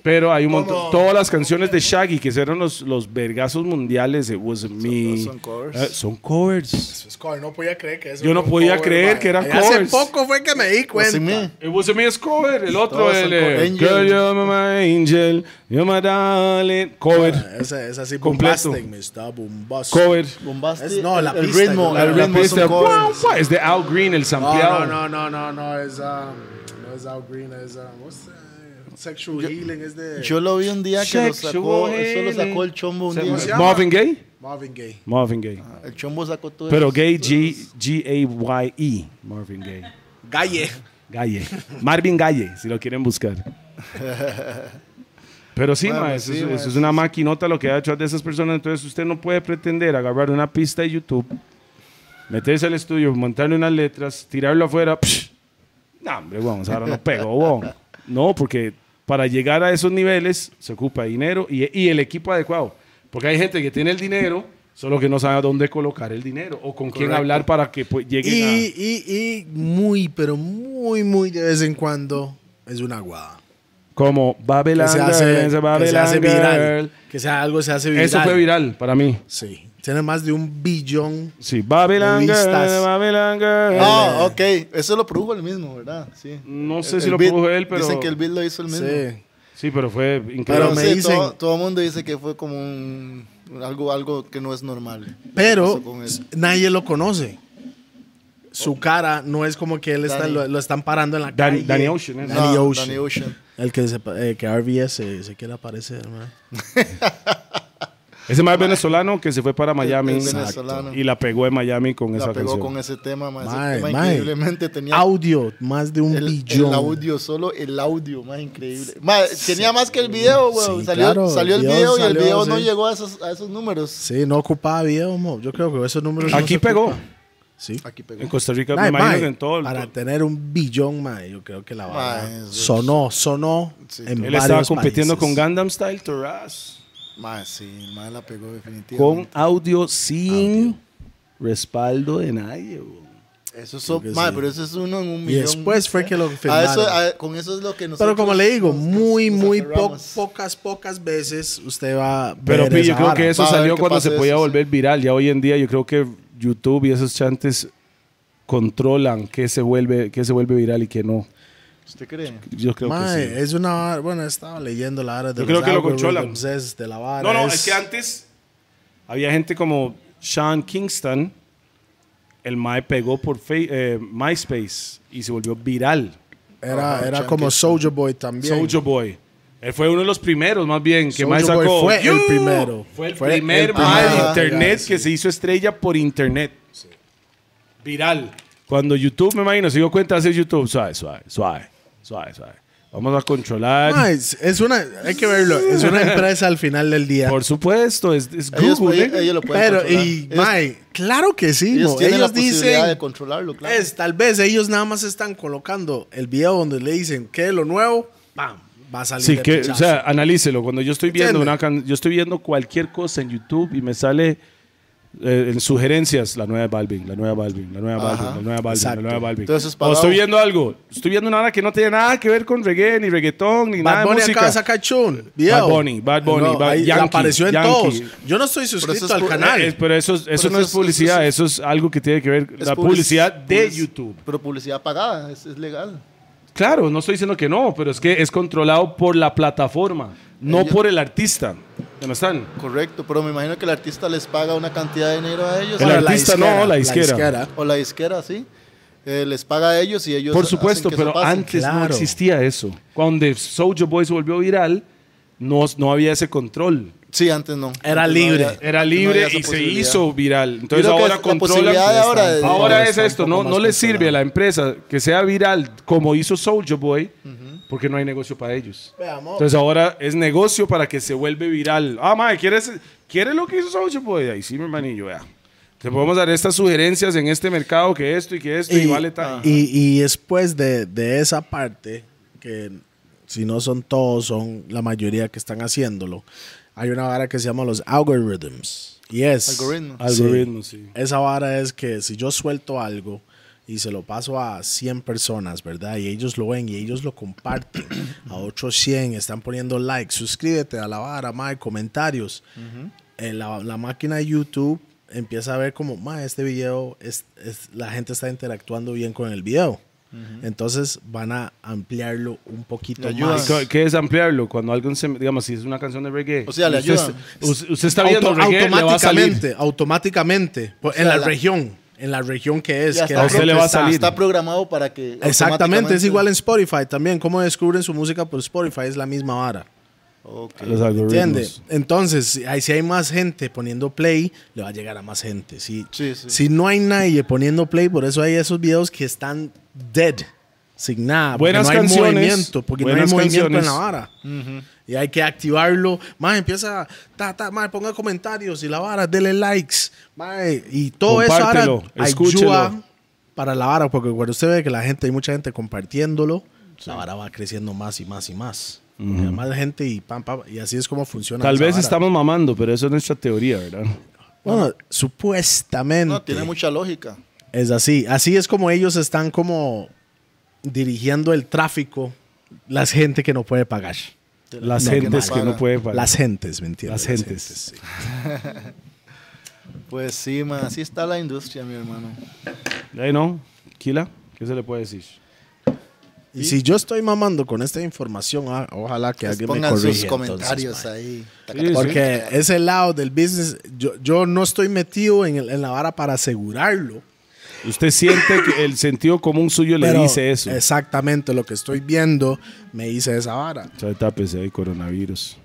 S1: Pero hay un montón. Todas las canciones de Shaggy, que eran los, los vergazos mundiales, It Wasn't Me.
S3: son covers.
S1: eh, son covers.
S2: no podía creer que eso
S1: Yo no podía creer que eran
S2: Hace
S1: covers.
S2: poco fue que me di cuenta.
S3: Así me-
S1: It was a Miss cover, el otro,
S3: Todos son
S1: el. eh,
S3: co-
S1: Girl,
S3: Angel.
S1: you're my angel, you're my darling. Cover.
S2: Esa, esa sí,
S1: Completo.
S2: bombastic, me está bombastic.
S1: Cover.
S3: Bombastic,
S2: Es- no, la
S3: el
S2: pista,
S3: ritmo,
S2: yo
S3: el
S2: creo.
S1: La
S3: ritmo es
S1: pista,
S3: un cover.
S1: guau, guau, es é de Al Green, el
S2: No,
S1: sampleado.
S2: no, no, no, no, no, es, um, no es Al Green, es um, what's that? Sexual Healing, es de
S3: Yo lo vi un día que lo sacó,
S1: Sexual
S3: eso lo sacó el chombo un
S1: ¿Se
S3: día.
S1: llama? Marvin Gaye.
S2: Marvin Gaye.
S1: Marvin Gaye.
S3: El chombo sacó todo
S1: Pero
S3: eso.
S1: Gaye, G, G-A-Y-E. Marvin Gaye.
S2: Galle.
S1: Gaye. Marvin Gaye, si lo quieren buscar. Pero sí,
S3: Bueno,
S1: ma, eso,
S3: sí,
S1: es,
S3: ma,
S1: eso es
S3: eso
S1: una maquinota lo que ha hecho de esas personas. Entonces usted no puede pretender agarrar una pista de YouTube, meterse al estudio, montarle unas letras, tirarlo afuera. psh, no, hombre, vamos, ahora no pegó. weón. No, porque para llegar a esos niveles se ocupa dinero y, y el equipo adecuado. Porque hay gente que tiene el dinero, solo que no sabe a dónde colocar el dinero o con quién hablar para que pues, llegue
S2: Y,
S1: a...
S2: y, y muy, pero muy, muy de vez en cuando es una guada.
S1: como
S2: Que
S1: Babylon
S2: se hace,
S1: Girl,
S2: que se
S1: Babylon
S2: hace viral.
S1: Girl.
S2: Que sea algo se hace viral.
S1: Eso fue viral para mí.
S2: Sí. Tiene más de un billón.
S1: Sí, Babylon
S2: De
S1: Girl,
S2: vistas.
S1: Babylon Girl.
S3: Ah, ok. Eso lo produjo el mismo, ¿verdad? Sí.
S1: No sé
S3: El-
S1: si
S3: el
S1: lo
S3: beat,
S1: produjo él, pero-
S3: Dicen que el beat lo hizo el mismo.
S2: Sí.
S1: Sí, pero fue increíble.
S2: Pero
S3: Pero
S2: me
S3: sí,
S2: dicen-
S3: todo, todo el mundo dice que fue como un, algo, algo que no es normal.
S2: Pero
S3: Eso con eso.
S2: nadie lo conoce. Su cara no es como que él está,
S3: Danny.
S2: lo, lo están parando en la
S1: Dan-
S2: calle.
S1: Danny Ocean, ¿eh?
S2: Danny
S3: No,
S2: Ocean.
S3: Danny Ocean.
S2: eh, El que, se, pa- eh, que RBS se, se quiere aparecer, man.
S1: Ese más venezolano que se fue para Miami
S3: es venezolano.
S1: y la pegó en Miami con esa
S3: La pegó
S1: canción.
S3: con ese tema, mae. Ese
S2: Mae,
S3: tema
S2: mae.
S3: increíblemente tenía
S2: Audio, más de un
S3: el,
S2: billón.
S3: el audio, solo el audio, más increíble. Mae, tenía más que el video, weón.
S2: Sí,
S3: salió,
S2: claro,
S3: salió el
S2: el video
S3: video y el
S2: salió,
S3: video no
S2: sí.
S3: llegó a esos, a esos números.
S2: Sí, no ocupaba video, mo. Yo creo que esos números. no
S1: Aquí
S2: se
S1: pegó.
S2: ocupan. Sí.
S3: Aquí pegó.
S1: En Costa Rica, me
S2: Mae,
S1: imagino
S2: mae,
S1: que en todo el.
S2: para tener un billón, mae, yo creo que la vara
S3: Mae, eso es-
S2: sonó, sonó
S3: Sí,
S2: en
S1: Él
S2: varios
S1: estaba compitiendo
S2: países.
S1: con Gundam Style Toraz.
S3: Mae, sí, el mae la pegó definitivamente.
S1: Con audio sin respaldo de nadie, bro.
S3: Eso es,
S2: que
S3: mae,
S2: sí.
S3: pero eso es uno en un
S2: Y
S3: millón.
S2: después fue que lo
S3: A
S2: firmaron.
S3: eso, a- con eso es lo que nosotros
S2: Pero como le digo,
S3: nos-
S2: muy,
S3: nos
S2: muy po-
S3: aferramos.
S2: pocas, pocas veces usted va a
S1: Pero
S2: ver
S1: Pi,
S2: esa
S1: yo creo
S2: vara.
S1: que eso
S3: Va a ver
S1: salió
S3: qué
S1: cuando
S3: pasa
S1: se
S3: eso,
S1: podía
S3: sí.
S1: volver viral. Ya hoy en día yo creo que YouTube y esos chantes controlan qué se vuelve, qué se vuelve viral y qué no.
S3: ¿Usted cree?
S1: Yo creo
S2: Mae,
S1: que sí.
S2: es una vara- bueno, estaba leyendo la vara de
S1: Yo creo
S2: los
S1: que lo
S2: algorithms,
S1: controlan.
S2: es de la vara,
S1: No, no, es que antes había gente como Sean Kingston, el Mae pegó por Fe- eh, MySpace y se volvió viral.
S2: era,
S3: Ajá,
S2: era
S3: Chunky.
S2: como Soldier Boy también.
S1: Soulja Boy. Él fue uno de los primeros, más bien, que
S2: Soulja
S1: Mae
S2: Boy
S1: sacó.
S2: fue el
S1: ¡Yu!
S2: primero.
S1: Fue el
S2: Fue el
S1: primer
S2: primero. Ah,
S1: Mae de
S3: Ajá.
S1: Internet
S2: Sí.
S1: que se hizo estrella por Internet. Viral. Cuando YouTube, me imagino, se dio cuenta, hace YouTube, suave, suave, suave, suave, suave. Vamos a controlar.
S2: Mae, es, es una, hay que verlo,
S1: (laughs)
S2: es una empresa al final del día.
S1: Por supuesto, es, es Google.
S3: Ellos, ellos,
S1: nigga.
S3: ellos lo pueden
S2: Pero,
S3: controlar.
S2: y,
S3: Ellos-
S2: mae, claro que sí,
S3: ellos
S2: mo.
S3: tienen
S2: ellos
S3: la posibilidad
S2: dicen,
S3: de controlarlo, claro.
S2: Es, tal vez ellos nada más están colocando el video donde le dicen que lo nuevo, pam, va a salir.
S1: Sí,
S2: de
S1: que,
S2: pichazo.
S1: o sea, analícelo. Cuando yo estoy viendo
S2: ¿Entiende?
S1: una can- yo estoy viendo cualquier cosa en YouTube y me sale eh, en sugerencias la nueva de Balvin, la nueva de Balvin, la nueva de
S3: Ajá.
S1: Balvin, la nueva de Balvin,
S2: Exacto.
S1: la nueva de Balvin.
S3: Entonces,
S1: o
S3: parado.
S1: estoy viendo algo, estoy viendo una hora que no tiene nada que ver con reggae, ni reggaetón, ni nada
S2: Bad
S1: de
S2: Bunny
S1: música.
S2: acaba de sacar chun, video.
S1: Bad Bunny, Bad Bunny, Bad-
S2: ahí
S1: Yankee,
S2: apareció en
S1: Yankee.
S2: todos. Yo no estoy suscrito
S3: eso es
S2: al
S3: pu-
S2: canal.
S1: Eh, pero eso, es- eso
S3: eso
S1: no es
S3: es-
S1: publicidad, eso es algo que tiene que ver
S3: es
S1: la
S3: public-
S1: publicidad de
S3: public-
S1: YouTube.
S3: Pero publicidad pagada, es, es legal.
S1: Claro, no estoy diciendo que no, pero es que es controlado por la plataforma, no
S3: Ellos-
S1: por el artista. ¿Ya me están?
S3: Correcto, pero me imagino que el artista les paga una cantidad de dinero a ellos.
S1: El
S2: Ahora,
S3: o,
S1: arti-
S3: la,
S1: artista no, la izquierda.
S3: o la disquera, sí. Eh, les paga a ellos y ellos.
S1: Por
S3: hacen
S1: supuesto,
S3: que eso
S1: pero
S3: pase.
S1: antes no
S2: Claro.
S1: existía eso. Cuando Soulja Boy se volvió viral, no, no había ese control.
S3: Sí, antes no.
S2: Era
S3: Antes no
S2: libre.
S3: había-
S1: Era
S3: no
S1: libre
S3: había esa
S1: y se
S3: posibilidad.
S1: hizo viral. Entonces
S3: creo que
S1: ahora
S3: la
S1: controlan.
S3: posibilidad de ahora de-
S1: Ahora
S3: ahora
S1: es
S3: está un
S1: esto,
S3: poco
S1: no,
S3: más
S1: no le sirve a
S3: controlado.
S1: la empresa que sea viral como hizo Soulja Boy, porque no hay negocio para ellos.
S2: Veamos.
S1: Entonces ahora es negocio para que se vuelve viral. Ah, madre, ¿quieres, ¿quieres lo que hizo Soulja Boy? Ahí sí, mi hermanillo, vea. Te podemos dar estas sugerencias en este mercado, que esto y que esto, y,
S2: Y,
S1: vale tal.
S2: y- y después de, de esa parte, que si no son todos, son la mayoría que están haciéndolo, hay una vara que se llama los algorithms. Y es.
S3: Algoritmos.
S2: Sí.
S1: Algoritmos, sí.
S2: Esa vara es que si yo suelto algo y se lo paso a 100 personas, ¿verdad? Y ellos lo ven y ellos lo comparten. a otros 100 están poniendo like, suscríbete a la vara, mae, comentarios. Eh, la, la máquina de YouTube empieza a ver como, mae, este video, es, es- la gente está interactuando bien con el video. Entonces van a ampliarlo un poquito
S3: Le ayudan.
S2: más.
S1: ¿Qué- ¿Qué es ampliarlo? Cuando alguien se, digamos, si es una canción de reggae.
S3: O sea, le
S1: usted,
S3: ayudan.
S1: es- us- usted está viendo
S2: Auto-
S1: reggae, le va a salir.
S2: automáticamente, automáticamente, pues, en
S3: sea,
S2: la,
S3: la-
S2: región, en la región que es,
S3: Ya
S2: que
S3: está
S2: la
S1: usted
S2: gente
S1: le va a
S2: está-
S1: salir.
S3: Está programado para que.
S2: Exactamente, es
S3: automáticamente-
S2: igual en Spotify también. Cómo descubren su música por Spotify es la misma vara.
S3: Ok.
S1: Los algoritmos.
S2: ¿Entiende? Entonces, si hay, si hay más gente poniendo play, le va a llegar a más gente. Si,
S3: Sí, sí.
S2: si no hay nadie poniendo play, por eso hay esos videos que están dead, sin nada. porque
S1: Buenas
S2: no hay
S1: canciones,
S2: movimiento, porque no hay
S1: buenas
S2: movimiento en la
S1: canciones.
S2: vara. Y hay que activarlo. Más empieza, ta, ta, mae, ponga comentarios y la vara, dele likes. mae, y todo eso ahora
S1: Compártelo, escúchelo.
S2: ayuda para la vara, porque cuando usted ve que la gente, hay mucha gente compartiéndolo, la vara va creciendo más y más y más. Porque hay Más gente y pam, pam, y así es como funciona.
S1: Tal
S2: esa
S1: vez
S2: vara.
S1: estamos mamando, pero eso es nuestra teoría, ¿verdad?
S2: Bueno, supuestamente.
S3: No, tiene mucha lógica.
S2: Es así. Así es como ellos están como dirigiendo el tráfico, la gente que no puede pagar.
S1: Las
S2: No,
S1: gentes
S2: que
S1: que no
S3: paga.
S1: pueden pagar.
S2: Las gentes, ¿me entiendes?
S1: Las gentes.
S2: sí.
S3: Pues sí, man, así está la industria, mi hermano.
S1: Ahí no. Kila, ¿qué se le puede decir?
S2: Y si yo estoy mamando con esta información, ah, ojalá que
S3: Pues
S2: alguien me
S3: pongan
S2: corrija.
S3: sus
S2: entonces,
S3: comentarios
S2: mae.
S3: ahí.
S1: Sí, sí.
S2: Porque ese lado del business, yo, yo no estoy metido en, el- en la vara para asegurarlo.
S1: Usted siente que el sentido común suyo le
S2: pero
S1: dice eso.
S2: Exactamente, lo que estoy viendo me dice esa vara.
S1: O sea, tápese ahí, coronavirus.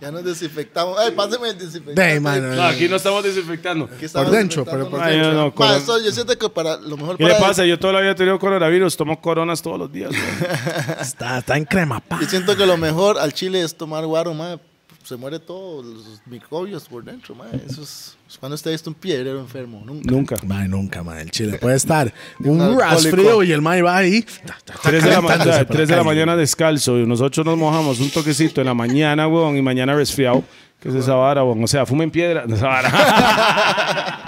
S3: Ya nos desinfectamos. Ay, pásenme el desinfectante.
S2: Dey, mano.
S1: No, aquí no estamos desinfectando.
S3: Aquí estamos
S2: Por dentro,
S3: desinfectando
S2: pero por
S3: nosotros.
S1: dentro. Ay, no, no,
S3: Ma,
S1: corona.
S3: esto yo siento que para lo mejor
S1: ¿Qué le
S3: para-
S1: pasa? Yo toda la vida he tenido coronavirus, tomo coronas todos los días. güey.
S2: Está, está en crema, pa.
S3: Yo siento que lo mejor al chile es tomar guaro, ma. Se muere todo, los microbios por dentro, ma. Eso es, es cuando está visto un piedrero enfermo, nunca.
S1: Nunca.
S2: Mae, nunca, mae. El chile puede estar un
S3: Un
S2: ras
S3: alcohólico.
S2: frío y el mae va ahí. ta, ta, ta,
S1: Tres de, la ma-
S2: calentándose por
S1: tres de la
S2: calle.
S1: mañana descalzo y nosotros nos mojamos un toquecito en la mañana, weón, y mañana resfriado. ¿Qué es esa vara, weón? O sea, fumen piedra. Esa vara. (laughs)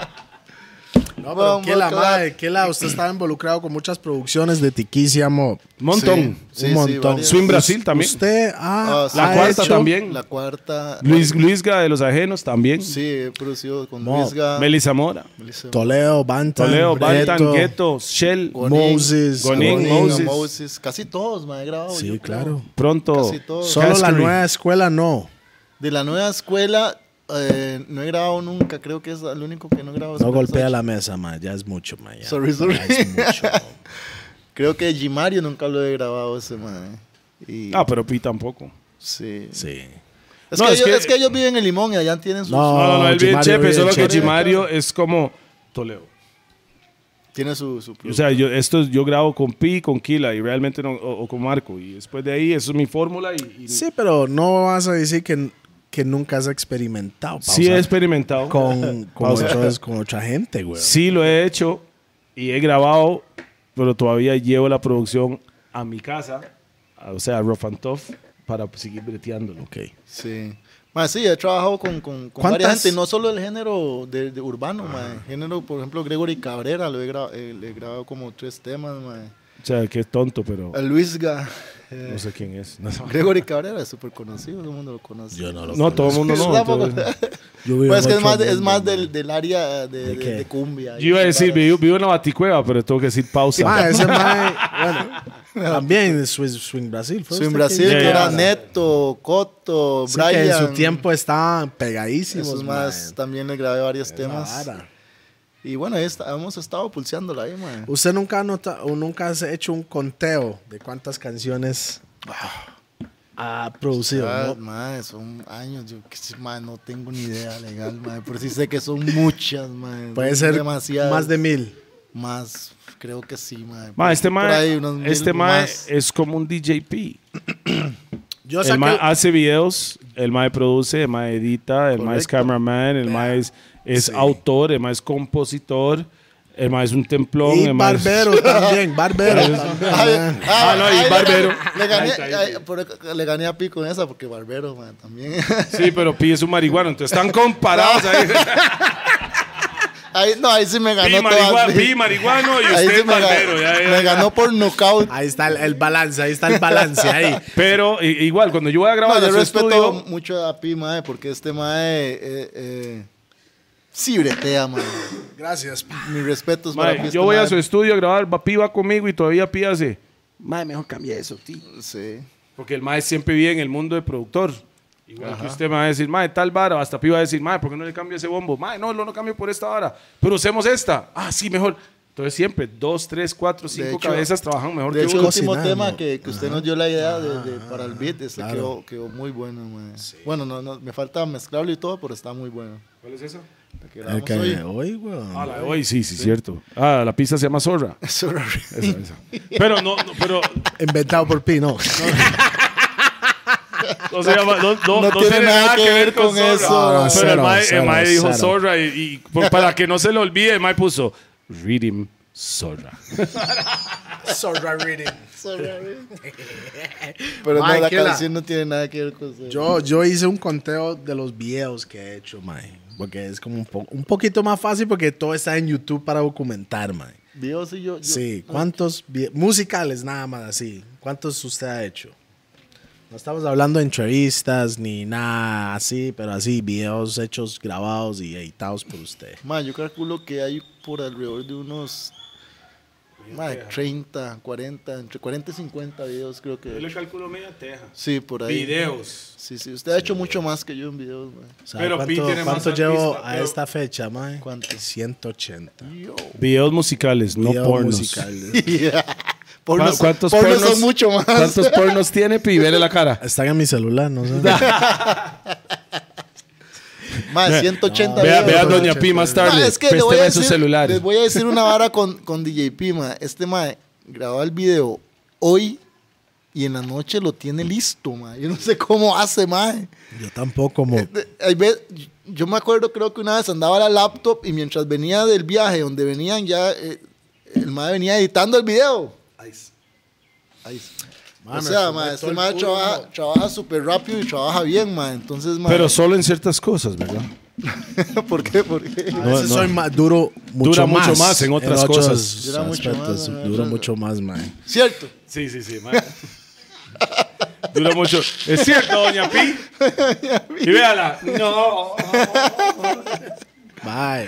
S2: No, pero que la
S3: Vamos, claro.
S2: madre, que la. Usted está involucrado con muchas producciones de Tiquísimo.
S1: Montón.
S3: Sí,
S2: un
S3: sí,
S2: montón.
S3: varias.
S1: Swing Brasil también.
S2: Usted ha,
S3: Ah, sí.
S1: La
S2: ha
S1: cuarta
S2: hecho-
S1: también.
S3: La cuarta.
S1: Luis, Luis Ga de los Ajenos también.
S3: Sí, he producido con
S2: No,
S3: Luisga.
S1: Meli Zamora.
S3: Melissa
S2: Toledo, Bantam.
S1: Toledo, Bantan,
S2: Breto,
S1: Gueto, Shell.
S3: Gonin,
S2: Moses.
S1: Gonin,
S2: Gonin.
S1: Moses.
S3: Moses. Casi todos, ma. He grabado.
S2: Sí,
S3: yo creo.
S2: claro.
S1: Pronto.
S3: Casi todos.
S2: Solo la
S1: Cascary.
S2: nueva escuela no.
S3: De la nueva escuela, eh, no he grabado nunca. Creo que es el único que no he grabado.
S2: No
S3: es
S2: golpea
S3: Versace.
S2: la mesa, mae. Ya es mucho, mae. ya.
S3: Sorry, sorry.
S2: Ya es mucho. mae.
S3: (laughs) Creo que Gimario nunca lo he grabado ese, ma. Y,
S1: Ah, pero Pi tampoco.
S3: sí.
S2: Sí.
S3: Es,
S1: No,
S3: que
S1: es
S3: ellos-
S1: que-
S3: es que ellos viven en Limón y allá tienen sus,
S2: No.
S1: No, no, no, él bien
S2: Chimario
S1: chepe,
S2: bien
S1: solo que
S2: chepe.
S1: Chimario es como Toledo.
S3: tienen su, su
S1: O sea, yo, esto yo grabo con Pi, con Kila y realmente no, o, o con Marco. Y después de ahí, eso es mi fórmula. Y, y sí,
S2: Sí, pero no vas a decir que, que nunca has experimentado.
S1: he
S2: pausa.
S1: experimentado.
S2: (laughs) con, con,
S1: Pausa.
S2: otros- con otra gente, güey.
S1: Sí lo he hecho y he grabado, pero todavía llevo la producción a mi casa, a- o sea, a Rough and Tough, para seguir breteándolo.
S2: Ok.
S3: Sí. Ma, sí, he trabajado con, con, con
S2: ¿Cuántas?
S3: varias gente, no solo el género de, de urbano,
S2: Ah.
S3: ma. Género, por ejemplo, Gregory Cabrera, lo he gra- eh, le he grabado como tres temas, ma.
S1: O sea, que es tonto, pero
S3: A Luisga. eh,
S1: no sé quién es. No,
S3: (laughs) Gregory Cabrera es súper conocido, todo el mundo lo conoce. (laughs)
S2: Yo no lo
S1: no, todo el mundo
S3: Yo
S1: no.
S3: tampoco.
S1: entonces-
S2: Yo vivo
S3: Pues
S2: en
S3: que es
S2: otro
S3: más, de- es
S2: mundo,
S3: más
S2: güey.
S3: del, del área de,
S2: ¿De
S3: de-
S2: qué?
S3: de cumbia.
S1: Yo iba a decir, vivo, vivo en la baticueva, pero tengo que decir pausa.
S2: Ma, Ah, ese mae,
S3: (laughs)
S2: bueno, también en Swing, Swing Brasil. fue
S3: Soy en
S2: usted
S3: Brasil,
S1: Ya,
S2: que-
S3: que
S1: ya,
S3: era
S1: ya.
S3: Neto, Coto,
S2: Sí, que
S3: Brian.
S2: en su tiempo estaban pegadísimos.
S3: Esos más, también le grabé varios
S2: mae.
S3: temas.
S2: Vara.
S3: Y bueno, ahí está- hemos estado pulseándola ahí, man.
S2: ¿Usted nunca ha, nota- o nunca has hecho un conteo de cuántas canciones ha producido?
S3: Ah,
S2: ¿no?
S3: madre, son años, yo que sí, madre, no tengo ni idea legal, madre, pero sí sé que son muchas, (laughs) madre.
S2: Puede
S3: son
S2: ser
S3: demasiadas,
S2: más de mil.
S3: más, creo que sí, madre.
S1: Ma, este
S3: Por
S1: mae
S3: ahí unos
S1: este
S3: mil
S1: mae
S3: más.
S1: es como un DJP.
S2: Yo
S1: El
S2: saqué-
S1: mae hace videos, el mae produce, el mae edita, el mae es
S3: Correcto.
S1: cameraman, el mae es, es autor, el mae es compositor, el mae es un templón,
S2: y
S1: el mae es-
S2: Barbero (laughs) también, Barbero también.
S3: (laughs) Ay,
S2: man.
S3: ay,
S1: Ah, no, y
S3: ay,
S1: Barbero.
S3: Le
S1: Ahí
S3: gané,
S1: está, ahí
S3: ay, por- le gané a Pi con esa porque Barbero, madre, también. (laughs)
S1: Sí, pero Pi es un marihuano, entonces están comparados ahí.
S3: Ahí, no, ahí sí me ganó
S1: Pi,
S3: todas,
S1: marigua-
S3: Pi.
S1: Pi marihuano y
S3: Ahí
S1: usted
S3: sí me,
S1: barbero.
S3: ganó,
S1: ya, ya,
S3: me
S1: ya.
S3: ganó por knockout.
S2: (laughs) Ahí está el, el balance, ahí está el balance, ahí.
S1: Pero i- igual, cuando yo voy a grabar
S3: No,
S1: en
S3: yo
S1: su
S3: respeto
S1: estudio,
S3: mucho a Pi, madre, porque este mae eh, eh, sí bretea, madre.
S2: Gracias. pa.
S3: Mis respetos
S1: mae,
S3: para Pi. este
S1: yo voy a
S3: mae.
S1: su estudio a grabar, va- Pi va conmigo y todavía Pi hace...
S4: Madre, mejor cambia eso, tío.
S3: Sí.
S1: Porque el mae siempre vive en el mundo de productor. Igual que usted me va a decir, mae, tal vara, o hasta piba va a decir, mae, ¿por qué no le cambio ese bombo? Mae, no, no lo cambio por esta vara, pero usemos esta. Ah, sí, mejor. Entonces siempre, dos, tres, cuatro, cinco
S3: hecho-
S1: cabezas trabajan mejor
S3: De
S1: que
S3: hecho, el
S1: uno.
S3: último
S2: Cocinando.
S3: tema que, que usted nos dio la idea de, de- para el beat, este quedó, quedó muy bueno, mae. Bueno, no, no, me falta mezclarlo y todo, pero está muy bueno.
S1: ¿Cuál es eso?
S3: La que
S2: El
S3: grabamos
S2: que
S3: hoy.
S2: hoy, weón.
S1: Ah, la de hoy, sí, sí, cierto. Ah, la pista se llama Zorra.
S3: Sorry.
S1: Esa, esa. Pero no, no, pero
S2: Inventado por
S3: (laughs)
S2: Pi, no.
S1: no se llama, no, no-
S3: No
S1: no tiene, nada que ver con,
S3: eso,
S1: Zorra. pero
S3: no,
S1: el
S2: cero,
S1: mae, el
S2: cero,
S1: mae dijo
S2: cero.
S1: Zorra y, y por- para que no se le olvide, el mae puso Rhythm Zorra.
S3: Sorry. Pero no,
S2: Mae,
S3: la
S2: ¿qué la-
S3: canción no tiene nada que ver con eso.
S2: Yo, yo hice un conteo de los videos que he hecho, mae. Porque es como un, po- un poquito más fácil porque todo está en YouTube para documentar, mae.
S3: Dios y yo. yo-
S2: Sí, ¿cuántos vi- musicales nada más así? ¿Cuántos usted ha hecho? No estamos hablando de entrevistas ni nada así, pero así, videos hechos, grabados y editados por usted.
S3: Mae, yo calculo que hay por alrededor de unos. mae, 30, 40, entre 40 y 50 videos creo que.
S1: calculo media teja.
S3: Sí, por ahí.
S1: Videos.
S3: Sí, sí. Usted ha hecho mucho más que yo en videos, mae.
S2: O sea,
S1: Pero Pi
S2: ¿Cuánto,
S1: tiene más
S2: cuánto llevo
S1: artista,
S2: a
S1: pero-
S2: esta fecha, mae?
S3: ¿Cuánto?
S2: 180.
S1: Videos musicales, no
S3: (laughs)
S2: Videos
S1: pornos.
S2: musicales.
S3: Pornos,
S1: ¿Cuántos
S3: pornos
S1: pornos,
S3: son mucho más.
S1: ¿Cuántos
S3: (laughs)
S1: pornos tiene, pi? Vele la cara.
S2: Están en mi celular, no sé. (laughs)
S3: Más 180
S1: Vea,
S3: videos,
S1: vea a
S3: ¿verdad?
S1: Doña Pi más tarde. Pues
S3: Ma, es que le voy, a
S1: Présteme su
S3: decir,
S1: celular.
S3: les voy a decir una vara con, con DJ Pima. Este mae grabó el video hoy y en la noche lo tiene listo, mae. Yo no sé cómo hace, mae.
S2: Yo tampoco, (laughs) mo.
S3: De- hay ve- yo me acuerdo, creo que una vez andaba la laptop y mientras venía del viaje donde venían ya, eh, el mae venía editando el video. Ahí. o sea, mae, este mae trabaja, trabaja súper rápido y trabaja bien, mae. Entonces, mae,
S1: Pero solo en ciertas cosas, ¿verdad?
S3: (laughs) ¿por qué? ¿Por qué?
S2: A veces soy más duro mucho
S1: Dura
S2: más.
S1: mucho más en otras cosas.
S3: Dura mucho más,
S2: aspectos.
S3: en
S2: Dura
S3: otras-
S2: mucho más, man.
S3: Cierto.
S1: Sí, sí, sí. man. Dura mucho. Es cierto, Doña
S3: (laughs)
S1: Pi. Y véala. No.
S2: Bye.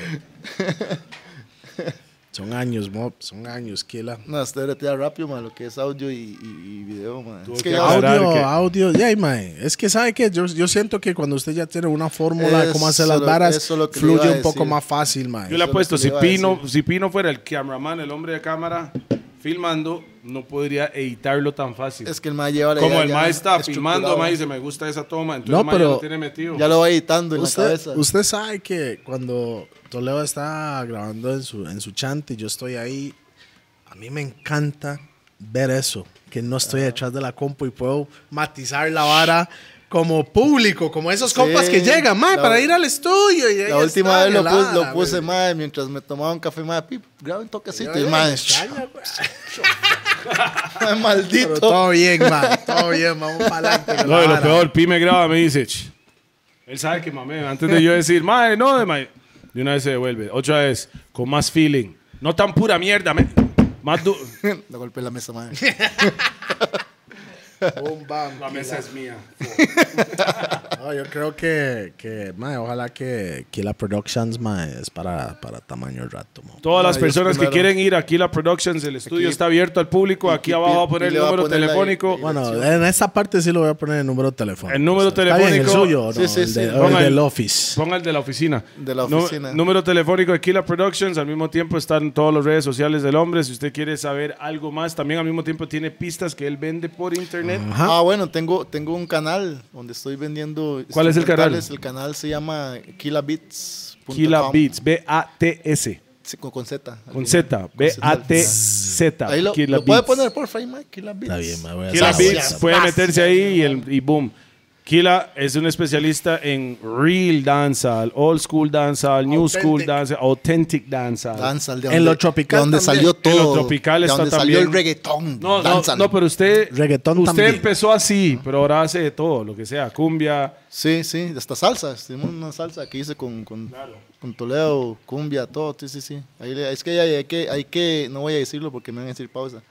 S2: Son años, mob. Son años, Kila.
S3: No, este bretea rápido, man, lo que es audio y, y- y video, man.
S1: Tuvo
S3: Es que
S1: que
S3: ya-
S1: aclarar.
S2: Audio,
S1: que-
S2: audio. Yeah, man. Es que, ¿sabe qué? Yo, yo siento que cuando usted ya tiene una fórmula de cómo hacer
S3: Eso
S2: las
S3: lo-
S2: varas,
S3: eso lo que le iba
S2: fluye
S3: a
S2: un poco
S3: decir.
S2: más fácil, man.
S1: Yo le
S3: Eso
S1: apuesto,
S3: es lo
S1: si
S3: que le iba a
S1: Pino,
S3: decir.
S1: si Pino fuera el cameraman, el hombre de cámara, filmando, no podría editarlo tan fácil.
S3: Es que el mae lleva la
S1: Como
S3: idea
S1: el
S3: ya
S1: mae está
S3: estructurada.
S1: filmando, mae dice, me gusta esa toma, entonces
S2: No,
S1: el mae ya
S2: pero-
S1: lo tiene metido.
S3: Ya lo va editando en la
S2: Usted,
S3: cabeza.
S2: usted sabe que cuando Toledo está grabando en su, en su chante y yo estoy ahí, a mí me encanta ver eso, que no estoy
S3: Ah.
S2: detrás de la compu y puedo matizar la vara como público, como esos compas que llegan, mae,
S3: La-
S2: para ir al estudio. Y ahí
S3: la última
S2: está,
S3: vez lo,
S2: la
S3: puse-
S2: vara,
S3: lo puse,
S2: güey.
S3: mae, mientras me tomaba un café, mae, pip, graba un toquecito. Y
S2: Ay,
S3: mae,
S2: extraña,
S3: (laughs)
S2: güey. Pero
S3: maldito.
S2: todo bien, mae, todo bien, vamos para adelante. con
S1: No,
S2: la
S1: y lo
S2: vara.
S1: peor, Pi me graba, me dice, "Ch". él sabe que mame, antes de yo (laughs) decir, mae, no, de mae, de una vez se devuelve. Otra vez, con más feeling, no tan pura mierda, me- más du-
S3: Le golpeé la mesa, mae.
S2: Boom, bam,
S1: La mesa es mía.
S2: No, yo creo que, que mae, ojalá que, que la Productions mae, es para, para tamaño rato. mo.
S1: Todas las
S3: Ay, Dios,
S1: personas que
S3: primero.
S1: quieren ir aquí, la Productions, el estudio
S3: Aquí.
S1: está abierto al público. Aquí
S3: Aquí,
S1: abajo voy a
S3: Pi-
S1: poner
S3: Pi
S1: el
S3: le va a
S1: número
S3: poner la-
S1: telefónico.
S3: la-
S2: Bueno, en esta parte sí lo voy a poner el número telefónico.
S1: El número
S2: Está bien,
S1: telefónico.
S2: el suyo, ¿no?
S3: Sí, sí,
S2: el,
S3: sí.
S2: de- o el
S1: Ponga el-
S2: del office.
S1: Ponga el de la oficina.
S3: De la
S1: Nú-
S3: oficina.
S1: número telefónico de Aquila Productions. Al mismo tiempo están todas las redes sociales del hombre. Si usted quiere saber algo más, también al mismo tiempo tiene pistas que él vende por internet.
S2: Ajá.
S3: Ah, bueno, tengo, tengo un canal donde estoy vendiendo.
S1: ¿Cuál es el
S3: instrumentales.
S1: canal?
S3: El canal se llama kilabits.com.
S1: Aquila Beats, B-A-T-S,
S3: Sí, con, con Z.
S1: con Z, B-A-T-Z.
S3: Ahí lo,
S1: Aquila
S3: lo puede
S1: Beats.
S3: poner, por favor, mae, kilabits.
S2: Está bien, me voy a
S1: Kila
S2: hacer la
S1: Beats
S2: WhatsApp.
S1: puede meterse ahí y, el- y boom. Kila es un especialista en real danza, old school danza, new school
S2: Authentic.
S1: danza, authentic danza.
S3: Danza, de
S2: En lo
S3: donde-
S2: tropical
S3: de donde
S2: también.
S3: salió todo.
S1: En lo tropical
S3: de
S1: está
S3: donde salió
S1: también.
S3: el reggaetón.
S1: No, no,
S3: danza.
S1: no, pero usted,
S2: Reggaetón
S1: usted
S2: también.
S1: empezó así, pero ahora hace de todo, lo que sea,
S3: (laughs)
S1: cumbia.
S3: Sí, sí, hasta salsa. Tenemos una salsa que hice con, con, con Toledo, cumbia, todo. Sí, sí, sí. Ahí le- es que hay, hay que, hay que, no voy a decirlo porque me van a decir pausa.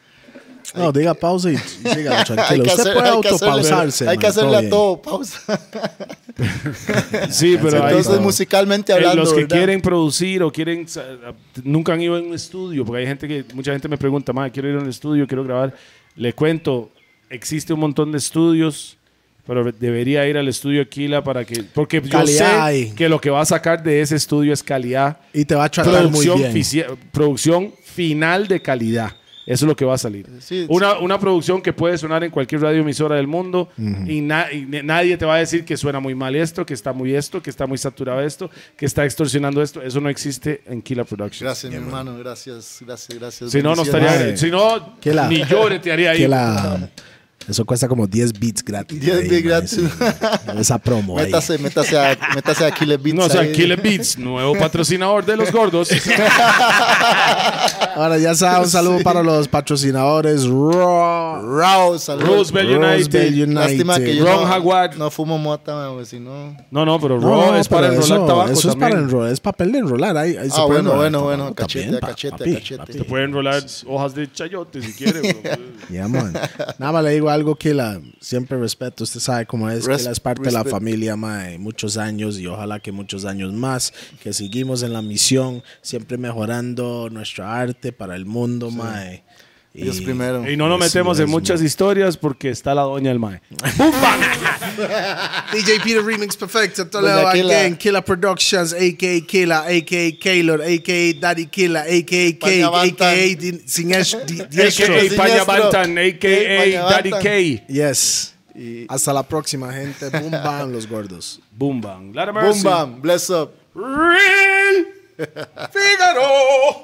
S2: No, diga pausa y, y siga
S3: (laughs) Hay
S2: tranquilo.
S3: que
S2: Usted
S3: hacer-
S2: puede
S3: hay que hacerle-
S2: autopausarse.
S3: Hay que
S2: man,
S3: hacerle a
S2: bien.
S3: todo pausa.
S1: Sí, pero ahí-
S3: (laughs) Entonces,
S2: todo.
S3: musicalmente
S1: eh,
S3: hablando.
S1: los que
S3: ¿verdad?
S1: quieren producir o quieren sa- a- nunca han ido a un estudio, porque hay gente que mucha gente me pregunta, "Mae, quiero ir a un estudio, quiero grabar." Le cuento, existe un montón de estudios, pero debería ir al estudio Aquila para que porque yo sé
S2: Calidad hay.
S1: que lo que va a sacar de ese estudio es calidad,
S2: Y te va a tratar muy
S1: producción,
S2: bien.
S1: fisi- producción final de calidad. Eso es lo que va a salir.
S3: Sí,
S1: una, una producción que puede sonar en cualquier radioemisora del mundo y, na- y ne- nadie te va a decir que suena muy mal esto, que está muy esto, que está muy saturado esto, que está extorsionando esto. Eso no existe en Kila Productions.
S3: Gracias, mi hermano. Gracias, gracias, gracias.
S1: Si no, no
S3: Bendiciones.
S1: estaría.
S2: Madre.
S1: Si no,
S2: Que la-
S1: ni yo bretearía ahí.
S2: Que la- eso cuesta como 10 beats gratis.
S3: 10
S2: ahí,
S3: beats
S2: man,
S3: gratis.
S2: sí. Esa promo. ahí.
S3: (laughs) Métase, métase a, métase a Killer Beats.
S1: No, o sea,
S3: ahí.
S1: Killer Beats, nuevo patrocinador de los
S2: (laughs)
S1: gordos.
S2: Ahora ya sabe, un saludo para los patrocinadores. Raw.
S3: Raw, saludos.
S1: Roosevelt United.
S2: Roosevelt United.
S3: Lástima que yo
S1: Ron
S3: no,
S1: Jaguar.
S3: no fumo mota, man, porque si no.
S1: No, no, pero
S2: No,
S1: Raw
S2: no,
S1: es para
S2: pero
S1: enrolar
S2: eso,
S1: tabaco.
S2: Eso es para
S1: también.
S2: enrolar, es papel de enrolar. Ahí, ahí se
S3: Ah,
S2: puede
S3: bueno,
S2: enrolar
S3: bueno,
S2: tabaco
S3: bueno, cachete,
S2: también, pa-
S3: cachete, cachete.
S1: Te pueden enrolar hojas de chayote si quieres.
S2: (laughs)
S1: bro.
S2: Yeah, man. Nada más le digo algo que la siempre respeto. Usted sabe cómo es,
S3: Res-
S2: que la es parte de la
S3: respeto.
S2: familia, mae. Muchos años y ojalá que muchos años más. Que seguimos en la misión, siempre mejorando nuestra arte para el mundo, mae.
S3: Dios primero.
S1: Y no nos metemos en muchas historias porque está la doña del mae.
S2: DJ Peter Remix Perfecto,
S3: Doña
S2: Toledo
S3: Killa.
S2: Again, Killa Productions, a.k.a. Killa, a.k.a. Keylor, a.k.a. Daddy Killa, a.k.a. K,
S3: Pañabantan.
S2: a.k.a. Din- Sin Ash Di- Diestro.
S1: A.K.A. Paya
S3: siniestro.
S1: Bantan, A.K.A. Daddy
S3: Paya
S1: K.
S2: Yes. Hasta la próxima, gente. Boom, bam, los gordos.
S1: Boom bang. Lot of
S3: Boom
S1: mercy.
S3: bam, bless up.
S1: Real Figaro.